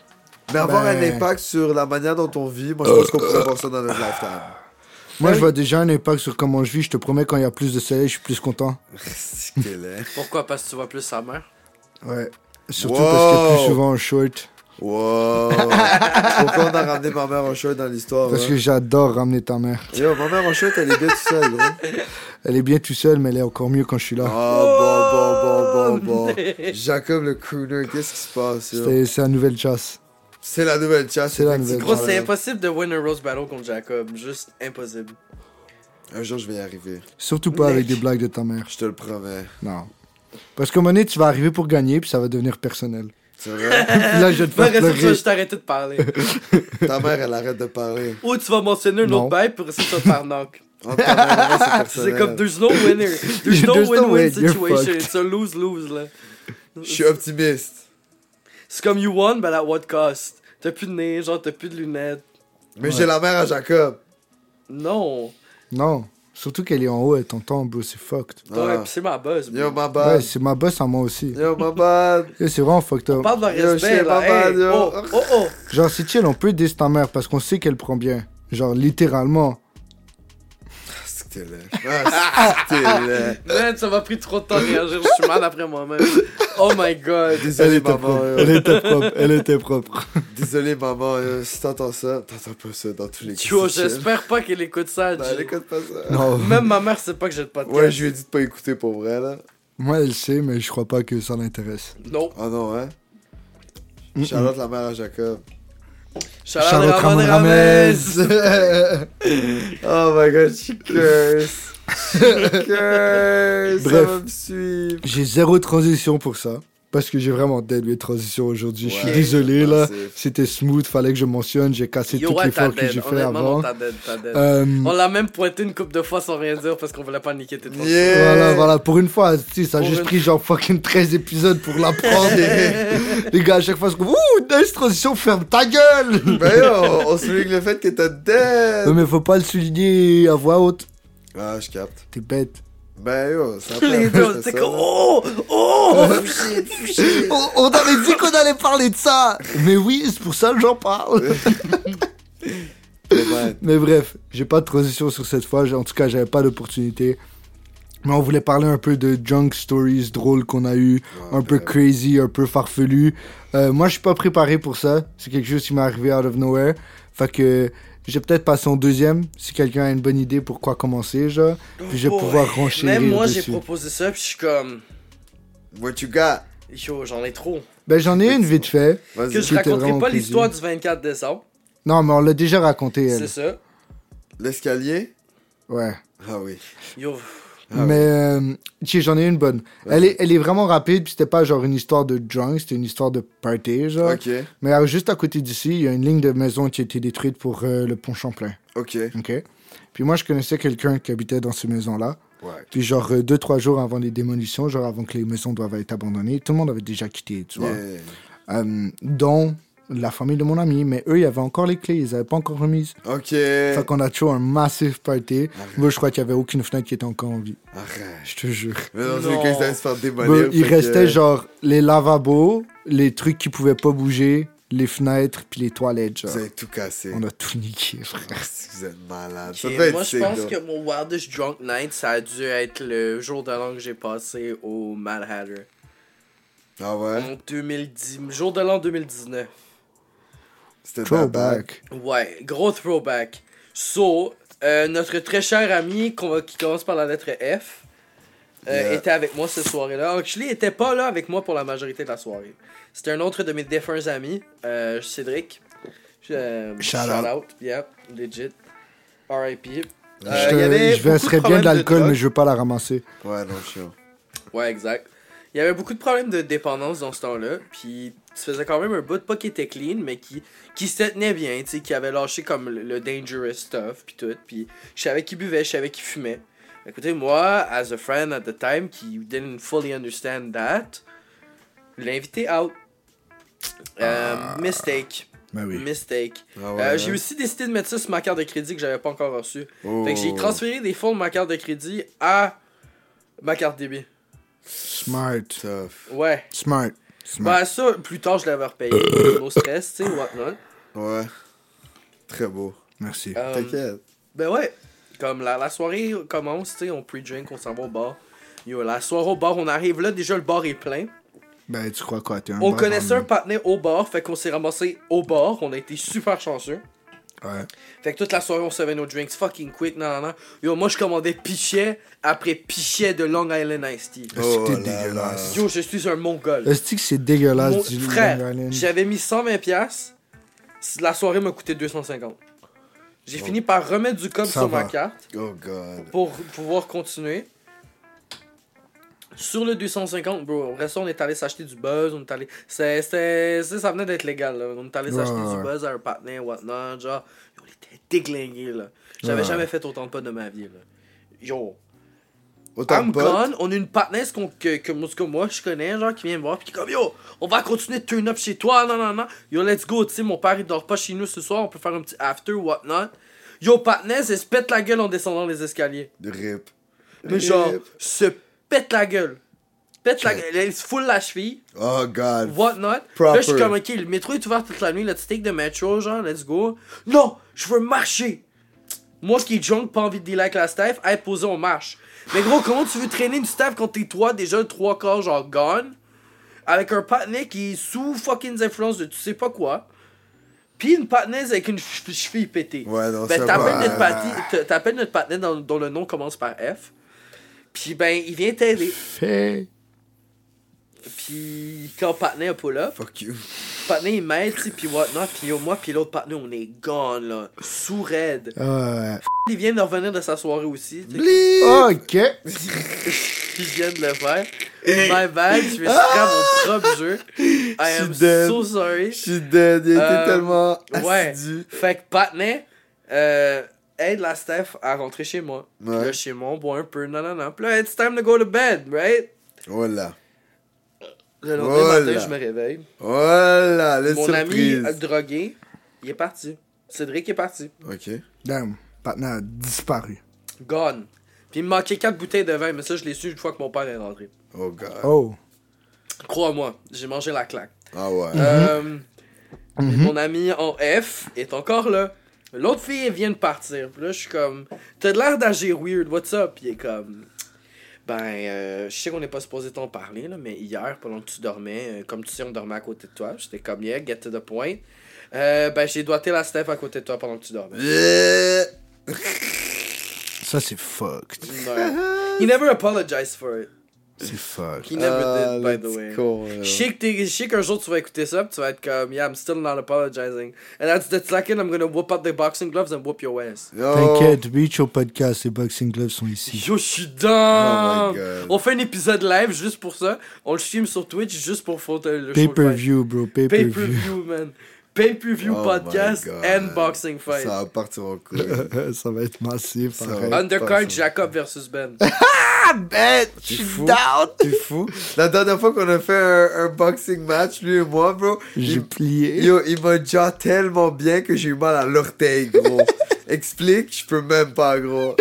S4: Mais avoir
S2: Ben-
S4: un impact sur la manière dont on vit, moi, je pense qu'on pourrait voir ça dans notre lifetime.
S2: Moi, je vois déjà un impact sur comment je vis. Je te promets, quand il y a plus de soleil, je suis plus content.
S4: C'est que laid.
S3: Pourquoi Parce que tu vois plus sa mère.
S2: Ouais. Surtout parce qu'il y a plus
S4: Wow.
S2: souvent en short.
S4: Wow. Pourquoi on a ramené ma mère en short dans l'histoire?
S2: Parce que
S4: hein?
S2: j'adore ramener ta mère.
S4: Yo, ma mère en short, elle est bien toute seule, gros.
S2: Elle est bien tout seule, mais elle est encore mieux quand je suis là.
S4: Ah, bon, bon, bon, bon, bon. Jacob le crooner, qu'est-ce qui se passe? yo?
S2: C'est c'est la nouvelle chasse.
S4: C'est la nouvelle chasse.
S2: C'est la nouvelle
S3: Gros,
S4: effectivement.
S3: c'est impossible de win un Rose Battle contre Jacob. Juste impossible.
S4: Un jour, je vais y arriver.
S2: Surtout pas
S3: Mais-
S2: avec des blagues de ta mère.
S4: Je te le promets.
S2: Non. Parce qu'à un moment donné, tu vas arriver pour gagner, puis ça va devenir personnel.
S4: C'est vrai?
S2: Puis là, je vais te
S3: Pas
S2: faire
S3: rester ça,
S2: pleurer.
S3: je t'arrêtais de parler.
S4: Ta mère, elle arrête de parler.
S3: Ou tu vas mentionner un
S2: Non.
S3: autre bail pour essayer de te faire knock.
S4: Entre ta mère et moi, c'est
S3: C'est
S4: personnel.
S3: comme there's no winner. There's
S2: There's
S3: no
S2: no
S3: win-win
S2: win, you're
S3: situation.
S2: fucked.
S3: It's a lose-lose là.
S4: Je suis optimiste.
S3: C'est comme you won, but at what cost? T'as plus de nez, genre t'as plus de lunettes.
S4: Mais j'ai la mère à Jacob.
S3: Non.
S2: Non. Surtout qu'elle est en haut, elle t'entend, bro, c'est fucked.
S3: Ouais,
S4: Ah.
S3: pis c'est ma buzz. bro.
S4: Yo, ma
S2: Ouais,
S4: bad.
S2: c'est ma boss à moi aussi.
S4: Yo, ma bad.
S2: Et C'est vraiment fucked
S3: On
S2: up.
S3: parle de
S4: Yo,
S3: respect là.
S4: chez Baba,
S3: Hey,
S4: yo.
S3: oh, oh, oh.
S2: Genre, c'est chill, on peut dire ta mère parce qu'on sait qu'elle prend bien. Genre, littéralement.
S4: Ah, C'est que t'es laid. Ah, c'est que t'es laid.
S3: Man, ça m'a pris trop de temps de réagir. Je suis mal après moi-même. Oh my god.
S4: Désolé,
S2: était
S4: maman.
S2: propre.
S4: yo.
S2: Elle était propre. Elle était propre.
S4: Désolé, maman. yo. Si t'entends ça, t'entends pas ça dans tous les cas.
S3: Yo,
S4: c'est chill.
S3: j'espère pas qu'elle écoute ça.
S4: Non,
S3: Jay.
S4: elle écoute pas ça.
S2: Non.
S3: Même ma mère sait pas que j'ai le podcast.
S4: Ouais, je lui ai dit de pas écouter pour vrai, là.
S2: Moi, elle sait, mais je crois pas que ça l'intéresse.
S3: Non.
S4: Oh non, hein?
S2: Mm-mm.
S4: Charlotte, la mère à Jacob.
S3: Charlotte Ramon
S2: Ramon
S3: Ramez.
S4: oh my god, je suis curse. Je suis curse. Ça
S2: Bref.
S4: va me suivre.
S2: J'ai zéro transition pour ça. Parce que j'ai vraiment dead les transitions aujourd'hui. Je suis
S4: Ouais,
S2: désolé,
S4: c'est
S2: là.
S4: passif.
S2: C'était smooth, fallait que je mentionne. J'ai cassé
S3: Bah, Yo,
S2: tout
S3: ouais, t'as
S2: l'effort que
S3: dead.
S2: j'ai fait
S3: Honnêtement, non,
S2: avant.
S3: t'as dead, t'as dead.
S2: Euh,
S3: On l'a même pointé une couple de fois sans rien dire parce qu'on voulait pas niquer tes trois.
S4: Yeah.
S2: Voilà, voilà, pour une fois, tu sais, ça a
S3: Euh, Pour
S2: juste
S3: une-
S2: pris genre fucking 13 épisodes pour l'apprendre. Et- les gars, à chaque fois, je trouve, ouh, nice transition, ferme ta gueule!
S4: Ben yo, on souligne le fait que t'es
S2: non,
S4: dead.
S2: mais faut pas le souligner à voix haute,
S4: Ah, je capte.
S2: t'es bête.
S4: Ben yo, ça
S3: Les deux, c'est comme oh, oh, shit, shit.
S2: On, on avait dit qu'on allait parler de ça! Mais oui, c'est pour ça que j'en parle! Mais bref, j'ai pas de transition sur cette fois, j'ai- en tout cas, j'avais pas d'opportunité. Mais on voulait parler un peu de junk stories drôles qu'on a eu, un peu crazy, un peu farfelu. Euh, moi, je suis pas préparé pour ça. C'est quelque chose qui m'est arrivé out of nowhere. Fait que j'ai peut-être passé en deuxième si quelqu'un a une bonne idée pour quoi commencer, genre. Puis je vais
S3: Ouais.
S2: pouvoir renchérir
S3: Même moi, j'ai
S2: dessus.
S3: proposé ça, puis je suis comme,
S4: What you got?
S3: yo, j'en ai trop.
S2: Ben j'en ai une vite fait.
S4: Vas-y.
S3: Que je
S2: C'était
S3: raconterai
S2: vraiment
S3: pas
S2: crazy.
S3: l'histoire du 24 décembre,
S2: Non, mais on l'a déjà raconté. Elle.
S3: c'est ça.
S4: L'escalier?
S2: Ouais.
S4: Ah oui.
S3: Yo,
S4: Ah
S2: mais euh, tiens, j'en ai une bonne. Elle est, elle est vraiment rapide. Puis c'était pas genre une histoire de junk, c'était une histoire de party, genre.
S4: Ok,
S2: Mais euh, juste à côté d'ici, il y a une ligne de maison qui a été détruite pour euh, le pont Champlain.
S4: ok.
S2: OK? Puis moi, je connaissais quelqu'un qui habitait dans ces maisons-là.
S4: Ouais.
S2: Puis genre, euh, deux, trois jours avant les démolitions, genre avant que les maisons doivent être abandonnées, tout le monde avait déjà quitté, tu vois.
S4: Yeah.
S2: Euh, dont la famille de mon ami. Mais eux, ils avaient encore les clés, ils avaient pas encore remises.
S4: Ok.
S2: Fait qu'on a toujours un massive party. Moi, je crois qu'il y avait aucune fenêtre qui était encore en vie.
S4: Arrête.
S2: Je te jure.
S4: Mais dans tous
S3: Non.
S4: les cas, ils allaient se faire
S2: Ben,
S4: démolir.
S2: il
S4: fait que-
S2: restait genre les lavabos, les trucs qui pouvaient pas bouger, les fenêtres, puis les toilettes, genre.
S4: Vous avez tout cassé.
S2: On a tout niqué, frère.
S4: Ah, si Vous êtes malade. Ah, Ça
S3: ok,
S4: devait
S3: moi
S4: être
S3: je
S4: sick,
S3: pense
S4: là.
S3: que mon wildest drunk night, ça a dû être le jour de l'an que j'ai passé au Mad Hatter.
S4: Ah ouais?
S3: En 2010, jour de l'an 2019.
S4: C'était throwback.
S2: Throwback.
S3: Ouais, gros throwback. So, euh, notre très cher ami qu'on va- qui commence par la lettre F euh,
S4: Yeah.
S3: était avec moi cette soirée-là. Actually, il était pas là avec moi pour la majorité de la soirée. C'était un autre de mes défunts amis, euh, Cédric. Euh,
S2: Shout out.
S3: yeah, legit. RIP. Euh,
S2: Je
S3: il y avait
S2: te- je
S3: beaucoup de
S2: verserais bien
S3: problèmes
S2: de l'alcool,
S3: drogue.
S2: mais je veux pas la ramasser.
S4: Ouais, non, chiant.
S3: Ouais, exact. Il y avait beaucoup de problèmes de dépendance dans ce temps-là, puis tu faisais quand même un bout de pas qui était clean, mais qui, qui se tenait bien, tu sais, qui avait lâché comme le, le dangerous stuff, puis tout, puis je savais qui buvait, je savais qui fumait. Écoutez, moi, as a friend at the time, qui didn't fully understand that, l'invité out. Euh, Mistake.
S2: Ben
S3: Mistake.
S4: Ah
S3: Euh,
S4: ouais.
S3: j'ai aussi décidé de mettre ça sur ma carte de crédit que j'avais pas encore reçue.
S4: Oh.
S3: Fait que j'ai transféré des fonds de ma carte de crédit à ma carte débit.
S2: Smart.
S4: Tough.
S3: Ouais.
S2: Smart. Smart.
S3: Bah, ça, plus tard, je l'avais repayé. No stress, tu sais, whatnot.
S4: Ouais. Très beau.
S2: Merci.
S3: Euh,
S4: T'inquiète.
S3: Ben ouais, comme la, la soirée commence, tu sais, on pre-drink, on s'en va au bar. Yo, la soirée au bar, on arrive là, déjà le bar est plein.
S2: Ben, tu crois quoi? T'es un
S3: On
S2: bon
S3: connaissait un
S2: homme.
S3: partenaire au bar, fait qu'on s'est ramassé au bar, on a été super chanceux.
S2: Ouais.
S3: Fait que toute la soirée, on savait nos drinks fucking quick, non, non, non. Yo, moi, je commandais pichet après pichet de Long Island Iced Tea.
S2: Est-ce que
S4: Oh
S2: t'es
S4: là là.
S2: dégueulasse?
S3: Yo, je suis un mongol.
S2: Est-ce que c'est dégueulasse
S3: Mon
S2: du
S3: frère,
S2: Long Island?
S3: j'avais mis 120$, piastres, la soirée m'a coûté 250$. J'ai fini par remettre du com
S2: Ça
S3: sur ma
S2: va.
S3: carte.
S4: Oh god.
S3: pour pouvoir continuer. Sur le 250, bro, après ça, on est allé s'acheter du buzz, on est allé. c'est- c'est- c'est- ça venait d'être légal, là. On est allé
S2: Ouais,
S3: s'acheter
S2: ouais,
S3: du
S2: ouais.
S3: buzz à un partenaire, whatnot, genre. Yo, on était déglingués, là. J'avais
S2: Ouais.
S3: jamais fait autant de pas de ma vie, là. Yo.
S4: Autant
S3: I'm
S4: de potes.
S3: gone, on a une partenaire qu'on- que, que, en tout cas, moi, je connais, genre, qui vient me voir, pis qui est comme, yo, on va continuer de turn up chez toi, non, non, non. Yo, let's go, tu sais, mon père, il dort pas chez nous ce soir, on peut faire un petit after, whatnot. Yo, partenaire, elle se pète la gueule en descendant les escaliers.
S4: Rip.
S3: Mais genre,
S4: Rip.
S3: se pète la gueule. Pète la gueule. Elle se foule la cheville.
S4: Oh god.
S3: Whatnot.
S4: Proper.
S3: Là, je suis comme, ok, le métro est ouvert toute la nuit. Let's take the metro, genre, let's go. Non, je veux marcher. Moi qui est junk, pas envie de dealer avec la staff, hey, posé, on marche. Mais gros, comment tu veux traîner une staff quand t'es toi, déjà trois quarts, genre, gone, avec un patinet qui est sous fucking influence de tu sais pas quoi, puis une patinaise avec une che- cheville pétée.
S4: Ouais, non,
S3: Ben,
S4: ça
S3: t'appelles
S4: va.
S3: notre, pati- t- t'appelles notre partenaire dont, dont le nom commence par F. Puis ben, il vient t'aider.
S2: Fait.
S3: Puis quand le partenaire pull up,
S4: Fuck you.
S3: le partenaire il m'aide, tu sais, puis whatnot. Puis yo, moi, puis l'autre partenaire, on est gone, là. Sous raide.
S2: Ouais.
S3: Il vient de revenir de sa soirée aussi. tu sais.
S4: Bleep.
S2: Ok.
S3: Puis je viens de le faire. My bad, je me suis pris à mon propre jeu. I
S4: Ah! suis
S3: am
S4: dead.
S3: so sorry.
S4: Je suis dead. Il
S3: Euh,
S4: était tellement
S3: ouais.
S4: assidu.
S3: Fait que Patney euh, aide la Steph à rentrer chez moi. Puis
S4: Ouais.
S3: là, chez moi, on boit un peu, non, non, non. Puis là, it's time to go to bed, right?
S4: Oh là.
S3: Le lendemain
S4: Voilà.
S3: matin, je me réveille.
S4: Oh là. La
S3: Mon
S4: surprise.
S3: ami euh, drogué, il est parti. Cédric est parti.
S4: Ok.
S2: Damn. Patna a disparu.
S3: Gone. Puis il me manquait 4 bouteilles de vin, mais ça, je l'ai su une fois que mon père est rentré.
S4: Oh god.
S2: Oh.
S3: Crois-moi, j'ai mangé la claque.
S4: Ah ouais.
S3: Euh,
S2: Mhm.
S3: Mon ami en F est encore là. L'autre fille elle vient de partir. Puis là, je suis comme, t'as de l'air d'agir weird, what's up? Puis il est comme, ben, euh, je sais qu'on n'est pas supposé t'en parler, là, mais hier, pendant que tu dormais, euh, comme tu sais, on dormait à côté de toi. J'étais comme, yeah, get to the point. Euh, ben, j'ai doigté la Steph à côté de toi pendant que tu dormais.
S4: Yeah.
S2: Euh. Ça, c'est fucked.
S3: Ouais. He never apologized for it.
S2: C'est fucked.
S3: He never
S4: Ah,
S3: did, by
S4: let's
S3: the way.
S4: go, là.
S3: Je sais que t'es- je sais qu'un jour tu vas écouter ça, puis tu vas être comme, yeah, I'm still not apologizing. And that's the second I'm gonna whoop out the boxing gloves and whoop your ass.
S4: Yo.
S2: T'inquiète, Reach au podcast, les Boxing Gloves sont ici.
S3: Yo, je suis down!
S4: Oh my God.
S3: On fait un épisode live juste pour ça. On le stream sur Twitch juste pour foutre le show de fight.
S2: Pay-per-view, bro, pay-per-view.
S3: Pay-per-view, man. Pay-per-view
S4: Oh my
S3: podcast
S4: God.
S3: and boxing fight.
S4: Ça va partir en couille.
S2: Ça va être massif,
S4: Ça
S2: pareil.
S4: va.
S3: Undercard Jacob versus Ben.
S2: Ah, bête! Je
S4: T'es
S2: suis
S4: fou.
S2: down!
S4: T'es fou? La dernière fois qu'on a fait un, un boxing match, lui et moi, bro,
S2: J'ai
S4: il,
S2: plié.
S4: yo, il m'a déjà tellement bien que j'ai eu mal à l'orteil, gros. Explique, je peux même pas, gros.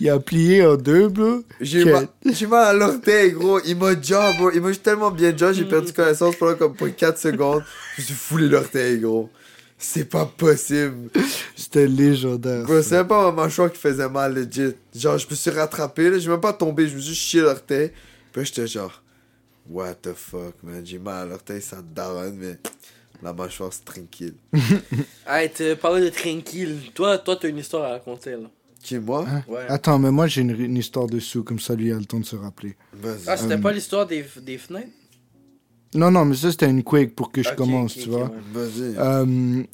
S2: Il a plié en deux, bro.
S4: J'ai eu
S2: Que-
S4: mal, j'ai eu mal à l'orteil, gros. Il m'a déjà, bro. Il m'a tellement bien déjà,
S3: Mm.
S4: j'ai perdu connaissance pendant comme pour 4 secondes. Je me suis foulé l'orteil, gros. C'est pas possible.
S2: C'était légendaire.
S4: Bro,
S2: ça.
S4: c'est même pas ma mâchoire qui faisait mal, legit. Genre, je me suis rattrapé, là, j'ai même pas tombé, je me suis chié l'orteil. Puis là, j'étais genre, what the fuck, man, j'ai mal à l'orteil, ça daronne, mais la mâchoire, c'est tranquille.
S3: hey, tu parlais de tranquille. Toi, toi, t'as une histoire à raconter, là.
S4: Qui, moi?
S2: Hein?
S3: Ouais.
S2: Attends, mais moi j'ai une, une histoire dessous, comme ça lui a le temps de se rappeler.
S4: Vas-y.
S3: Ah, c'était pas l'histoire des, des fenêtres?
S2: Non, non, mais ça c'était une quick pour
S4: Ah,
S2: que je
S3: Ok,
S2: commence,
S3: ok,
S2: tu
S3: ok,
S2: vois.
S3: ouais.
S4: Vas-y.
S2: Euh, une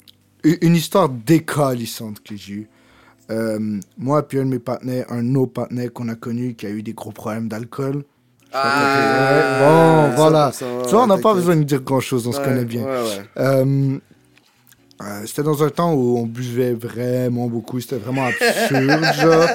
S2: une histoire décalissante que j'ai eue. Euh, moi, puis un de mes partenaires, un de nos partenaires qu'on a connu qui a eu des gros problèmes d'alcool.
S3: Ah,
S2: Ouais, bon, voilà.
S4: ça, ça,
S2: tu vois, on n'a pas
S4: t'inquiète.
S2: besoin de dire grand chose, on se
S4: Ouais,
S2: connaît bien.
S4: Ouais, ouais.
S2: Euh, euh, c'était dans un temps où on buvait vraiment beaucoup, c'était vraiment absurde, genre.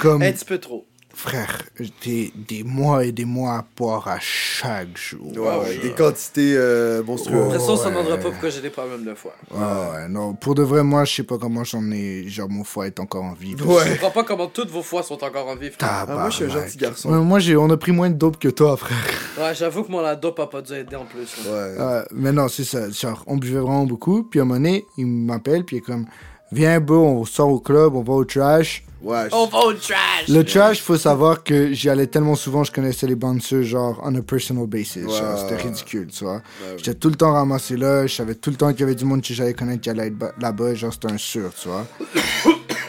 S2: Comme...
S3: Un petit peu trop.
S2: frère, des, des mois et des mois à boire à chaque jour.
S4: Ouais,
S3: Wow,
S4: ouais,
S3: yeah.
S4: des quantités euh, monstrueuses.
S3: De toute façon, ça ne
S2: ouais.
S3: demandera pas pourquoi j'ai des problèmes de foie.
S2: Ouais, ouais, non, pour de vrai, moi, je sais pas comment j'en ai. Genre, mon foie est encore en vie. parce
S4: Ouais.
S3: Je comprends pas comment toutes vos foies sont encore en vie.
S2: que-
S3: frère.
S2: Tabarnak.
S4: Ah, moi, je suis un gentil garçon.
S2: Ouais, moi, j'ai, on a pris moins de dope que toi, frère.
S3: Ouais, j'avoue que mon adope a pas dû aider en plus. là.
S4: Ouais.
S2: Euh, mais non, c'est ça. Genre, on buvait vraiment beaucoup. Puis à un moment donné, il m'appelle, puis il est comme, viens, bro, on sort au club, on va au trash.
S4: Ouais.
S3: On Oh, va au trash!
S2: Le trash, faut savoir que j'y allais tellement souvent, je connaissais les bouncers, genre, on a personal basis.
S4: Ouais.
S2: genre, C'était ridicule, tu vois.
S4: ouais.
S2: J'étais tout le temps ramassé là, je savais tout le temps qu'il y avait du monde que j'allais connaître qui allait être ba- là-bas, genre, c'était un sûr, tu vois.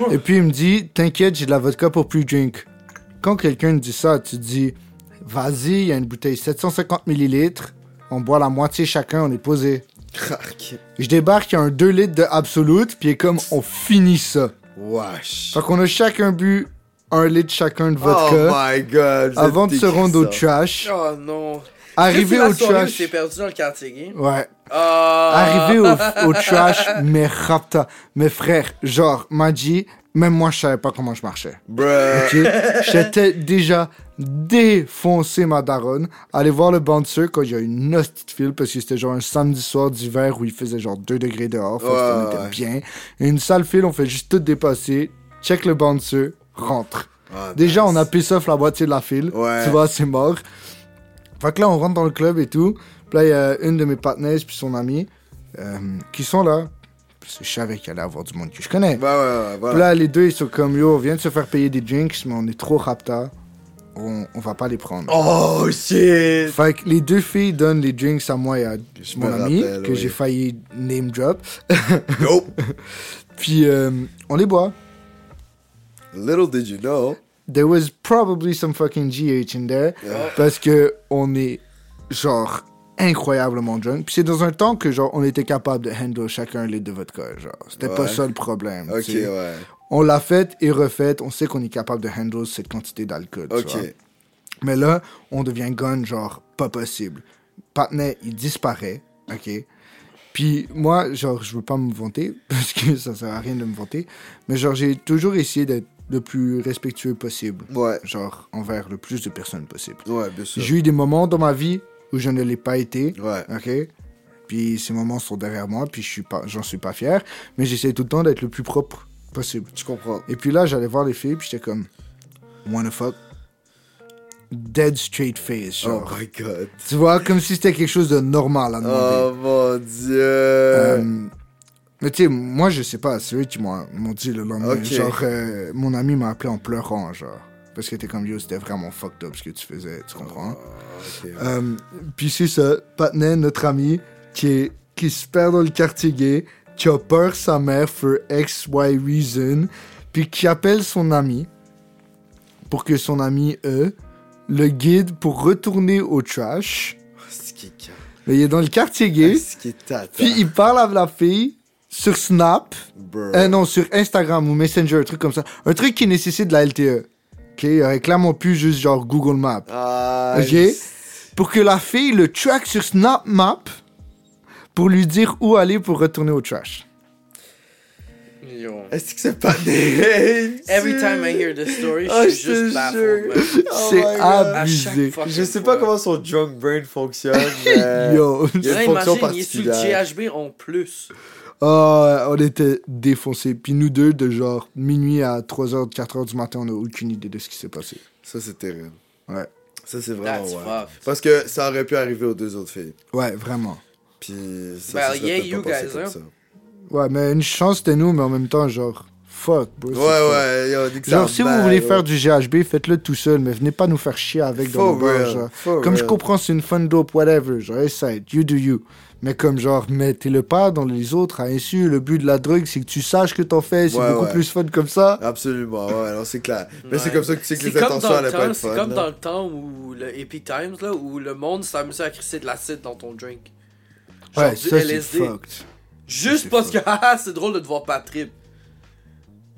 S2: Et puis, il me dit, t'inquiète, j'ai de la vodka pour pre-drink. Quand quelqu'un te dit ça, tu te dis, vas-y, il y a une bouteille 750 millilitres, on boit la moitié chacun, on est posé.
S4: Crac.
S2: Je débarque, il y a un 2 litres de Absolute, puis il est comme, on finit ça.
S4: Wesh.
S2: Fait qu'on a chacun bu un litre chacun de vodka.
S4: Oh my god. vous
S2: avant
S4: êtes
S2: de se
S4: des
S2: rendre au
S4: crisseurs.
S2: trash.
S3: Oh non.
S2: Arrivé au trash.
S3: C'est perdu dans le quartier gay.
S2: Ouais.
S3: Ah.
S2: Arrivé au, au trash, mais rapta. Mes frères, genre, m'a dit, même moi, je savais pas comment je marchais.
S4: Bruh.
S2: Ok? J'étais déjà défoncé, ma daronne. Aller voir le bouncer quand il y a une hostie de file, parce que c'était genre un samedi soir d'hiver où il faisait genre 2 degrés dehors. Fait que
S4: Ouais,
S2: on était
S4: ouais.
S2: bien. Et une sale file, on fait juste tout dépasser. Check le bouncer, rentre.
S4: Ah,
S2: Déjà,
S4: nice.
S2: on a piss off la moitié de la file.
S4: Ouais.
S2: Tu vois, c'est mort. Fait que là, on rentre dans le club et tout. Puis là, il y a une de mes partenaires puis son ami euh, qui sont là. Parce que je savais qu'il allait avoir du monde que je connais.
S4: Bah ouais, ouais,
S2: Puis
S4: voilà.
S2: là, les deux, ils sont comme yo, on vient de se faire payer des drinks, mais on est trop rapta. On, on va pas les prendre.
S4: Oh shit.
S2: Fait que les deux filles donnent les drinks à moi et à
S4: Je
S2: mon
S4: me
S2: ami,
S4: rappelle,
S2: que
S4: oui.
S2: j'ai failli name drop.
S4: Nope.
S2: Puis euh, on les boit.
S4: Little did you know.
S2: There was probably some fucking GH in there. Parce que on est, genre, incroyablement drunk. Puis c'est dans un temps que, genre, on était capable de handle chacun les deux vodka. Genre, c'était pas
S4: Ouais.
S2: ça le problème.
S4: Ok,
S2: tu sais.
S4: ouais.
S2: On l'a faite et refaite. On sait qu'on est capable de handle cette quantité d'alcool. tu
S4: Ok.
S2: vois. Mais là, on devient gun, genre, pas possible. Patney, il disparaît, ok? Puis moi, genre, je veux pas me vanter, parce que ça sert à rien de me vanter, mais genre, j'ai toujours essayé d'être le plus respectueux possible,
S4: Ouais.
S2: genre, envers le plus de personnes possible.
S4: Ouais, bien sûr.
S2: J'ai eu des moments dans ma vie où je ne l'ai pas été,
S4: Ouais.
S2: ok? Puis ces moments sont derrière moi, puis je suis pas- j'en suis pas fier, mais j'essaie tout le temps d'être le plus propre possible.
S4: Je comprends.
S2: Et puis là, j'allais voir les filles, puis j'étais comme, wanna fuck? Dead straight face,
S4: Oh
S2: genre.
S4: my god.
S2: Tu vois, comme si c'était quelque chose de normal à demander.
S4: Oh mon dieu.
S2: Euh, mais tu sais, moi, je sais pas, c'est eux qui m'ont m'ont dit le lendemain.
S4: Ok.
S2: Genre, euh, mon ami m'a appelé en pleurant, genre. Parce que t'es comme, yo, c'était vraiment fucked up ce que tu faisais, tu comprends?
S4: Oh, Ok.
S2: hein. Euh, puis c'est ça, Patney, notre ami, qui, est, qui se perd dans le quartier gay, qui a peur sa mère for X, Y reason, puis qui appelle son ami pour que son ami, eux, le guide pour retourner au trash.
S4: Oh, c'est qui calme.
S2: Mais il est dans le quartier gay,
S4: Ah, c'est qui tata.
S2: puis il parle à la fille sur Snap,
S4: Bruh.
S2: euh, non, sur Instagram ou Messenger, un truc comme ça. Un truc qui nécessite de la LTE. Ok, il aurait clairement pu juste genre Google Maps
S4: Ah,
S2: Ok.
S4: je-
S2: pour que la fille le track sur Snap Map pour lui dire où aller pour retourner au trash.
S3: Ah, Yo.
S4: Est-ce que c'est pas des
S3: Every time I hear this story,
S4: Oh,
S3: je
S4: je
S3: suis
S4: te
S3: juste baffled.
S4: jure.
S3: man.
S4: Oh
S2: C'est
S4: my God.
S3: À chaque
S2: abusé.
S3: fois.
S4: Je sais pas comment son drunk brain fonctionne. mais-
S2: Yo.
S4: Il y a
S3: Là,
S4: une fonction
S3: imagine, il est sur le
S4: particulière.
S3: GHB en plus.
S2: Oh, on était défoncés. Puis nous deux, de genre minuit à 3h, 4h du matin, on n'a aucune idée de ce qui s'est passé.
S4: Ça, c'est terrible.
S2: Ouais.
S4: Ça, c'est vraiment.
S3: That's
S4: ouais.
S3: fucked.
S4: Parce que ça aurait pu arriver aux deux autres filles.
S2: Ouais, vraiment.
S4: Puis ça,
S3: Bah,
S4: ça serait
S3: yeah,
S4: peut-être
S3: you
S4: pas passé
S3: guys,
S4: comme
S3: hein.
S4: ça.
S2: Ouais, mais une chance, c'était nous, mais en même temps, genre, fuck, bro, c'est
S4: Ouais,
S2: fuck.
S4: ouais, yo, nique
S2: Genre,
S4: sa
S2: si vous
S4: mère,
S2: voulez
S4: yo.
S2: faire du GHB, faites-le tout seul, mais venez pas nous faire chier avec dans
S4: euh, For
S2: le bar,
S4: real,
S2: genre.
S4: for
S2: Comme je
S4: real.
S2: comprends, c'est une fun dope, whatever, genre, essaye, you do you. Mais comme genre, mettez-le pas dans les autres à insu. Le but de la drogue, c'est que tu saches que t'en fais, c'est
S4: Ouais,
S2: beaucoup
S4: ouais.
S2: plus fun comme ça.
S4: Absolument, ouais, non, c'est clair. Mais
S3: Ouais.
S4: c'est comme ça que tu sais que
S3: C'est
S4: les
S3: comme
S4: intentions
S3: dans le
S4: allaient pas
S3: temps,
S4: être
S3: c'est
S4: fun.
S3: comme
S4: là.
S3: dans le temps où le Epic Times là, où le monde s'amusait à crisser de l'acide dans ton drink. Genre
S2: Ouais,
S3: du
S2: ça, c'est
S3: LSD.
S2: fucked.
S3: Juste
S4: C'est
S3: parce que
S4: fucked.
S3: haha, c'est drôle de te voir pas trip.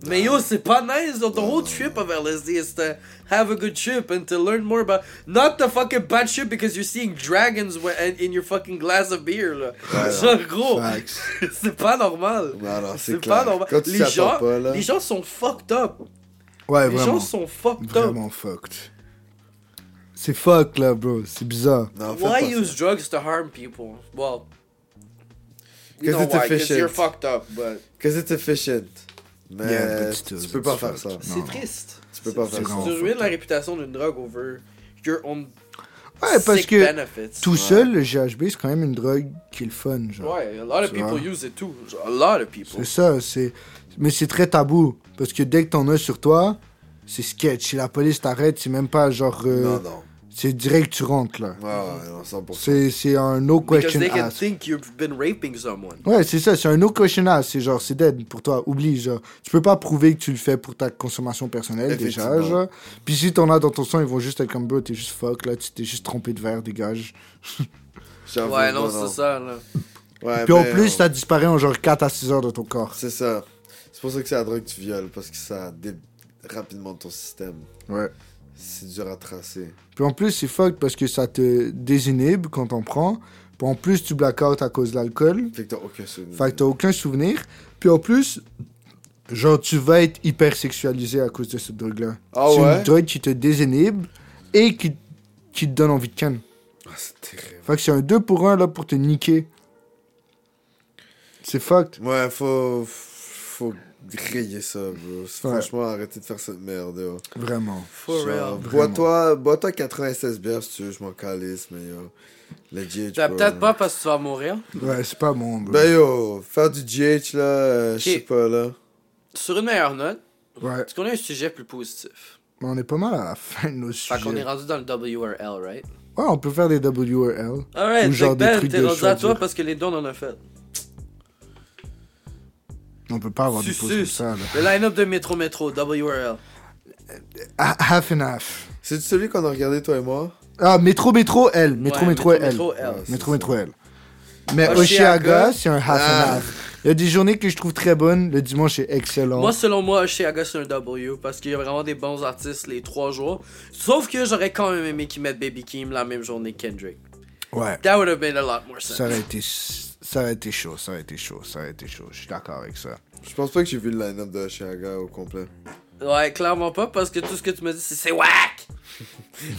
S3: Mais yo, c'est pas nice dans ton road trip of LSD. It's to have a good trip and to learn more about. Not the fucking bad trip because you're seeing dragons wh- and- in your fucking glass of beer. Là. Genre, gros,
S2: Facts.
S3: c'est pas normal.
S4: Non, non, c'est
S3: C'est pas
S4: clair.
S3: normal.
S4: Quand tu
S3: Les
S4: t'y attends
S3: gens,
S4: pas, là.
S3: les gens sont fucked up.
S2: Ouais,
S3: Les
S2: vraiment.
S3: gens sont fucked up.
S2: Vraiment fucked. C'est fuck là, bro. C'est bizarre.
S4: Non, faites
S3: Why
S4: pas ça.
S3: use drugs to harm people? Well, you
S4: 'Cause
S3: know
S4: it's
S3: why? Because
S4: efficient.
S3: you're fucked up. But
S4: Cause it's efficient. Mais
S2: Yeah, but still,
S4: tu peux
S2: it's
S4: pas faire ça.
S2: fucked.
S3: c'est
S2: Non.
S3: triste.
S4: Tu peux pas
S3: C'est-
S4: faire
S3: tu
S2: ça.
S3: ruines la réputation d'une drogue over your own
S2: Ouais, parce
S3: sick
S2: que
S3: benefits.
S2: Tout seul, le GHB, c'est quand même une drogue qui est le fun, genre.
S3: Ouais, a lot of
S2: Tu
S3: people
S2: vois.
S3: use it too. Genre, A lot of people.
S2: C'est ça, c'est. Mais c'est très tabou. Parce que dès que t'en as sur toi, c'est sketch. Si la police t'arrête, c'est même pas genre. euh,
S4: Non, non.
S2: C'est direct, tu rentres là.
S4: Ouais, ouais, non, 100%.
S2: C'est c'est un no
S3: Because
S2: question
S3: they can
S2: asked.
S3: think you've been raping someone.
S2: Ouais, c'est ça, c'est un no question asked. C'est genre, c'est dead pour toi. Oublie, genre. Tu peux pas prouver que tu le fais pour ta consommation personnelle déjà,
S4: Effectivement.
S2: genre. Puis si t'en as dans ton sang, ils vont juste être comme, bro, t'es juste fuck là, tu t'es juste trompé de verre, dégage.
S4: J'avoue,
S3: Ouais, non, c'est ça, là.
S4: Ouais,
S2: Puis en
S4: mais,
S2: plus,
S4: euh,
S2: ça disparaît en genre 4 à 6 heures de ton corps.
S4: C'est ça. C'est pour ça que c'est la drogue que tu violes, parce que ça dé rapidement ton système.
S2: Ouais.
S4: C'est dur à tracer.
S2: Puis en plus, c'est fuck parce que ça te désinhibe quand t'en prends. Puis en plus, tu blackout à cause de l'alcool.
S4: Fait que t'as aucun souvenir.
S2: Fait que t'as aucun souvenir. Puis en plus, genre, tu vas être hyper sexualisé à cause de cette drogue-là.
S4: Ah
S2: c'est
S4: ouais?
S2: une drogue qui te désinhibe et qui, qui te donne envie de canne.
S4: Ah, c'est terrible.
S2: Fait que c'est un 2 pour 1 là pour te niquer. C'est fucked.
S4: Ouais, faut. Faut rayer ça, bro. Franchement, arrêtez de faire cette merde, yo.
S2: Vraiment.
S3: For
S4: Genre,
S3: real.
S4: Bois-toi bois 96 bières si tu veux, je m'en calisse, mais yo. Le GH.
S3: T'as
S4: bro.
S3: peut-être pas parce que tu vas mourir.
S2: Ouais, c'est pas bon, bro.
S4: Ben yo, faire du GH là, euh, je sais
S3: Ok.
S4: pas là.
S3: Sur une meilleure note,
S2: Ouais,
S3: est-ce qu'on a un sujet plus positif?
S2: mais on est pas mal à la fin de nos sujets.
S3: Fait qu'on est rendu dans le WRL, right?
S2: Ouais, on peut faire des WRL.
S3: Alright,
S2: Ou genre
S3: Jack
S2: des
S3: Ben,
S2: trucs
S3: t'es
S2: de
S3: rendu à toi
S2: choisir.
S3: parce que les dons on en a fait.
S2: On peut pas avoir des
S3: Sus,
S2: pauses comme
S3: sus.
S2: ça, là.
S3: Le line-up de Métro Métro, WRL.
S2: Ah, half and half.
S4: C'est celui qu'on a regardé, toi et moi
S2: Ah, métro, métro, L. Métro,
S3: Ouais,
S2: métro, L.
S3: Métro, L.
S4: Ouais.
S2: Métro, métro, L. Mais
S3: Oshiaga,
S2: Oshiaga, c'est un half
S4: Ah.
S2: and half. Il y a des journées que je trouve très bonnes. Le dimanche est excellent.
S3: Moi, selon moi, Oshiaga, c'est un W parce qu'il y a vraiment des bons artistes les trois jours. Sauf que j'aurais quand même aimé qu'ils mettent Baby Kim la même journée que Kendrick.
S2: ouais.
S3: That would have made a lot more sense.
S2: Ça aurait été, ça aurait été chaud, ça aurait été chaud, ça aurait été chaud. Je suis d'accord avec ça.
S4: Je pense pas que j'ai vu le line-up de Chiaga au complet.
S3: Ouais, clairement pas parce que tout ce que tu me dis, c'est c'est whack!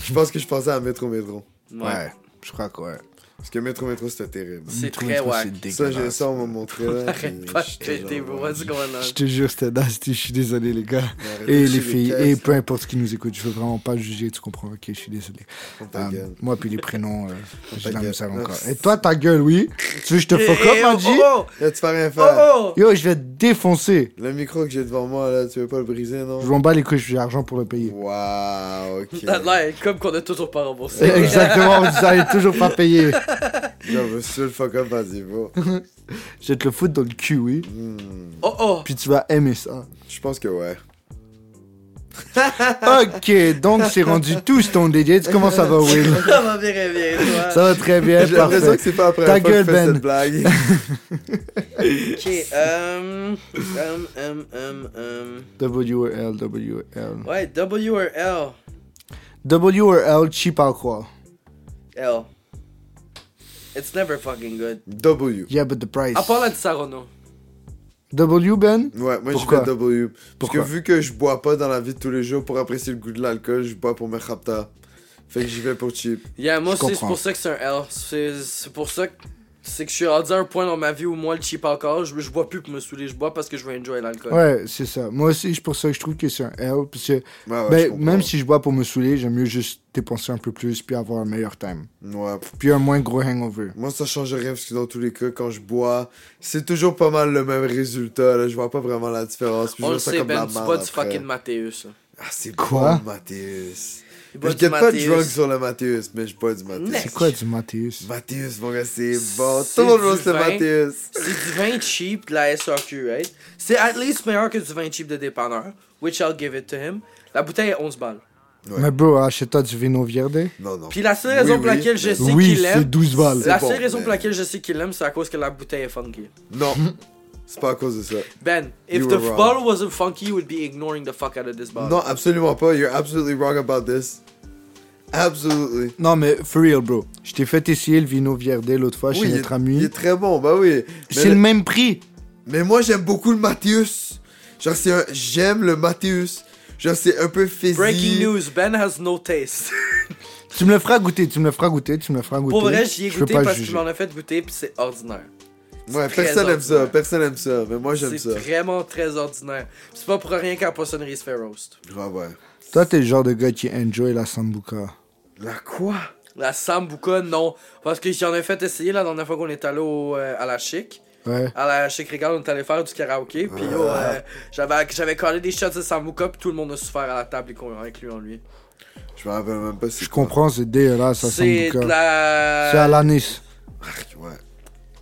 S4: Je pense que je pensais à Metro Metro.
S3: Ouais.
S2: Ouais. Je crois que ouais.
S4: Parce que Metro Metro c'était terrible.
S3: C'est
S2: Métro,
S3: très
S2: métro,
S3: whack.
S2: c'est
S4: Ça, j'ai
S2: dégueulasse.
S4: ça, on m'a montré là.
S3: Arrête
S4: puis
S3: pas de
S4: j'étais
S3: péter,
S4: genre,
S3: bro.
S2: euh,
S3: What's going
S2: Je
S3: on?
S2: te jure, c'était nasty. Je suis désolé, les gars.
S4: Arrête de
S2: Et
S4: toucher
S2: les filles,
S4: caisses,
S2: et peu importe qui nous écoute, je veux vraiment pas juger, tu comprends, ok, je suis désolé.
S4: on ta
S2: Euh,
S4: gueule.
S2: moi, puis les prénoms, euh, j'ai
S4: Ta
S2: la
S4: gueule.
S2: misère encore. Et toi, ta gueule, oui. Tu veux que je te
S3: Eh,
S2: fuck
S3: eh,
S2: up,
S3: oh,
S2: Manji?
S3: oh,
S4: Là, tu vas rien
S3: oh,
S4: faire.
S3: oh, oh!
S2: Yo, je vais te défoncer.
S4: Le micro que j'ai devant moi, là, tu veux pas le briser,
S2: Je
S4: non
S2: m'en bats les couilles, j'ai l'argent pour le payer.
S4: Waouh, ok.
S3: That lie, comme qu'on a toujours pas remboursé.
S2: Exactement, vous allez toujours pas payer.
S4: J'en veux sur le fuck up, vas-y, bro.
S2: Je vais te le foutre dans le cul, oui.
S4: Hmm,
S3: Oh oh!
S2: Puis tu vas aimer ça.
S4: Je pense que ouais.
S2: Ok, donc c'est rendu tout Stone Dates. Comment ça va, Will
S3: Ça va bien, bien, toi.
S2: Ça va très bien,
S4: J'ai l'impression
S2: Eh, parfait.
S4: que c'est pas après
S2: Ta
S4: fois que
S2: gueule,
S4: je fais
S2: Ben.
S4: cette blague.
S3: Ok, um, um, um, um, um.
S2: WRL, WRL.
S3: Ouais, W or L?
S2: WRL, cheap alcohol.
S3: L. It's never fucking good.
S4: W.
S2: Yeah, but the price.
S3: À part la de Sarono.
S2: W, Ben
S4: Ouais, moi je
S2: Pourquoi
S4: fais W. Parce que
S2: Pourquoi
S4: vu que je bois pas dans la vie de tous les jours pour apprécier le goût de l'alcool, je bois pour mes khapta. Fait que j'y vais pour cheap.
S3: Yeah, moi
S2: Je
S3: aussi, c'est
S2: comprends.
S3: pour ça que c'est un L. C'est c'est pour ça que c'est que je suis rendu à un point dans ma vie où moi, le cheap encore, je, je bois plus pour me saouler, je bois parce que je veux enjoy l'alcool.
S2: Ouais, c'est ça. Moi aussi, c'est pour ça que je trouve que c'est un L. Parce que
S4: Ouais, ouais, je
S2: ben,
S4: comprends.
S2: même si je bois pour me saouler, j'aime mieux juste dépenser un peu plus puis avoir un meilleur time.
S4: Ouais, pff.
S2: Puis un moins gros hangover.
S4: Moi ça change rien parce que dans tous les cas, quand je bois, c'est toujours pas mal le même résultat. Là. Je vois pas vraiment la différence. Puis je
S3: On le
S4: vois ça
S3: sait,
S4: comme de la
S3: Ben, tu
S4: merde
S3: bois du
S4: après.
S3: fucking Mathéus. ça.
S4: Ah, c'est
S2: Quoi
S4: quoi Mathéus.
S3: Tu bois
S4: Je
S3: du
S4: get pas de
S3: Mathéus.
S4: drug sur le Mathéus, mais je bois du Mathéus.
S3: Next.
S2: C'est quoi du Mathéus
S4: Mathéus, mon gars, c'est bon.
S3: C'est
S4: Tout le monde
S3: du
S4: boit le
S3: vin.
S4: Mathéus.
S3: C'est du vin cheap de la SRQ, right? C'est at least meilleur que du vin cheap de dépanneur, which I'll give it to him. La bouteille est 11 balles.
S4: Ouais.
S2: Mais bro, achète-toi du vino vierde.
S4: Non, non.
S3: Puis la seule raison
S4: Oui, Ben
S3: pour
S4: oui,
S3: laquelle je
S4: mais-
S3: sais
S2: Oui,
S3: qu'il
S2: c'est
S3: aime.
S2: 12 balles.
S3: La
S4: bon, ben.
S3: seule raison
S4: mais-
S3: pour laquelle je sais qu'il aime, c'est à cause que la bouteille est funky.
S4: Non. C'est pas à cause de ça.
S3: Ben, if
S4: You
S3: the
S4: were wrong.
S3: bottle wasn't funky, you would be ignoring the fuck out of this bottle.
S4: Non, absolument pas. You're absolutely wrong about this. Absolutely.
S2: Non, mais for real, bro. Je t'ai fait essayer le vino vierde l'autre fois chez
S4: il
S2: notre
S4: est,
S2: ami.
S4: il est très bon, bah oui. Mais,
S2: C'est le même prix.
S4: mais moi, j'aime beaucoup le Mathéus. Genre, c'est un... J'aime le Mathéus. Genre, c'est un peu physique.
S3: Breaking news, Ben has no taste.
S2: Tu me le feras goûter, tu me le feras goûter, tu me le feras goûter.
S3: Pour vrai, j'y ai
S2: Je peux
S3: goûté
S2: pas
S3: parce que
S2: juger.
S3: je m'en ai fait goûter puis c'est ordinaire.
S4: Ouais,
S3: très
S4: personne aime ça,
S3: ordinaire.
S4: personne aime ça, mais moi j'aime
S3: C'est
S4: ça.
S3: vraiment très ordinaire. Puis C'est pas pour rien qu'en poissonnerie se fait roast.
S4: Ah ouais.
S2: Toi, t'es le genre de gars qui enjoy la sambuca.
S4: La quoi
S3: La sambuca, non. Parce que j'en ai fait essayer la dernière fois qu'on est allé au, euh, à la chic.
S2: Ouais.
S3: À la chic regarde, on est allé faire du karaoké. Puis yo, euh, j'avais, j'avais collé des shots de sambuca puis tout le monde a souffert à la table, y con- incluant lui.
S4: Je me rappelle même pas si.
S2: Je comprends, c'est dégueulasse, la
S3: C'est de
S2: sambuca. C'est à
S3: la.
S2: l'anis.
S4: Ouais.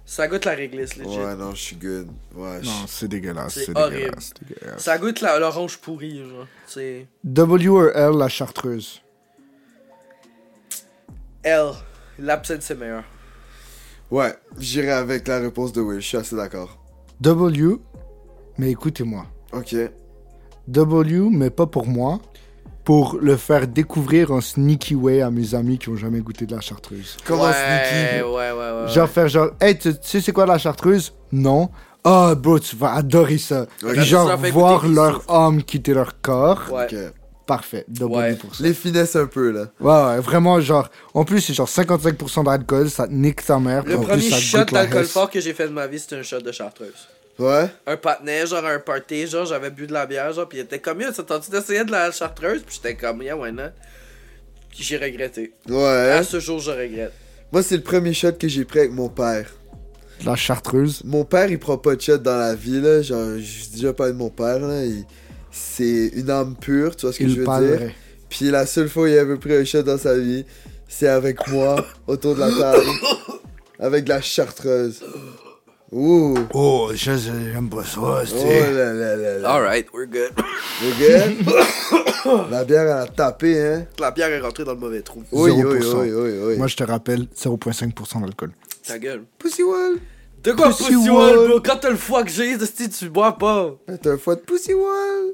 S3: Ça goûte la réglisse, legit.
S4: Ouais, non, je suis good. Ouais, je-
S2: Non, c'est dégueulasse,
S3: C'est
S2: c'est
S3: horrible.
S2: dégueulasse. c'est dégueulasse.
S3: Ça goûte la- l'orange pourrie, genre. C'est.
S2: WRL, la chartreuse.
S3: Elle. L'absinthe, c'est meilleur.
S4: Ouais, j'irai avec la réponse de Will, je suis assez d'accord.
S2: W, mais écoutez-moi.
S4: Ok.
S2: W, mais pas pour moi, pour le faire découvrir en sneaky way à mes amis qui ont jamais goûté de la chartreuse.
S4: Comment
S3: ouais,
S4: sneaky
S3: Ouais, ouais, ouais. ouais.
S2: Genre faire genre, hey, tu tu sais c'est quoi la chartreuse Non. Ah, bro, tu vas adorer ça.
S4: Ouais,
S2: Puis
S3: ça
S2: genre
S3: fait
S2: voir
S3: goûter des
S2: leur âme quitter leur corps.
S3: Ouais.
S4: Ok.
S2: Parfait, W
S3: Ouais.
S2: pour ça.
S4: Les finesses un peu là.
S2: Ouais, ouais, vraiment, genre, en plus, c'est genre 55% d'alcool, ça te nique ta mère. puis
S3: Le
S2: en
S3: premier
S2: plus, ça te
S3: shot
S2: goûte la
S3: d'alcool
S2: Hesse.
S3: fort que j'ai fait de ma vie, c'était un shot de chartreuse.
S4: Ouais
S3: Un patinet, genre un party, genre j'avais bu de la bière, genre, pis il était comme, yo, t'as tenté d'essayer de la chartreuse? Pis j'étais comme, yeah, why not? J'ai regretté.
S4: Ouais.
S3: À ce jour, je regrette.
S4: Moi, c'est le premier shot que j'ai pris avec mon père.
S2: La chartreuse.
S4: Mon père, il prend pas de shot dans la vie là. Genre, je dis déjà pas de mon père là. il- C'est une âme pure, tu vois ce que je
S2: Il
S4: veux dire.
S2: parlerait.
S4: Puis la seule fois où il avait pris un shot dans sa vie, c'est avec moi, autour de la table, avec de la chartreuse. Ouh!
S2: Oh, je j'aime pas ça,
S4: Oh là là là là!
S3: Alright, we're good.
S4: Les gars, la bière, elle a tapé, hein?
S3: la bière est rentrée dans le mauvais trou.
S4: Oui, oui,
S2: 0%.
S4: oui, oui, oui.
S2: Moi, je te rappelle, 0,5% d'alcool.
S3: Ta gueule.
S4: Pussy Wall!
S3: De quoi,
S2: Pussy
S3: Pussy
S2: Wall.
S3: Wall, bro? Quand t'as le foie que j'ai, si tu bois pas.
S4: Faites un fois de Pussy Wall!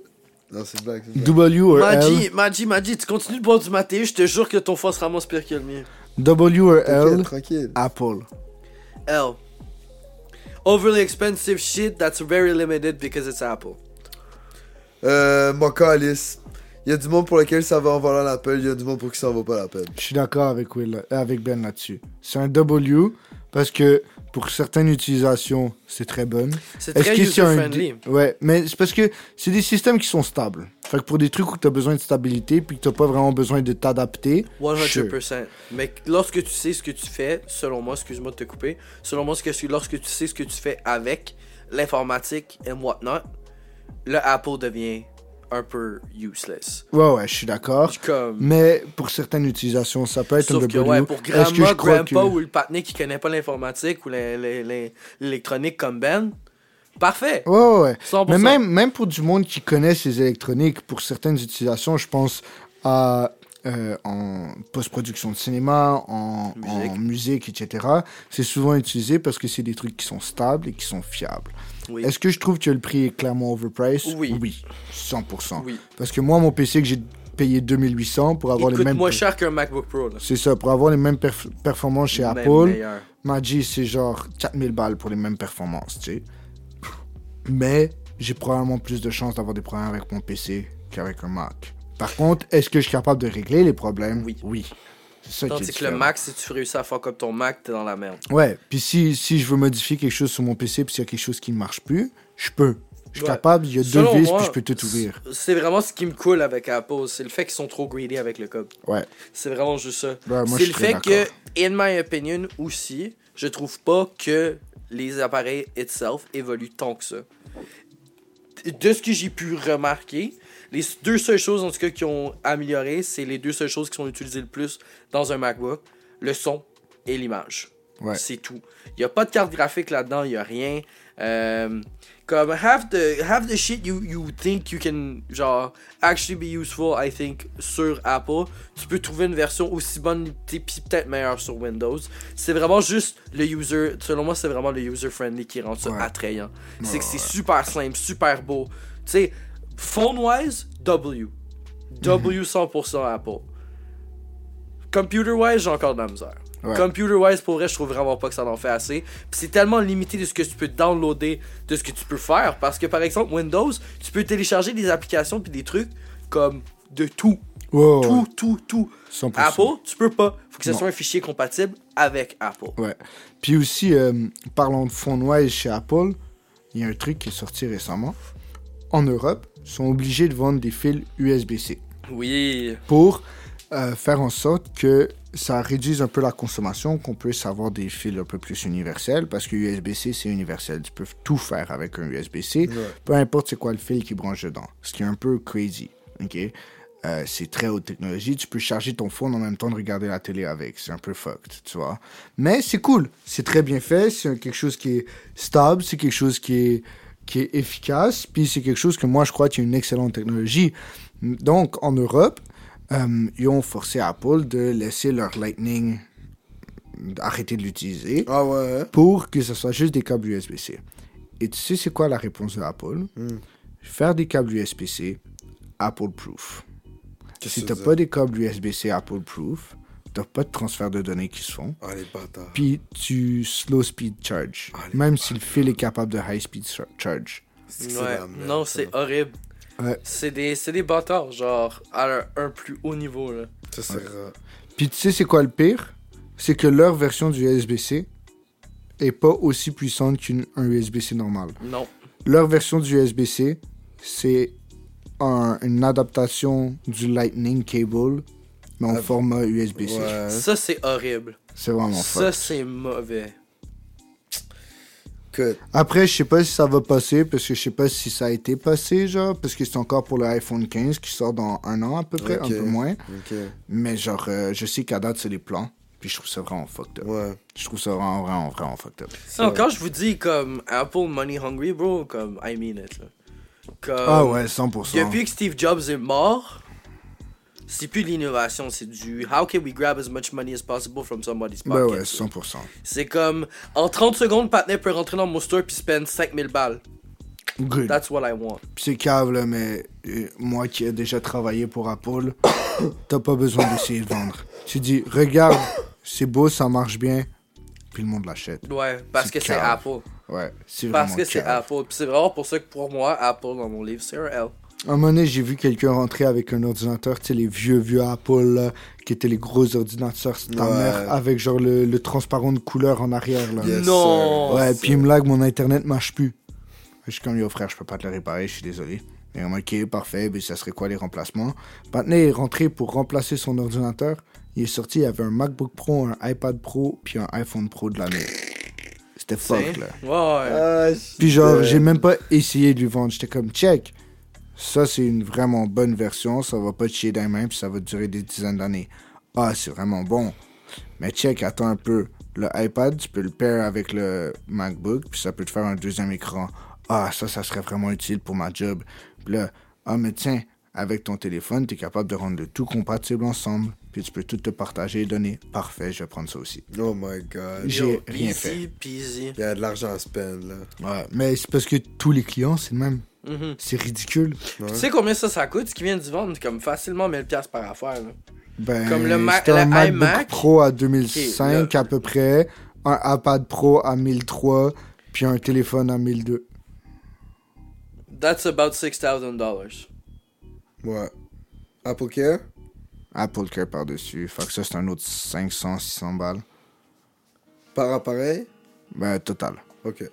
S4: Non, c'est une blague, c'est une blague.
S2: W or L.
S3: Maji, Maji, Maji, tu continues de boire du maté, je te jure que ton foie se ramasse pire que le mien.
S2: W or
S4: Tranquille,
S2: L.
S4: tranquille.
S2: Apple.
S3: L. Overly expensive shit that's very limited because it's Apple.
S4: Euh, mon calice. Il y a du monde pour lequel ça va en valoir la peine, il y a du monde pour qui ça en vaut pas la peine.
S2: Je suis d'accord avec, Will- euh, avec Ben là-dessus. C'est un W parce que pour certaines utilisations, c'est très bonne.
S3: C'est
S2: Est-ce
S3: très
S2: que c'est un
S3: user-friendly.
S2: D- Ouais, mais c'est parce que c'est des systèmes qui sont stables. Fait que pour des trucs où tu as besoin de stabilité puis que tu pas vraiment besoin de t'adapter,
S3: 100%.
S2: sure.
S3: Mais lorsque tu sais ce que tu fais, selon moi, excuse-moi de te couper, selon moi, ce que- lorsque tu sais ce que tu fais avec l'informatique et whatnot, le Apple devient un peu useless.
S2: ouais, ouais, je suis d'accord.
S3: Comme.
S2: Mais pour certaines utilisations, ça peut être un
S3: Sauf que,
S2: W.
S3: ouais, pour
S2: Est-ce que je
S3: grandma,
S2: crois
S3: grandpa
S2: que-
S3: ou le patiné qui connaît pas l'informatique ou l'in- l'in- l'in- l'électronique comme Ben, parfait!
S2: Ouais, ouais, ouais.
S3: 100%.
S2: Mais même, même pour du monde qui connaît ces électroniques, pour certaines utilisations, je pense à euh, en post-production de cinéma, en
S3: Musique.
S2: en musique etc. C'est souvent utilisé parce que c'est des trucs qui sont stables et qui sont fiables.
S3: Oui.
S2: Est-ce que je trouve que le prix est clairement overpriced
S3: Oui.
S2: 100%.
S3: Oui.
S2: Parce que moi, mon PC que j'ai payé 2800 pour avoir
S3: Il
S2: les
S3: coûte
S2: mêmes.
S3: moins cher qu'un MacBook Pro. Là.
S2: C'est ça, pour avoir les mêmes perf- performances chez
S3: Même
S2: Apple.
S3: meilleur.
S2: Maji, c'est genre 4000 balles pour les mêmes performances, tu sais. Mais j'ai probablement plus de chances d'avoir des problèmes avec mon PC qu'avec un Mac. Par contre, est-ce que je suis capable de régler les problèmes
S3: Oui.
S2: C'est ça qui est
S3: Tandis que le
S2: différent.
S3: Mac, si tu réussis à fuck up ton Mac, t'es dans la merde.
S2: Ouais, puis si, si je veux modifier quelque chose sur mon PC, puis s'il y a quelque chose qui ne marche plus, je peux. Je suis
S3: Ouais.
S2: capable, il y a deux
S3: Selon
S2: vis,
S3: moi,
S2: puis je peux tout ouvrir.
S3: c- C'est vraiment ce qui me coule avec Apple, c'est le fait qu'ils sont trop greedy avec le code.
S2: Ouais.
S3: C'est vraiment juste ça.
S2: Ouais, Ben, moi, je
S3: c'est
S2: suis
S3: le
S2: très
S3: fait que,
S2: d'accord.
S3: in my opinion aussi, je trouve pas que les appareils itself évoluent tant que ça. De ce que j'ai pu remarquer, les deux seules choses en tout cas qui ont amélioré, c'est les deux seules choses qui sont utilisées le plus dans un MacBook, le son et l'image.
S2: Ouais.
S3: C'est tout. Il n'y a pas de carte graphique là-dedans, il n'y a rien. Euh, comme have the, have the shit you, you think you can genre actually be useful, I think, sur Apple. Tu peux trouver une version aussi bonne, t'es- puis peut-être meilleure sur Windows. C'est vraiment juste le user, selon moi, c'est vraiment le user-friendly qui rend ça
S2: Ouais.
S3: attrayant. C'est que c'est super simple, super beau. Tu sais, phone-wise, W. W 100% Apple. Computer-wise, j'ai encore de la misère.
S2: Ouais.
S3: Computer-wise, pour vrai, je trouve vraiment pas que ça en fait assez. Puis c'est tellement limité de ce que tu peux downloader, de ce que tu peux faire. Parce que par exemple, Windows, tu peux télécharger des applications puis des trucs comme de tout.
S2: Wow, ouais.
S3: Tout, tout, tout.
S2: 100%.
S3: Apple, tu peux pas. Faut que ce
S2: Non.
S3: soit un fichier compatible avec Apple.
S2: Ouais. Puis aussi, euh, parlant de fond noir chez Apple, il y a un truc qui est sorti récemment. En Europe, ils sont obligés de vendre des fils USB-C
S3: Oui.
S2: pour euh, faire en sorte que ça réduise un peu la consommation, qu'on puisse avoir des fils un peu plus universels, parce que USB-C, c'est universel. Tu peux tout faire avec un USB-C, peu importe c'est quoi le fil qui branche dedans, ce qui est un peu crazy, ok Euh, c'est très haute technologie, tu peux charger ton phone en même temps de regarder la télé avec, c'est un peu fucked, tu vois. Mais c'est cool, c'est très bien fait, c'est quelque chose qui est stable, c'est quelque chose qui est, qui est efficace, puis c'est quelque chose que moi je crois qu'il y a une excellente technologie. Donc en Europe, euh, ils ont forcé Apple de laisser leur Lightning arrêter de l'utiliser
S4: Ah ouais.
S2: pour que ce soit juste des câbles USB-C. Et tu sais, c'est quoi la réponse de Apple
S4: Hmm.
S2: Faire des câbles USB-C Apple-proof.
S4: Qu'est-ce
S2: Si
S4: que
S2: t'as
S4: ça
S2: pas des câbles USB-C Apple-proof, t'as pas de transfert de données qui se font.
S4: Ah, les bâtards.
S2: Puis tu slow speed charge,
S4: Ah, les
S2: même si le fil est capable de high speed char- charge.
S4: C'est que c'est de
S3: Ouais.
S4: la merde,
S3: Non,
S4: ça.
S3: c'est horrible.
S2: Ouais.
S3: C'est des, c'est des bâtards, genre, à un, un plus haut niveau, là.
S4: Ça, c'est rare.
S2: Puis tu sais, c'est quoi le pire C'est que leur version du USB-C est pas aussi puissante qu'un USB-C normal.
S3: Non.
S2: Leur version du USB-C, c'est un- une adaptation du Lightning Cable, mais en
S4: Ah,
S2: format USB-C.
S4: Ouais.
S3: Ça, c'est horrible.
S2: C'est vraiment fun.
S3: Ça, c'est mauvais.
S4: Que-
S2: Après, je sais pas si ça va passer, parce que je sais pas si ça a été passé, genre, parce que c'est encore pour le iPhone 15 qui sort dans un an à peu près,
S4: Ok.
S2: un peu moins.
S4: Ok.
S2: Mais genre, euh, je sais qu'à date, c'est les plans. Puis je trouve ça vraiment fucked up.
S4: Ouais.
S2: Je trouve ça vraiment, vraiment, vraiment fucked up.
S3: Non, quand je vous dis, comme, Apple money hungry, bro, comme, I mean it, là. Comme,
S2: ah ouais, 100%.
S3: Euh, Depuis que Steve Jobs est mort, c'est plus de l'innovation, c'est du how can we grab as much money as possible from somebody's
S2: Ben
S3: pocket.
S2: ouais, 100%.
S3: C'est comme en 30 secondes, Patnay peut rentrer dans mon store puis spend 5000 balles.
S2: Good.
S3: That's what I want.
S2: Pis c'est cave, là, mais euh, moi qui ai déjà travaillé pour Apple, t'as pas besoin d'essayer de vendre. Tu dis, regarde, c'est beau, ça marche bien, puis le monde l'achète.
S3: Ouais, parce
S2: C'est
S3: que c'est
S2: cave.
S3: Apple.
S2: Ouais, c'est vraiment
S3: Parce que c'est
S2: cave.
S3: Apple. Puis c'est vraiment pour ça que pour moi, Apple dans mon livre, c'est un L.
S2: À un moment donné, j'ai vu quelqu'un rentrer avec un ordinateur, tu sais, les vieux, vieux Apple, là, qui étaient les gros ordinateurs, c'est ta
S4: Ouais.
S2: mère, avec genre le, le transparent de couleur en arrière, là.
S4: Yes,
S3: Non.
S4: sir.
S2: Ouais,
S4: Yes,
S2: puis il me lag, mon internet marche plus. Je suis comme, yo frère, je peux pas te le réparer, je suis désolé. Et comme, ok, parfait, mais ça serait quoi les remplacements Patney est rentré pour remplacer son ordinateur. Il est sorti, il y avait un MacBook Pro, un iPad Pro, puis un iPhone Pro de l'année. C'était fuck,
S3: C'est-
S2: là.
S3: Ouais.
S4: Ah,
S2: Puis genre,
S4: shit.
S2: j'ai même pas essayé de lui vendre. J'étais comme, check, ça c'est une vraiment bonne version, ça va pas te chier d'un main, puis ça va durer des dizaines d'années. Ah, c'est vraiment bon. Mais check, attends un peu. Le iPad, tu peux le pair avec le MacBook, puis ça peut te faire un deuxième écran. Ah, ça, ça serait vraiment utile pour ma job. Puis là, ah, mais tiens, avec ton téléphone, tu es capable de rendre le tout compatible ensemble, puis tu peux tout te partager et donner. Parfait, je vais prendre ça aussi.
S4: Oh my god.
S2: J'ai
S3: Yo,
S2: rien
S3: easy
S2: fait.
S3: peasy.
S4: Il y a de l'argent à spend, là.
S2: Ouais, mais c'est parce que tous les clients, c'est le même.
S3: Mhm.
S2: C'est ridicule.
S3: Puis Tu sais combien ça, ça coûte? Ce qu'ils viennent d'y vendre, comme facilement 1000$ par affaire. Là.
S2: Ben,
S3: Comme le Ma-
S2: c'était
S3: le
S2: un MacBook
S3: iMac.
S2: Pro à 2005
S3: Ok, le-
S2: à peu près, un iPad Pro à 1003, puis un téléphone à 1002.
S3: That's about $6,000.
S4: Ouais. Apple Care?
S2: Apple Care par-dessus. Fait que ça, c'est un autre 500, 600 balles.
S4: Par appareil?
S2: Ben, total.
S4: Ok.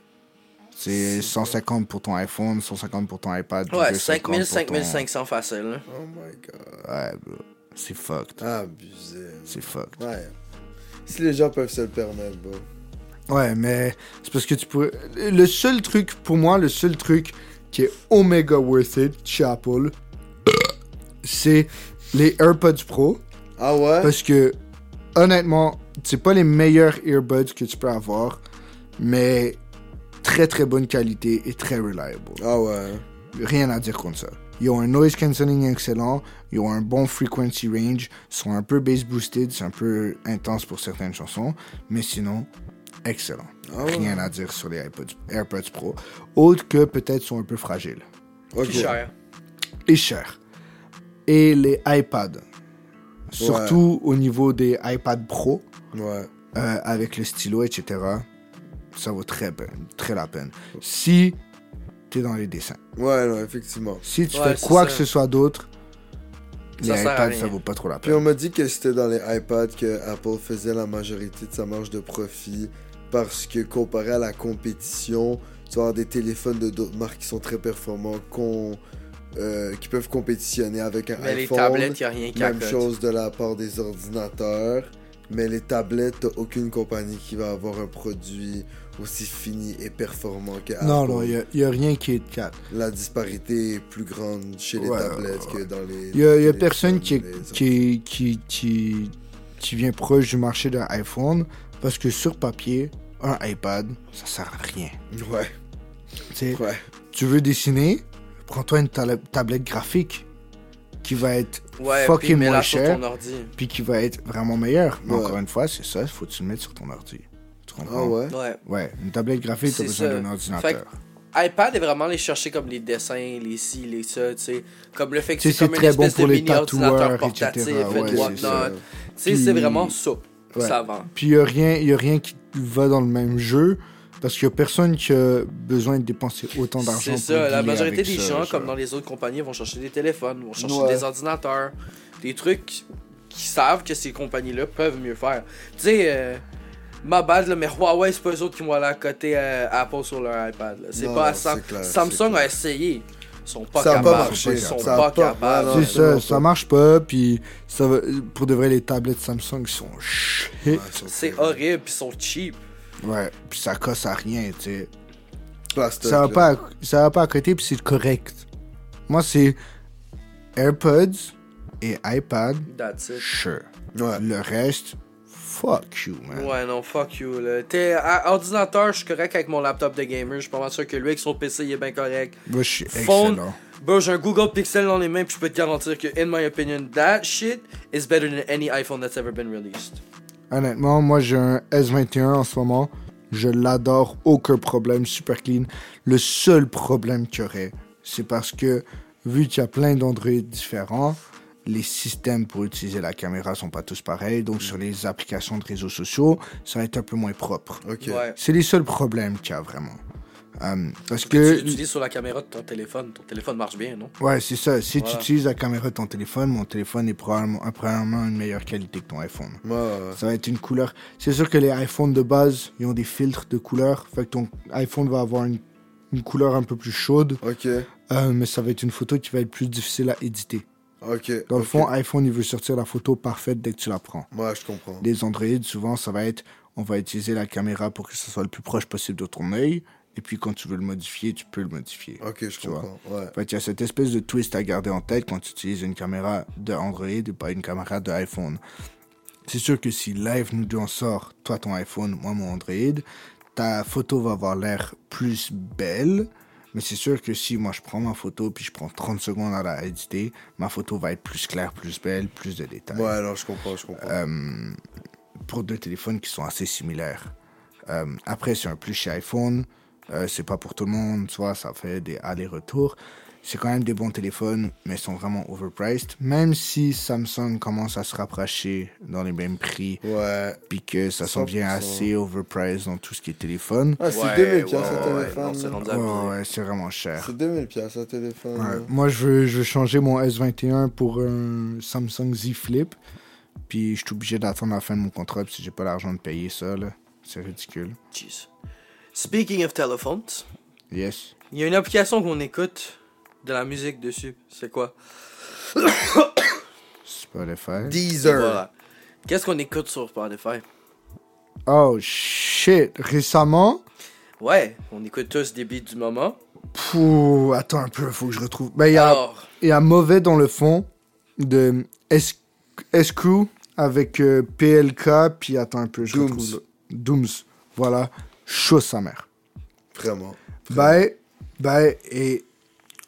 S2: C'est 150 pour ton iPhone, 150 pour ton iPad. puis
S3: Ouais,
S2: 250
S3: 5000,
S2: pour ton-
S3: 5500 facile. là.
S4: Oh my god.
S2: Ouais, bro. c'est fucked.
S4: Abusé.
S2: C'est fucked.
S4: Ouais. Si les gens peuvent se le permettre, bon.
S2: Ouais, mais c'est parce que tu pourrais. Le seul truc, pour moi, le seul truc qui est omega worth it chez Apple, c'est les AirPods Pro.
S4: Ah ouais?
S2: Parce que, honnêtement, c'est pas les meilleurs earbuds que tu peux avoir, mais très très bonne qualité et très reliable.
S4: Ah ouais.
S2: Rien à dire contre ça. Ils ont un noise cancelling excellent, ils ont un bon frequency range, ils sont un peu bass boosted, c'est un peu intense pour certaines chansons, mais sinon, excellent.
S4: Ah ouais.
S2: Rien à dire sur les iPods- AirPods Pro. Autre que peut-être sont un peu fragiles
S4: Ok.
S3: Puis cher.
S2: et cher. Et les iPads. Surtout au niveau des iPad Pro,
S4: Ouais.
S2: euh, avec le stylo, etc. Ça vaut très, peu- très la peine. Si tu es dans les dessins,
S4: Ouais, non, effectivement.
S2: si tu
S3: Ouais,
S2: fais
S3: c'est
S2: quoi
S3: ça.
S2: que ce soit d'autre,
S3: Ça
S2: les
S3: sert à
S2: iPads,
S3: rien.
S2: ça vaut pas trop la
S4: Puis on
S2: peine.
S4: m'a dit que c'était dans les iPads que Apple faisait la majorité de sa marge de profit parce que comparé à la compétition, tu vas avoir des téléphones de d'autres marques qui sont très performants, qu'on- euh, qui peuvent compétitionner avec un
S3: Mais les
S4: iPhone.
S3: tablettes, il a rien qui
S4: Même
S3: accote.
S4: chose de la part des ordinateurs. Mais les tablettes, t'as aucune compagnie qui va avoir un produit aussi fini et performant que Apple.
S2: Non, non, il n'y a, rien qui est de quatre.
S4: La disparité est plus grande chez les
S2: Ouais,
S4: tablettes
S2: ouais.
S4: que dans les.
S2: Il y a, y a
S4: les
S2: personne qui,
S4: téléphones, les
S2: qui, qui, qui, qui vient proche du marché d'un iPhone parce que sur papier, un iPad, ça sert à rien.
S4: ordinateurs. Ouais.
S2: Tu sais,
S4: Ouais.
S2: tu veux dessiner, prends-toi une tale- tablette graphique qui va être
S3: Ouais, puis
S2: fucking
S3: mets-la
S2: moins
S3: sur
S2: chère,
S3: ton ordi.
S2: puis qui va être vraiment meilleure. Mais
S4: Ouais.
S2: encore une fois, c'est ça, faut que tu le mettes sur ton ordi. Tu comprends?
S4: Ah ouais?
S3: Ouais.
S2: Ouais, une tablette graphique, t'as
S3: C'est
S2: besoin
S3: ça.
S2: d'un ordinateur.
S3: iPad est vraiment aller chercher comme les dessins, les ci, les ça, tu sais. Comme le fait que
S2: Tu sais,
S3: c'est
S2: c'est
S3: comme
S2: très
S3: une espèce
S2: bon pour
S3: de
S2: les
S3: mini-ordinateur
S2: tatoueurs, etc.,
S3: portatif,
S2: ouais,
S3: and
S2: c'est
S3: whatnot.
S2: ça.
S3: Tu sais,
S2: Puis-
S3: c'est vraiment ça.
S2: Ouais.
S3: Ça vend.
S2: Puis il n'y a, rien- y a rien qui va dans le même jeu parce qu'il n'y a personne qui a besoin de dépenser autant d'argent.
S3: C'est
S2: pour
S3: ça, la
S2: dealer
S3: majorité
S2: avec
S3: des
S2: ça,
S3: gens,
S2: ça.
S3: comme dans les autres compagnies, vont chercher des téléphones, vont chercher
S4: Ouais.
S3: des ordinateurs, des trucs qui savent que ces compagnies-là peuvent mieux faire. Tu sais, euh, ma base, là, mais Huawei, c'est pas eux autres qui vont aller à côté euh, Apple sur leur iPad. là. C'est
S4: Non,
S3: pas
S4: non,
S3: Sam-
S4: c'est clair, c'est
S3: Samsung
S4: clair.
S3: a essayé. Ils sont pas
S4: Ça a pas
S3: capables.
S4: marché,
S3: Ils sont
S4: ça a
S3: pas
S4: pas-
S3: capables.
S4: ouais, non,
S2: C'est ça,
S4: Absolument
S2: ça
S4: pas.
S2: marche pas, puis ça va- pour de vrai, les tablettes Samsung sont shit.
S4: Ouais, sauf
S3: C'est
S4: que-
S3: horrible, puis ils sont cheap.
S2: Ouais, puis ça casse à rien, tu sais.
S4: Plastique,
S2: Ça va
S4: Bah, là.
S2: pas, à- ça va pas à côté, puis c'est correct. Moi, c'est AirPods et iPad,
S3: That's it.
S2: sure.
S4: Ouais.
S2: Le reste, fuck you, man.
S3: Ouais, non, fuck you. Là. T'es à- ordinateur, je suis correct avec mon laptop de gamer. Je suis pas mal sûr que lui, avec son PC, il est bien correct.
S2: Moi, je suis
S3: Phone.
S2: excellent.
S3: Bro, j'ai un Google Pixel dans les mains, puis je peux te garantir que, in my opinion, that shit is better than any iPhone that's ever been released.
S2: Honnêtement, moi j'ai un S21 en ce moment. Je l'adore, aucun problème, super clean. Le seul problème qu'il y aurait, c'est parce que vu qu'il y a plein d'Android différents, les systèmes pour utiliser la caméra sont pas tous pareils. Donc sur les applications de réseaux sociaux, ça va être un peu moins propre.
S4: Ok.
S3: Ouais.
S2: C'est les seuls problèmes qu'il y a vraiment. Euh, parce
S3: Tu
S2: que
S3: l'utilises sur la caméra de ton téléphone. Ton téléphone marche bien, non?
S2: Ouais, c'est ça. Si
S3: Voilà.
S2: tu utilises la caméra de ton téléphone, mon téléphone est probablement, a probablement une meilleure qualité que ton iPhone.
S4: Ouais, ouais.
S2: Ça va être une couleur. C'est sûr que les iPhones de base, ils ont des filtres de couleurs. Fait que ton iPhone va avoir une, une couleur un peu plus chaude,
S4: Ok.
S2: euh, mais ça va être une photo qui va être plus difficile à éditer.
S4: Ok.
S2: Dans le
S4: ok.
S2: fond, iPhone, il veut sortir la photo parfaite dès que tu la prends.
S4: Ouais, je comprends.
S2: Les Android, souvent, ça va être on va utiliser la caméra pour que ça soit le plus proche possible de ton œil. Et puis, quand tu veux le modifier, tu peux le modifier.
S4: Ok, je
S2: Tu vois.
S4: comprends. Ouais.
S2: En fait, il y a cette espèce de twist à garder en tête quand tu utilises une caméra de Android et pas une caméra de iPhone. C'est sûr que si live nous deux en sort, toi ton iPhone, moi mon Android, ta photo va avoir l'air plus belle. Mais c'est sûr que si moi je prends ma photo puis je prends 30 secondes à la éditer, ma photo va être plus claire, plus belle, plus de détails.
S4: Ouais, alors je comprends, je comprends.
S2: Euh, pour deux téléphones qui sont assez similaires. Euh, après, c'est un plus chez iPhone. Euh, c'est pas pour tout le monde, tu vois, ça fait des allers-retours. C'est quand même des bons téléphones, mais ils sont vraiment overpriced. Même si Samsung commence à se rapprocher dans les mêmes prix, euh,
S4: Ouais.
S2: puis que ça s'en vient
S4: 100%.
S2: assez overpriced dans tout ce qui est téléphone.
S4: Ah, c'est
S3: Ouais,
S4: 2000
S3: ouais,
S4: piastres un
S3: ouais,
S4: téléphone.
S3: non, c'est
S4: là.
S3: rendu
S2: Ouais,
S3: abusé.
S2: ouais, c'est vraiment cher.
S4: c'est 2000 piastres un téléphone.
S2: Ouais.
S4: là.
S2: Moi, je veux, je veux changer mon S21 pour un Samsung Z Flip. Puis je suis obligé d'attendre la fin de mon contrat. Puis si j'ai pas l'argent de payer ça, là, c'est ridicule.
S3: Jeez. Speaking of telephones,
S2: Yes.
S3: il y a une application qu'on écoute de la musique dessus. C'est quoi?
S2: Spotify.
S4: Deezer.
S3: Voilà. Qu'est-ce qu'on écoute sur Spotify?
S2: Oh shit. Récemment.
S3: Ouais, on écoute tous des beats du moment.
S2: Pouh, attends un peu, faut que je retrouve. Ben, il y a,
S3: Alors,
S2: il y a Mauvais dans le fond de S- SQ avec euh, PLK. Puis attends un peu, je
S4: Dooms.
S2: retrouve. le- Dooms. Voilà. Chaud sa mère.
S4: Vraiment.
S2: Bay, Bay est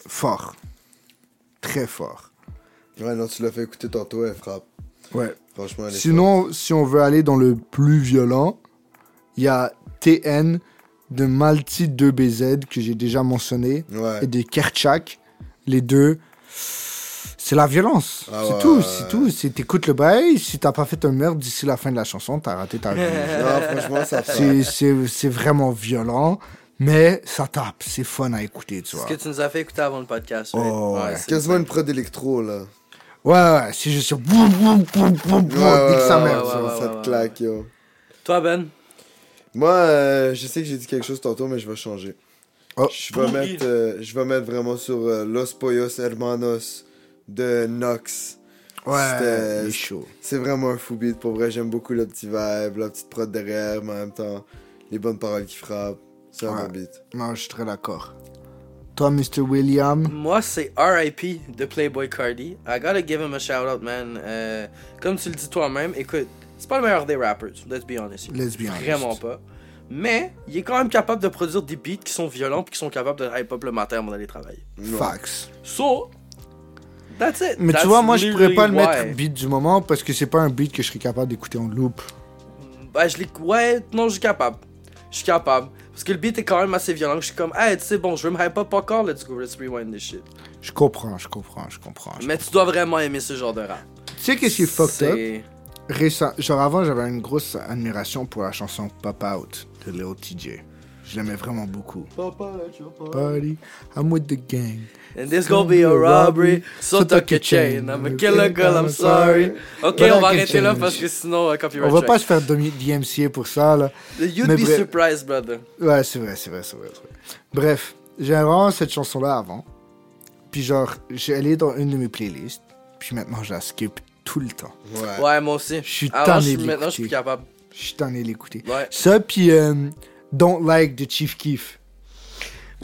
S2: fort. Très fort.
S4: Ouais, non, tu l'as fait écouter tantôt, elle frappe.
S2: Ouais.
S4: Franchement, elle est
S2: Sinon, si on veut aller dans le plus violent, il y a TN de Malti 2BZ que j'ai déjà mentionné
S4: forte. Ouais.
S2: et de Kerchak. Les deux, c'est la violence.
S4: Ah
S2: c'est
S4: ouais,
S2: tout,
S4: ouais,
S2: c'est
S4: ouais.
S2: tout. C'est t'écoutes le bail, si t'as pas fait un meurtre d'ici la fin de la chanson, t'as raté ta vie.
S4: Non, franchement, ça frappe.
S2: C'est- c'est c'est vraiment violent, mais ça tape. C'est fun à écouter, tu
S3: ce
S2: vois.
S3: que tu nous as fait écouter avant le podcast.
S2: Oh, ouais.
S4: Quasiment une prod électro, là.
S2: Ouais, ouais, c'est juste sur boum, boum, boum, boum, boum,
S4: Ouais, ouais,
S2: nique sa
S4: ouais,
S2: mère.
S4: ouais,
S2: ça.
S3: ouais, ouais,
S4: ça
S3: ouais.
S4: te claque, yo.
S3: Toi, Ben
S4: Moi, euh, je sais que j'ai dit quelque chose tantôt, mais je vais changer.
S2: Oh.
S4: Je vais,
S3: Pourri.
S4: mettre, euh, je vais mettre vraiment sur euh, Los Pollos Hermanos de Nox.
S2: Ouais,
S4: C'était-
S2: il est chaud.
S4: C'est vraiment un fou beat, pour vrai. J'aime beaucoup le petit vibe, la petite prod derrière, mais en même temps, les bonnes paroles qui frappent. C'est un
S2: Ouais.
S4: bon beat.
S2: Non, je suis très d'accord. Toi, Mr. William.
S3: Moi, c'est RIP de Playboy Cardi. I gotta give him a shout out, man. Euh, comme tu le dis toi-même, écoute, c'est pas le meilleur des rappers, let's be honest. here.
S2: Let's be honest.
S3: Vraiment pas. Mais il est quand même capable de produire des beats qui sont violents puis qui sont capables de hype up le matin avant d'aller travailler.
S4: Ouais.
S2: Facts.
S3: So, that's it.
S2: Mais
S3: That's
S2: tu vois, moi, je pourrais pas le
S3: literally
S2: mettre
S3: why.
S2: beat du moment parce que c'est pas un beat que je serais capable d'écouter en loop.
S3: Ben, je l'ai. Ouais, non, je suis capable. Je suis capable. Parce que le beat est quand même assez violent. Je suis comme, hey, tu sais, bon, je veux me hype up encore, let's go, let's rewind this shit.
S2: Je comprends, je comprends, je comprends. Ah, je-
S3: Mais tu dois vraiment aimer ce genre de rap.
S2: Tu sais qu'est-ce qui est fucked up?
S3: C'est-
S2: Récent, genre avant, j'avais une grosse admiration pour la chanson Pop Out de Lil TJ. Je l'aimais vraiment beaucoup. Party, I'm with the gang.
S3: And this gonna be a robbery, so tuck your chain. I'm a killer girl, I'm sorry. Ok,
S2: Voilà
S3: on va
S2: quel
S3: arrêter là
S2: challenge.
S3: parce que sinon, euh, copyright
S2: On va
S3: strike.
S2: pas se faire demi- DMCA pour ça, là.
S3: You'd
S2: Mais
S3: be
S2: bref.
S3: surprised, brother.
S2: Ouais, c'est vrai, c'est vrai, c'est vrai, c'est vrai. Bref, j'avais vraiment cette chanson-là avant. Puis genre, j'ai allé dans une de mes playlists. Puis maintenant, je la skip tout le temps.
S4: Ouais.
S3: Ouais, Ah, moi aussi.
S2: Je suis
S3: Alors,
S2: tanné
S3: je-
S2: de
S3: Maintenant, je suis plus
S2: l'écouter.
S3: capable.
S2: Je suis tanné de l'écouter.
S3: Ouais.
S2: Ça, puis euh, Don't Like de Chief Keef.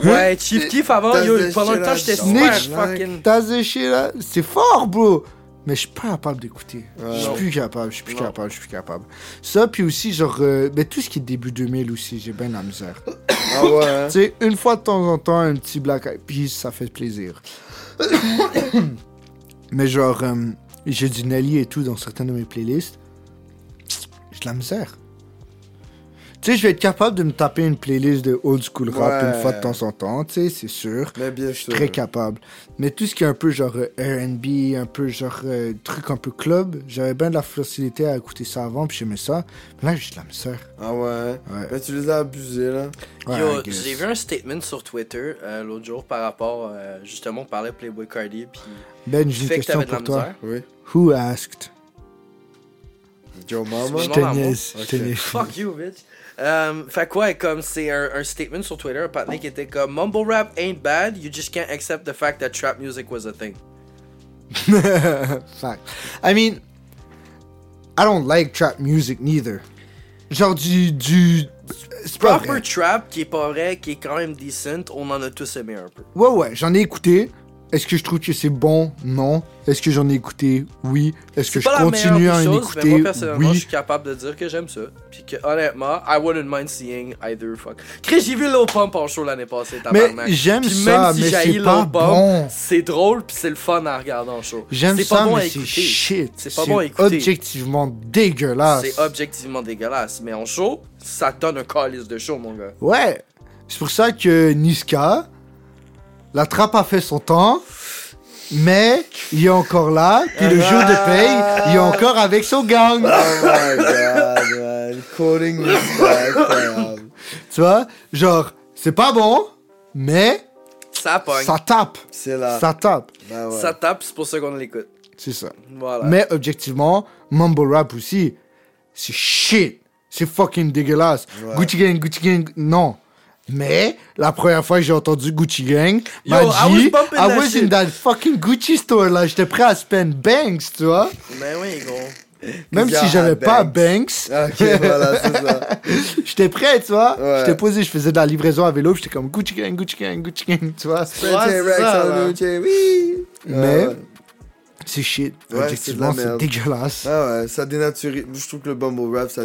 S2: Hein?
S3: Ouais, Chief Keef avant,
S4: T'as
S3: yo,
S4: des
S3: pendant le temps,
S4: challenges,
S3: j'étais
S4: donc.
S3: super
S4: Snitch, like.
S3: fucking.
S2: T'as ce shit là, c'est fort, bro! Mais je suis pas capable d'écouter.
S4: Ouais.
S2: Je suis
S3: Non.
S2: plus capable, je suis plus
S3: Non.
S2: capable, je suis plus capable. Ça, puis aussi, genre, euh, ben, tout ce qui est début 2000 aussi, j'ai bien de la misère.
S4: Ah ouais, hein?
S2: Tu sais, une fois de temps en temps, un petit Black Eyed Peas, ça fait plaisir. Mais genre, euh, j'ai du Nelly et tout dans certaines de mes playlists. J'ai de la misère. Tu sais, je vais être capable de me taper une playlist de old school rap
S4: Ouais.
S2: une fois de temps en temps, tu sais, c'est sûr.
S4: Mais bien
S2: Je suis
S4: sûr.
S2: très capable. Mais tout ce qui est un peu genre euh, RB, un peu genre euh, truc un peu club, j'avais bien de la facilité à écouter ça avant, puis j'aimais ça. Mais là, j'ai de la misère.
S4: Ah ouais.
S2: Ouais.
S4: Mais tu les as abusés, là.
S2: Ouais,
S3: Yo,
S2: I guess.
S3: j'ai vu un statement sur Twitter euh, l'autre jour par rapport, euh, justement, on parlait de Playboy Cardi, puis
S2: Ben,
S3: du
S2: j'ai une
S3: fait que
S2: question
S3: t'avais de la
S2: pour toi.
S3: misère.
S4: Oui.
S2: Who asked?
S4: Yo, maman.
S3: Je
S2: Je
S3: m'en
S2: te
S3: vais, moi.
S2: niaise, je te
S4: Ok.
S2: niaise.
S3: Fuck you, bitch. Euh, fait quoi, comme c'est un, un statement sur Twitter, un patiné qui était comme Mumble rap ain't bad, you just can't accept the fact that trap music was a thing.
S2: Fact. I mean, I don't like trap music neither. Genre du. du... C'est pas
S3: Proper
S2: vrai.
S3: trap qui est pas vrai, qui est quand même decent, on en a tous aimé un peu.
S2: Ouais, ouais, j'en ai écouté. Est-ce que je trouve que c'est bon? Non. Est-ce que j'en ai écouté? Oui. Est-ce que
S3: C'est
S2: je
S3: pas la
S2: continue à
S3: meilleure
S2: en
S3: des choses, mais moi
S2: écouter?
S3: personnellement, je
S2: Oui.
S3: suis capable de dire que j'aime ça. Puis que honnêtement, I wouldn't mind seeing either fuck. Chris, j'ai vu Lil Pump en show l'année passée,
S2: Mais
S3: tabarnak.
S2: j'aime
S3: Puis
S2: ça,
S3: même si
S2: mais
S3: j'haïs
S2: c'est
S3: Lil
S2: pas
S3: Pump,
S2: bon.
S3: C'est drôle, puis c'est le fun à regarder en show.
S2: J'aime
S3: C'est pas
S2: ça,
S3: bon à
S2: mais c'est
S3: écouter.
S2: shit.
S3: C'est pas bon à écouter.
S2: objectivement dégueulasse.
S3: C'est objectivement dégueulasse. Mais en show, ça donne un calice de show, mon gars.
S2: Ouais. C'est pour ça que Niska, la trappe a fait son temps, mais il est encore là, puis le jour de paye, il est encore avec son gang.
S4: Oh my god, man. Coding is incroyable.
S2: Tu vois, genre, c'est pas bon, mais
S3: Ça pogne.
S2: ça
S3: Ça,
S2: tape.
S4: C'est là.
S2: Ça tape.
S4: Ben ouais.
S3: tape, c'est pour ça qu'on l'écoute.
S2: C'est ça.
S3: Voilà.
S2: Mais objectivement, Mumble Rap aussi, c'est shit. C'est fucking dégueulasse.
S4: Ouais.
S2: Gucci Gang, Gucci Gang, non. Mais la première fois que j'ai entendu Gucci Gang,
S3: Yo,
S2: m'a dit,
S3: I was
S2: I
S3: bumping that
S2: was in
S3: shit.
S2: that fucking Gucci store là, j'étais prêt à spend banks, tu vois.
S3: Mais Ben oui, gros.
S2: Même
S4: Yeah,
S2: si j'avais pas
S4: Banks.
S2: banks,
S4: Ah, Ok, voilà, c'est ça.
S2: j'étais prêt, tu vois.
S4: Ouais.
S2: J'étais posé, je faisais de la livraison à vélo, puis j'étais comme Gucci Gang, Gucci Gang, Gucci Gang, tu vois.
S4: Freddy Rex
S3: ça, là.
S4: on Uche, oui.
S2: Mais-
S4: Ah ouais.
S2: C'est shit.
S4: Ouais,
S2: objectivement,
S4: c'est de la
S2: c'est
S4: merde.
S2: dégueulasse.
S4: Ah ouais, ça dénature. Je trouve que le mumble rap, ça.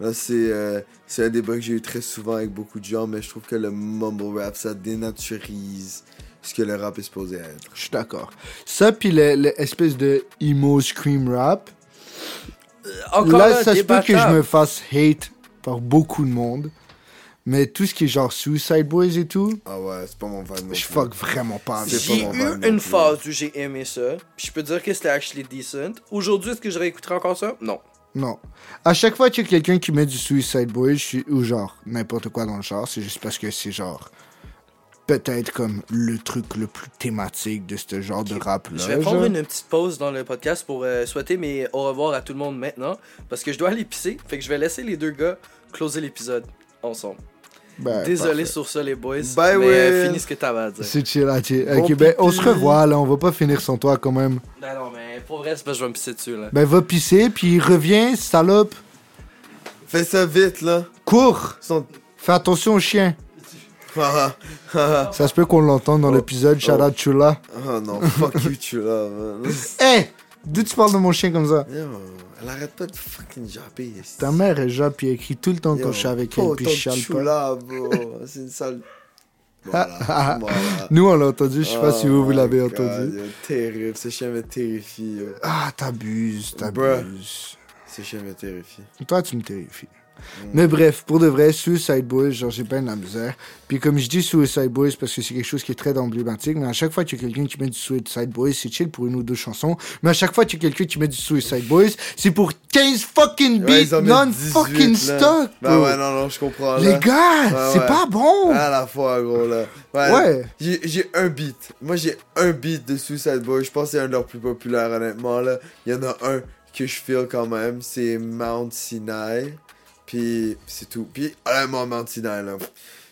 S4: là, c'est, euh, c'est un débat que j'ai eu très souvent avec beaucoup de gens, mais je trouve que le mumble rap, ça dénaturise ce que le rap est supposé être.
S2: Je suis d'accord. Ça, puis l'espèce de emo scream rap.
S3: Encore
S2: là, ça se peut que je
S3: débattable.
S2: me fasse hate par beaucoup de monde. Mais tout ce qui est genre Suicide Boys et tout,
S4: Ah ouais, c'est pas mon fan. non
S2: je
S4: plus.
S2: fuck vraiment pas avec.
S4: C'est
S3: J'ai
S4: pas mon
S3: eu
S4: vibe non
S3: une
S4: plus.
S3: phase où j'ai aimé ça. Puis je peux dire que c'était actually decent. Aujourd'hui, est-ce que je réécouterai encore ça Non.
S2: Non. À chaque fois qu'il y a quelqu'un qui met du Suicide Boys, je suis- ou genre n'importe quoi dans le genre, c'est juste parce que c'est genre.
S5: peut-être comme le truc le plus thématique de ce genre de rap-là.
S3: Je vais prendre
S5: genre.
S3: une petite pause dans le podcast pour euh, souhaiter mes au revoir à tout le monde maintenant parce que je dois aller pisser. Fait que je vais laisser les deux gars closer l'épisode ensemble.
S5: Ben,
S3: Désolé
S5: parfait.
S3: sur ça, les boys.
S4: Bye,
S3: mais euh,
S4: Will.
S3: finis ce que t'avais à dire.
S2: C'est chill, ah, chill.
S4: Bon
S2: Ok, ben, on se
S4: pipi.
S2: revoit là, on va pas finir sans toi quand même.
S3: Ben Non, non, mais pour vrai, c'est parce que je vais me pisser dessus là.
S2: Ben, va pisser, puis reviens, salope.
S4: Fais ça vite, là.
S2: Cours!
S4: Son-
S2: Fais attention au chien.
S4: Ah, ah,
S2: Ça se peut qu'on l'entende dans l'épisode, shout out Chula.
S4: ah. oh non, fuck you, tu là, man.
S2: Hé! D'où tu parles de mon chien comme ça?
S4: Yo, elle arrête pas de fucking japper. ici.
S2: Ta mère est jappe, puis elle crie tout le temps
S4: Yo, oh,
S2: quand je suis avec
S4: pas
S2: elle, puis je
S4: autant de
S2: chiale pas. Ah,
S4: chula, bro. C'est une sale. Voilà. voilà.
S2: Nous, on l'a entendu, je sais pas si vous,
S4: Oh
S2: vous l'avez
S4: my God,
S2: entendu.
S4: yo, Terrible, ce chien me terrifie. yo.
S2: Ah, t'abuses, t'abuses.
S4: Ce chien me terrifie.
S2: Toi, tu me terrifies. Mais bref, pour de vrai, Suicide Boys, genre, j'ai bien de la misère. Puis comme je dis Suicide Boys, parce que c'est quelque chose qui est très emblématique, mais à chaque fois qu'il y a quelqu'un qui met du Suicide Boys, c'est chill pour une ou deux chansons. Mais à chaque fois qu'il y a quelqu'un qui met du Suicide Boys, c'est pour 15 fucking beats
S4: Ouais, ils en mettent
S2: non-fucking
S4: 18, là.
S2: stock.
S4: Bah
S2: bro.
S4: ouais, non, non, je comprends.
S2: Les
S4: là.
S2: gars,
S4: Ouais,
S2: c'est
S4: ouais. Ah,
S2: pas bon.
S4: À la fois, gros, là.
S2: Ouais.
S4: J'ai j'ai un beat. Moi, j'ai un beat de Suicide Boy. Je pense que c'est un de leurs plus populaires, honnêtement, là. Il y en a un que je feel quand même. C'est Mount Sinai. Puis, c'est tout. Puis, honnêtement, Mount Sinai, là.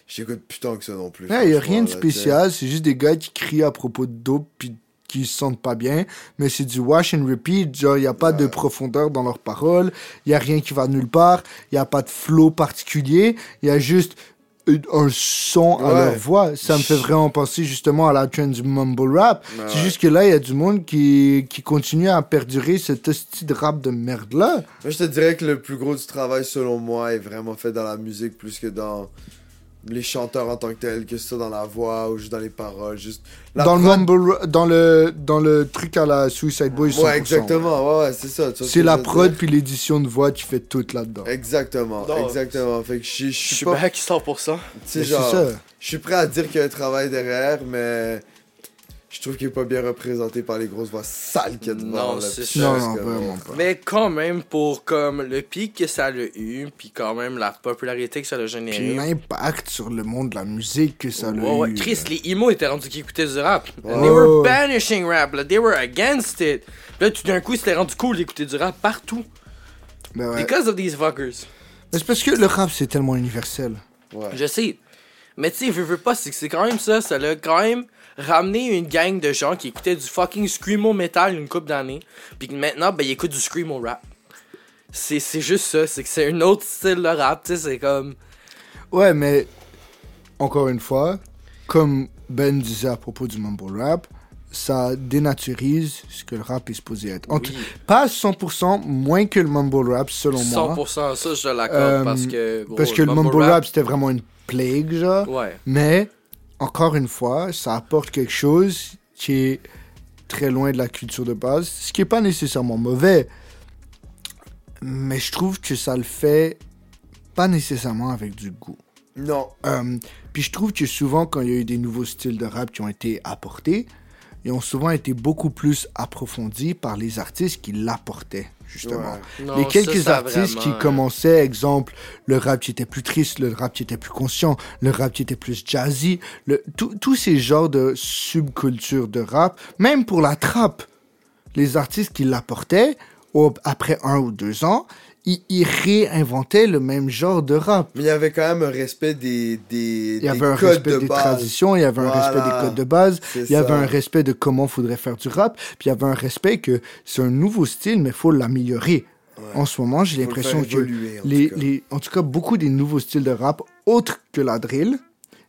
S4: J'écoute putain que ça non plus.
S2: Il y a rien de
S4: franchement, là,
S2: spécial, c'est juste des gars qui crient à propos de dope puis qui se sentent pas bien, mais c'est du wash and repeat, genre il y a pas de profondeur dans leurs paroles, il y a rien qui va nulle part, il y a pas de flow particulier, il y a juste une- un son à
S4: Ouais.
S2: leur voix, ça me fait vraiment penser justement à la trend du mumble rap.
S4: Ah Ouais,
S2: c'est
S4: ouais.
S2: juste que là il y a du monde qui qui continue à perdurer cet hostie de rap de merde là.
S4: t'sais. Moi, je te dirais que le plus gros du travail, selon moi, est vraiment fait dans la musique plus que dans les chanteurs en tant que tels, que ce soit dans la voix ou juste dans les paroles. Juste la
S2: dans le
S4: prod-
S2: mumble ra- dans le dans le truc à la Suicide Boys 100%,
S4: Ouais, exactement. Ouais, ouais, c'est ça. tu vois ce
S2: C'est
S4: que
S2: la
S4: je veux
S2: prod
S4: dire.
S2: puis l'édition de voix qui fait tout là-dedans.
S4: Exactement,
S3: Non.
S4: exactement. Fait que je
S3: Je
S4: je suis
S3: suis
S4: pas.
S3: back 100%.
S4: tu
S2: Mais
S4: sais,
S2: c'est
S4: genre,
S2: ça.
S4: Je suis prêt à dire qu'il y a un travail derrière, mais je trouve qu'il est pas bien représenté par les grosses voix sales qu'il y a devant.
S3: Non,
S4: là.
S3: c'est
S4: Puis
S3: ça.
S2: Non,
S4: parce
S2: non,
S4: que-
S2: vraiment pas.
S3: Mais quand même, pour comme le pic que ça a eu, puis quand même la popularité que ça a
S2: Puis
S3: généré.
S2: l'impact sur le monde de la musique que ça
S3: Ouais,
S2: l'a
S3: ouais.
S2: eu.
S3: Chris,
S2: là.
S3: les emo étaient rendus qui écoutaient du rap.
S4: Ouais.
S3: They
S2: Oh.
S3: were banishing rap, là. They were against it. Là, tout d'un coup, c'était rendu cool d'écouter du rap partout.
S2: Mais, ouais.
S3: Because of these fuckers.
S2: Mais c'est parce que le rap, c'est tellement universel.
S4: Ouais.
S3: Je sais. Mais tu sais, veux, veux pas, c'est que c'est quand même ça. Ça l'a quand même ramené une gang de gens qui écoutaient du fucking screamo metal une couple d'années. Puis que maintenant, ben, ils écoutent du screamo rap. C'est c'est juste ça. C'est que c'est un autre style de rap. Tu sais, c'est comme.
S2: Ouais, mais encore une fois, comme Ben disait à propos du mumble rap, ça dénaturise ce que le rap est supposé être. En tout-
S3: Oui.
S2: Pas à 100%, moins que le mumble rap, selon moi.
S3: 100% ça, je te l'accorde.
S2: Euh,
S3: parce que. gros,
S2: parce que le mumble rap, c'était vraiment une plague, genre.
S3: Ouais.
S2: Mais, encore une fois, ça apporte quelque chose qui est très loin de la culture de base, ce qui n'est pas nécessairement mauvais. Mais je trouve que ça le fait pas nécessairement avec du goût.
S4: Non.
S2: Euh, puis je trouve que souvent, quand il y a eu des nouveaux styles de rap qui ont été apportés, ils ont souvent été beaucoup plus approfondis par les artistes qui l'apportaient, justement.
S4: Ouais.
S3: Non,
S2: les
S3: ça,
S2: quelques
S3: ça,
S2: artistes
S3: vraiment,
S2: qui
S3: euh,
S2: commençaient, exemple, le rap qui était plus triste, le rap qui était plus conscient, le rap qui était plus jazzy, le, tout- tous ces genres de subcultures de rap, même pour la trappe, les artistes qui l'apportaient, au- après un ou deux ans, ils, ils réinventaient le même genre de rap.
S4: Mais il y avait quand même un respect des, des,
S2: Il y avait
S4: des
S2: un
S4: codes
S2: respect
S4: de
S2: des
S4: base.
S2: traditions, il y avait un
S4: Voilà.
S2: respect des codes de base,
S4: C'est
S2: il y avait
S4: ça.
S2: un respect de comment faudrait faire du rap, puis il y avait un respect que c'est un nouveau style, mais faut l'améliorer. En ce moment, j'ai
S4: Faut le
S2: l'impression
S4: faire
S2: que
S4: évoluer, en
S2: les,
S4: tout cas.
S2: les- en tout cas, beaucoup des nouveaux styles de rap, autres que la drill,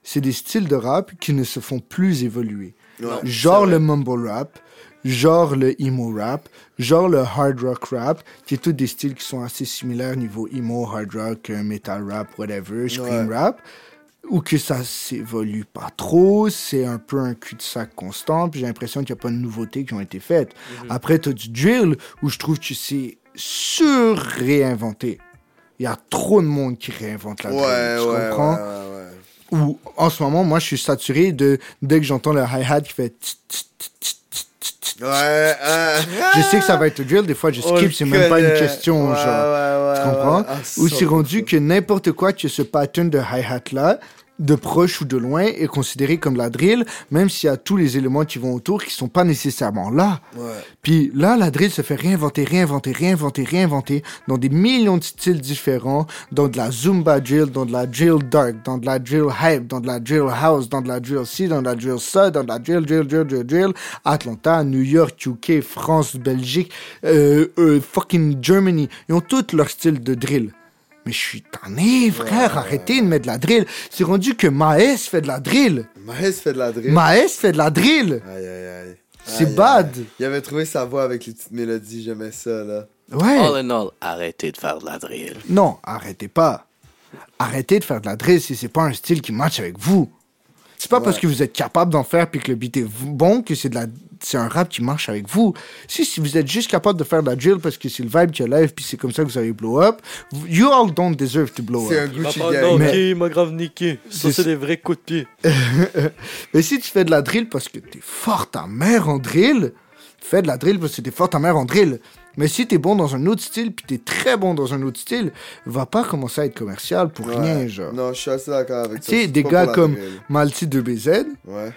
S2: c'est des styles de rap qui ne se font plus évoluer.
S4: Ouais.
S2: Genre
S3: c'est
S2: le mumble rap, genre le emo rap, genre le hard rock rap, qui est tous des styles qui sont assez similaires niveau emo, hard rock, euh, metal rap, whatever, scream
S4: Ouais.
S2: rap, ou que ça s'évolue pas trop, c'est un peu un cul-de-sac constant, puis j'ai l'impression qu'il n'y a pas de nouveautés qui ont été faites.
S4: Mhm.
S2: Après, t'as du drill, où je trouve que c'est sur-réinventé. Il y a trop de monde qui réinvente la
S4: Ouais,
S2: drill,
S4: ouais,
S2: tu
S4: ouais,
S2: comprends?
S4: ouais, ouais.
S2: où en ce moment, moi, je suis saturé de dès que j'entends le hi-hat qui fait. tch, tch, tch, tch, tch, tch, tch.
S4: Ouais, hein,
S2: Je sais que ça va être le drill, des fois je
S4: On le
S2: skip, c'est même pas une
S4: connaît.
S2: question.
S4: Oh, Ouais,
S2: genre,
S4: ouais, ouais,
S2: tu
S4: ouais.
S2: comprends?
S4: Ah,
S2: Ou
S4: ça,
S2: c'est rendu que n'importe quoi que ce pattern de hi-hat là, de proche ou de loin, est considéré comme la drill, même s'il y a tous les éléments qui vont autour qui sont pas nécessairement là.
S6: Ouais.
S2: Puis là, la drill se fait réinventer, réinventer, réinventer, réinventer dans des millions de styles différents, dans de la zumba drill, dans de la drill dark, dans de la drill hype, dans de la drill house, dans de la drill ci, dans de la drill ça, dans de la drill, drill, drill, drill, drill, Atlanta, New York, UK, France, Belgique, euh, euh, fucking Germany. Ils ont tous leur style de drill. Mais je suis tanné, frère, arrêtez de mettre de la drill. C'est rendu que Maes fait de la drill.
S4: Maes fait de la drill.
S2: Maes fait de la drill.
S4: Aïe, aïe, aïe.
S2: C'est
S4: Aïe,
S2: bad.
S4: aïe. Il avait trouvé sa voix avec les petites mélodies, j'aimais ça, là.
S2: Ouais.
S3: Oh,
S7: All in all, arrêtez de faire de la drill.
S2: Non, arrêtez pas. Arrêtez de faire de la drill si c'est pas un style qui match avec vous. C'est pas parce que vous êtes capable d'en faire puis que le beat est bon que c'est de la c'est un rap qui marche avec vous. Si, si vous êtes juste capable de faire de la drill parce que c'est le vibe qui lève puis c'est comme ça que vous allez blow up, vous- you all don't deserve to blow
S4: C'est
S2: up.
S4: un Gucci
S3: m'a pas-
S4: gang.
S3: non,
S2: Mais-
S3: ok, il m'a grave niqué. Ça,
S2: C'est-
S3: c'est des vrais coups de pied.
S2: Mais si tu fais de la drill parce que t'es fort ta mère en drill, fais de la drill parce que t'es fort ta mère en drill. Mais si t'es bon dans un autre style puis t'es très bon dans un autre style, va pas commencer à être commercial pour
S4: Ouais.
S2: rien genre.
S4: Non, je suis assez d'accord avec
S2: Tu
S4: ça.
S2: sais,
S4: C'est
S2: des
S4: pas
S2: gars
S4: pour la
S2: comme
S4: drill.
S2: Malty 2BZ,
S4: Ouais.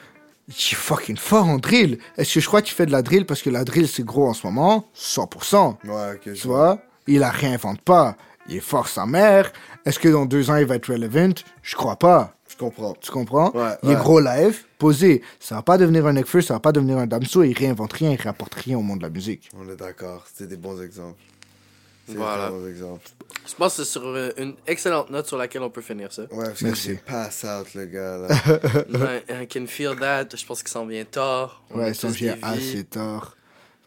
S2: je suis fucking fort en drill. Est-ce que je crois qu'il fait de la drill parce que la drill c'est gros en ce moment 100%.
S4: Ouais, ok. je
S2: Tu
S4: vois.
S2: vois Il la réinvente pas. Il est fort sa mère. Est-ce que dans deux ans il va être relevant Je crois pas.
S4: Je comprends.
S2: Tu comprends
S4: Ouais,
S2: Il est
S4: ouais.
S2: gros live, posé. Ça va pas devenir un Eckfeu, ça va pas devenir un Damso. Il réinvente rien, il rapporte rien au monde de la musique.
S4: On est d'accord. C'est des bons exemples. C'est
S7: Voilà.
S4: des bons exemples.
S3: Je pense que c'est sur euh, une excellente note sur laquelle on peut finir ça.
S2: Euh,
S4: Ouais, parce
S2: Merci.
S4: que c'est pass out, le gars, là.
S3: Ouais, I can feel that. Je pense qu'il s'en vient tard. On
S2: euh. Ouais,
S3: est
S2: ça
S3: tous
S2: vient
S3: des vies.
S2: assez tard.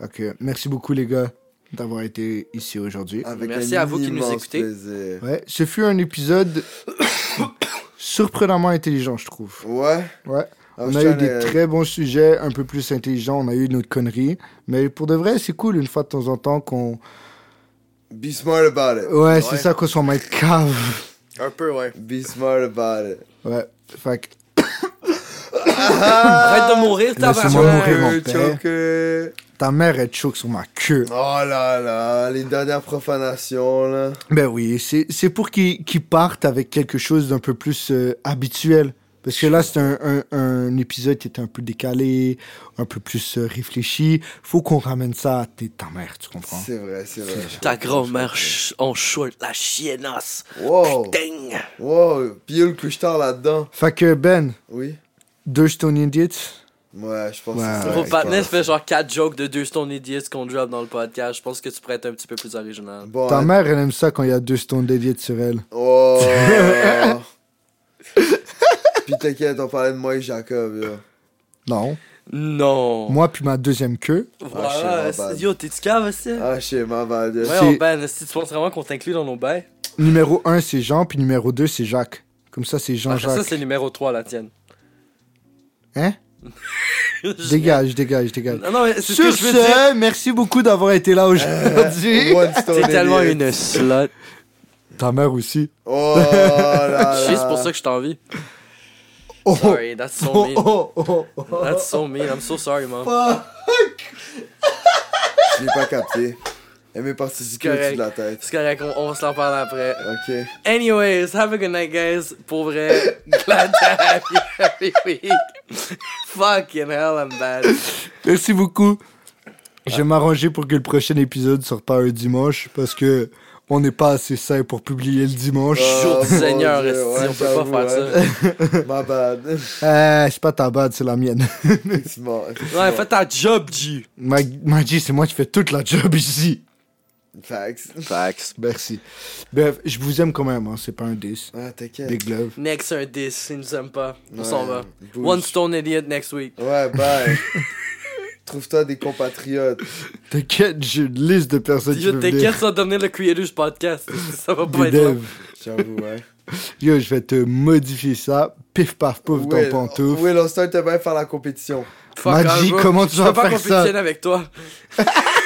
S2: Fait que, merci beaucoup les gars d'avoir été ici aujourd'hui.
S4: Avec
S3: Merci
S4: un
S3: à vous qui nous
S4: immense
S3: écoutez.
S4: plaisir.
S2: Ouais, ce fut un épisode surprenamment intelligent, je trouve.
S4: Ouais.
S2: Ouais.
S4: Ah,
S2: On euh,
S4: je
S2: a
S4: tiens
S2: eu des
S4: à-
S2: très bons sujets, un peu plus intelligents, on a eu notre connerie. Mais pour de vrai, c'est cool une fois de temps en temps qu'on.
S4: Be smart about it.
S2: Ouais, c'est ça qu'on soit mal cave.
S3: Un peu, ouais.
S4: Be smart about it.
S2: Ouais, fait que
S3: Arrête de mourir, tabarnak.
S2: Laissez-moi mourir en
S4: Euh,
S2: paix.
S4: choker.
S2: ta mère, elle choque sur ma queue.
S4: Oh là là, les dernières profanations, là.
S2: Ben oui, c'est c'est pour qu'ils qu'ils partent avec quelque chose d'un peu plus euh, habituel. Parce que là, c'est un, un, un épisode qui est un peu décalé, un peu plus euh, réfléchi. Faut qu'on ramène ça à t'es- ta mère, tu comprends?
S4: C'est vrai, c'est vrai.
S3: Ta grand-mère ch- en short, la chiennasse.
S4: Wow!
S3: Ding!
S4: Wow! Puis il y a le couche-tard là-dedans.
S2: Fait que Ben,
S4: Oui?
S2: deux Stone Idiots.
S4: Ouais, je pense
S2: Ouais,
S4: que c'est
S2: ouais.
S3: Pour
S4: ça.
S3: Patnais, fait genre 4 jokes de deux Stone Idiots qu'on drop dans le podcast. Je pense que tu pourrais être un petit peu plus original.
S4: Bon,
S2: Ta mère, elle aime ça quand il y a deux Stone Idiots sur elle.
S4: Oh! Puis t'inquiète, on parlait de moi et Jacob, là.
S2: Non.
S3: Non!
S2: Moi, puis ma deuxième queue.
S3: Voilà,
S4: Ah, je sais, ma bad.
S3: yo, t'es-tu cave aussi?
S4: Ah, chez ma bad.
S3: Ouais,
S2: c'est-
S3: on ben, si tu penses vraiment qu'on t'inclut dans nos bails?
S2: Numéro un, c'est Jean, puis numéro deux, c'est Jacques. Comme ça, c'est
S3: Après Ah, ça,
S2: Jean-Jacques.
S3: c'est numéro 3, la tienne.
S2: Hein? Dégage, dégage, dégage.
S3: Non, non, mais c'est ce que
S2: Sur
S3: je veux dire. Euh,
S2: ce, merci beaucoup d'avoir été là aujourd'hui.
S4: One stone
S3: T'es tellement
S4: idiot.
S3: une slot.
S2: Ta mère aussi.
S4: Oh là là.
S3: Je sais, c'est pour ça que je t'envie.
S2: Oh,
S3: Sorry, that's so
S2: oh,
S3: mean.
S2: oh, oh, oh.
S3: That's so mean. I'm so sorry, man.
S4: Je l'ai pas capté. Elle m'est partie du cul au-dessus de la tête.
S3: C'est correct, on, on se l'en parle après.
S4: Ok.
S3: Anyways, have a good night, guys. Pour vrai, glad to have you every week. Fucking hell, I'm bad.
S2: Merci beaucoup. Je vais m'arranger pour que le prochain épisode sorte pas un dimanche parce que on n'est pas assez sain pour publier le dimanche.
S3: Jour
S4: Oh,
S3: du
S4: mon
S3: Seigneur,
S4: Dieu,
S3: esti,
S4: ouais,
S3: on peut pas
S4: j'avoue,
S3: faire ça.
S4: Ma bad.
S2: Euh, c'est pas ta bad, c'est la mienne.
S4: Effectivement.
S3: Ouais, fais ta job, G.
S2: Ma- Magie, c'est moi qui fais toute la job ici.
S4: Facts.
S7: Facts.
S2: Merci. Bref, je vous aime quand même, hein, c'est pas un 10.
S4: Ah, t'inquiète.
S2: Big love.
S3: Next, un 10, il nous aime pas. On s'en
S4: Ouais,
S3: va.
S4: bouge.
S3: One stone idiot next week.
S4: Ouais, bye. Trouve-toi des compatriotes.
S2: T'inquiète, j'ai une liste de personnes qui
S3: Yo,
S2: peuvent
S3: t'inquiète,
S2: venir.
S3: ça va devenir le creator du podcast. Ça va pas
S2: Des
S3: être long.
S2: devs.
S4: J'avoue, hein. ouais.
S2: Yo, je vais te modifier ça. Pif paf pouf
S4: Will,
S2: ton pantoufle.
S4: Will, on se bien faire la compétition.
S3: Fuck
S2: Maji,
S3: all, bro.
S2: comment tu
S3: Je
S2: vas
S3: peux pas
S2: faire ça?
S3: compétitionner avec toi.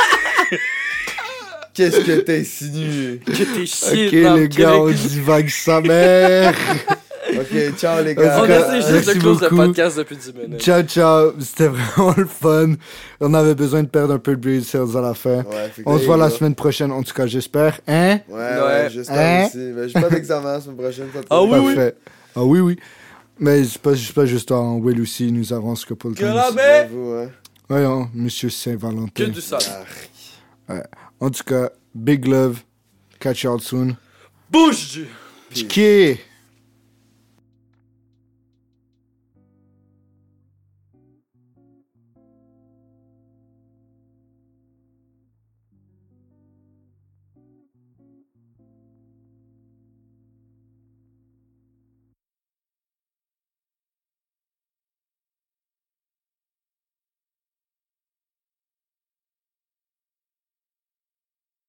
S4: Qu'est-ce que t'insinues?
S3: Que t'es chié,
S2: Ok
S3: dans
S2: les gars, on
S3: Québec.
S2: divague sa mère.
S4: Ok, ciao les
S2: En
S4: gars.
S2: tout
S3: On
S2: cas,
S3: essaie juste
S2: merci
S3: de close
S2: beaucoup.
S3: le podcast depuis 10 minutes.
S2: ciao ciao, c'était vraiment le fun. On avait besoin de perdre un peu de brain cells à la fin.
S4: Ouais, fait que
S2: On se
S4: les
S2: voit la
S4: gars.
S2: semaine prochaine, en tout cas j'espère. Hein
S4: Ouais, ouais,
S3: Ouais.
S4: j'espère
S2: Hein?
S4: aussi. Mais j'ai pas d'examen la semaine prochaine. pas de
S3: Ah oui,
S4: problème.
S2: Parfait. Ah oui oui. Mais c'est pas, c'est pas juste en Will aussi, nous avons ce que Paul
S3: Que la
S2: Thomas.
S3: baie,
S4: J'avoue, hein. Ah.
S2: Voyons, Monsieur
S3: que
S2: Saint-Valentin.
S3: du sale.
S2: En tout cas, big love. Catch you out soon.
S3: Bouge du.
S2: Ski!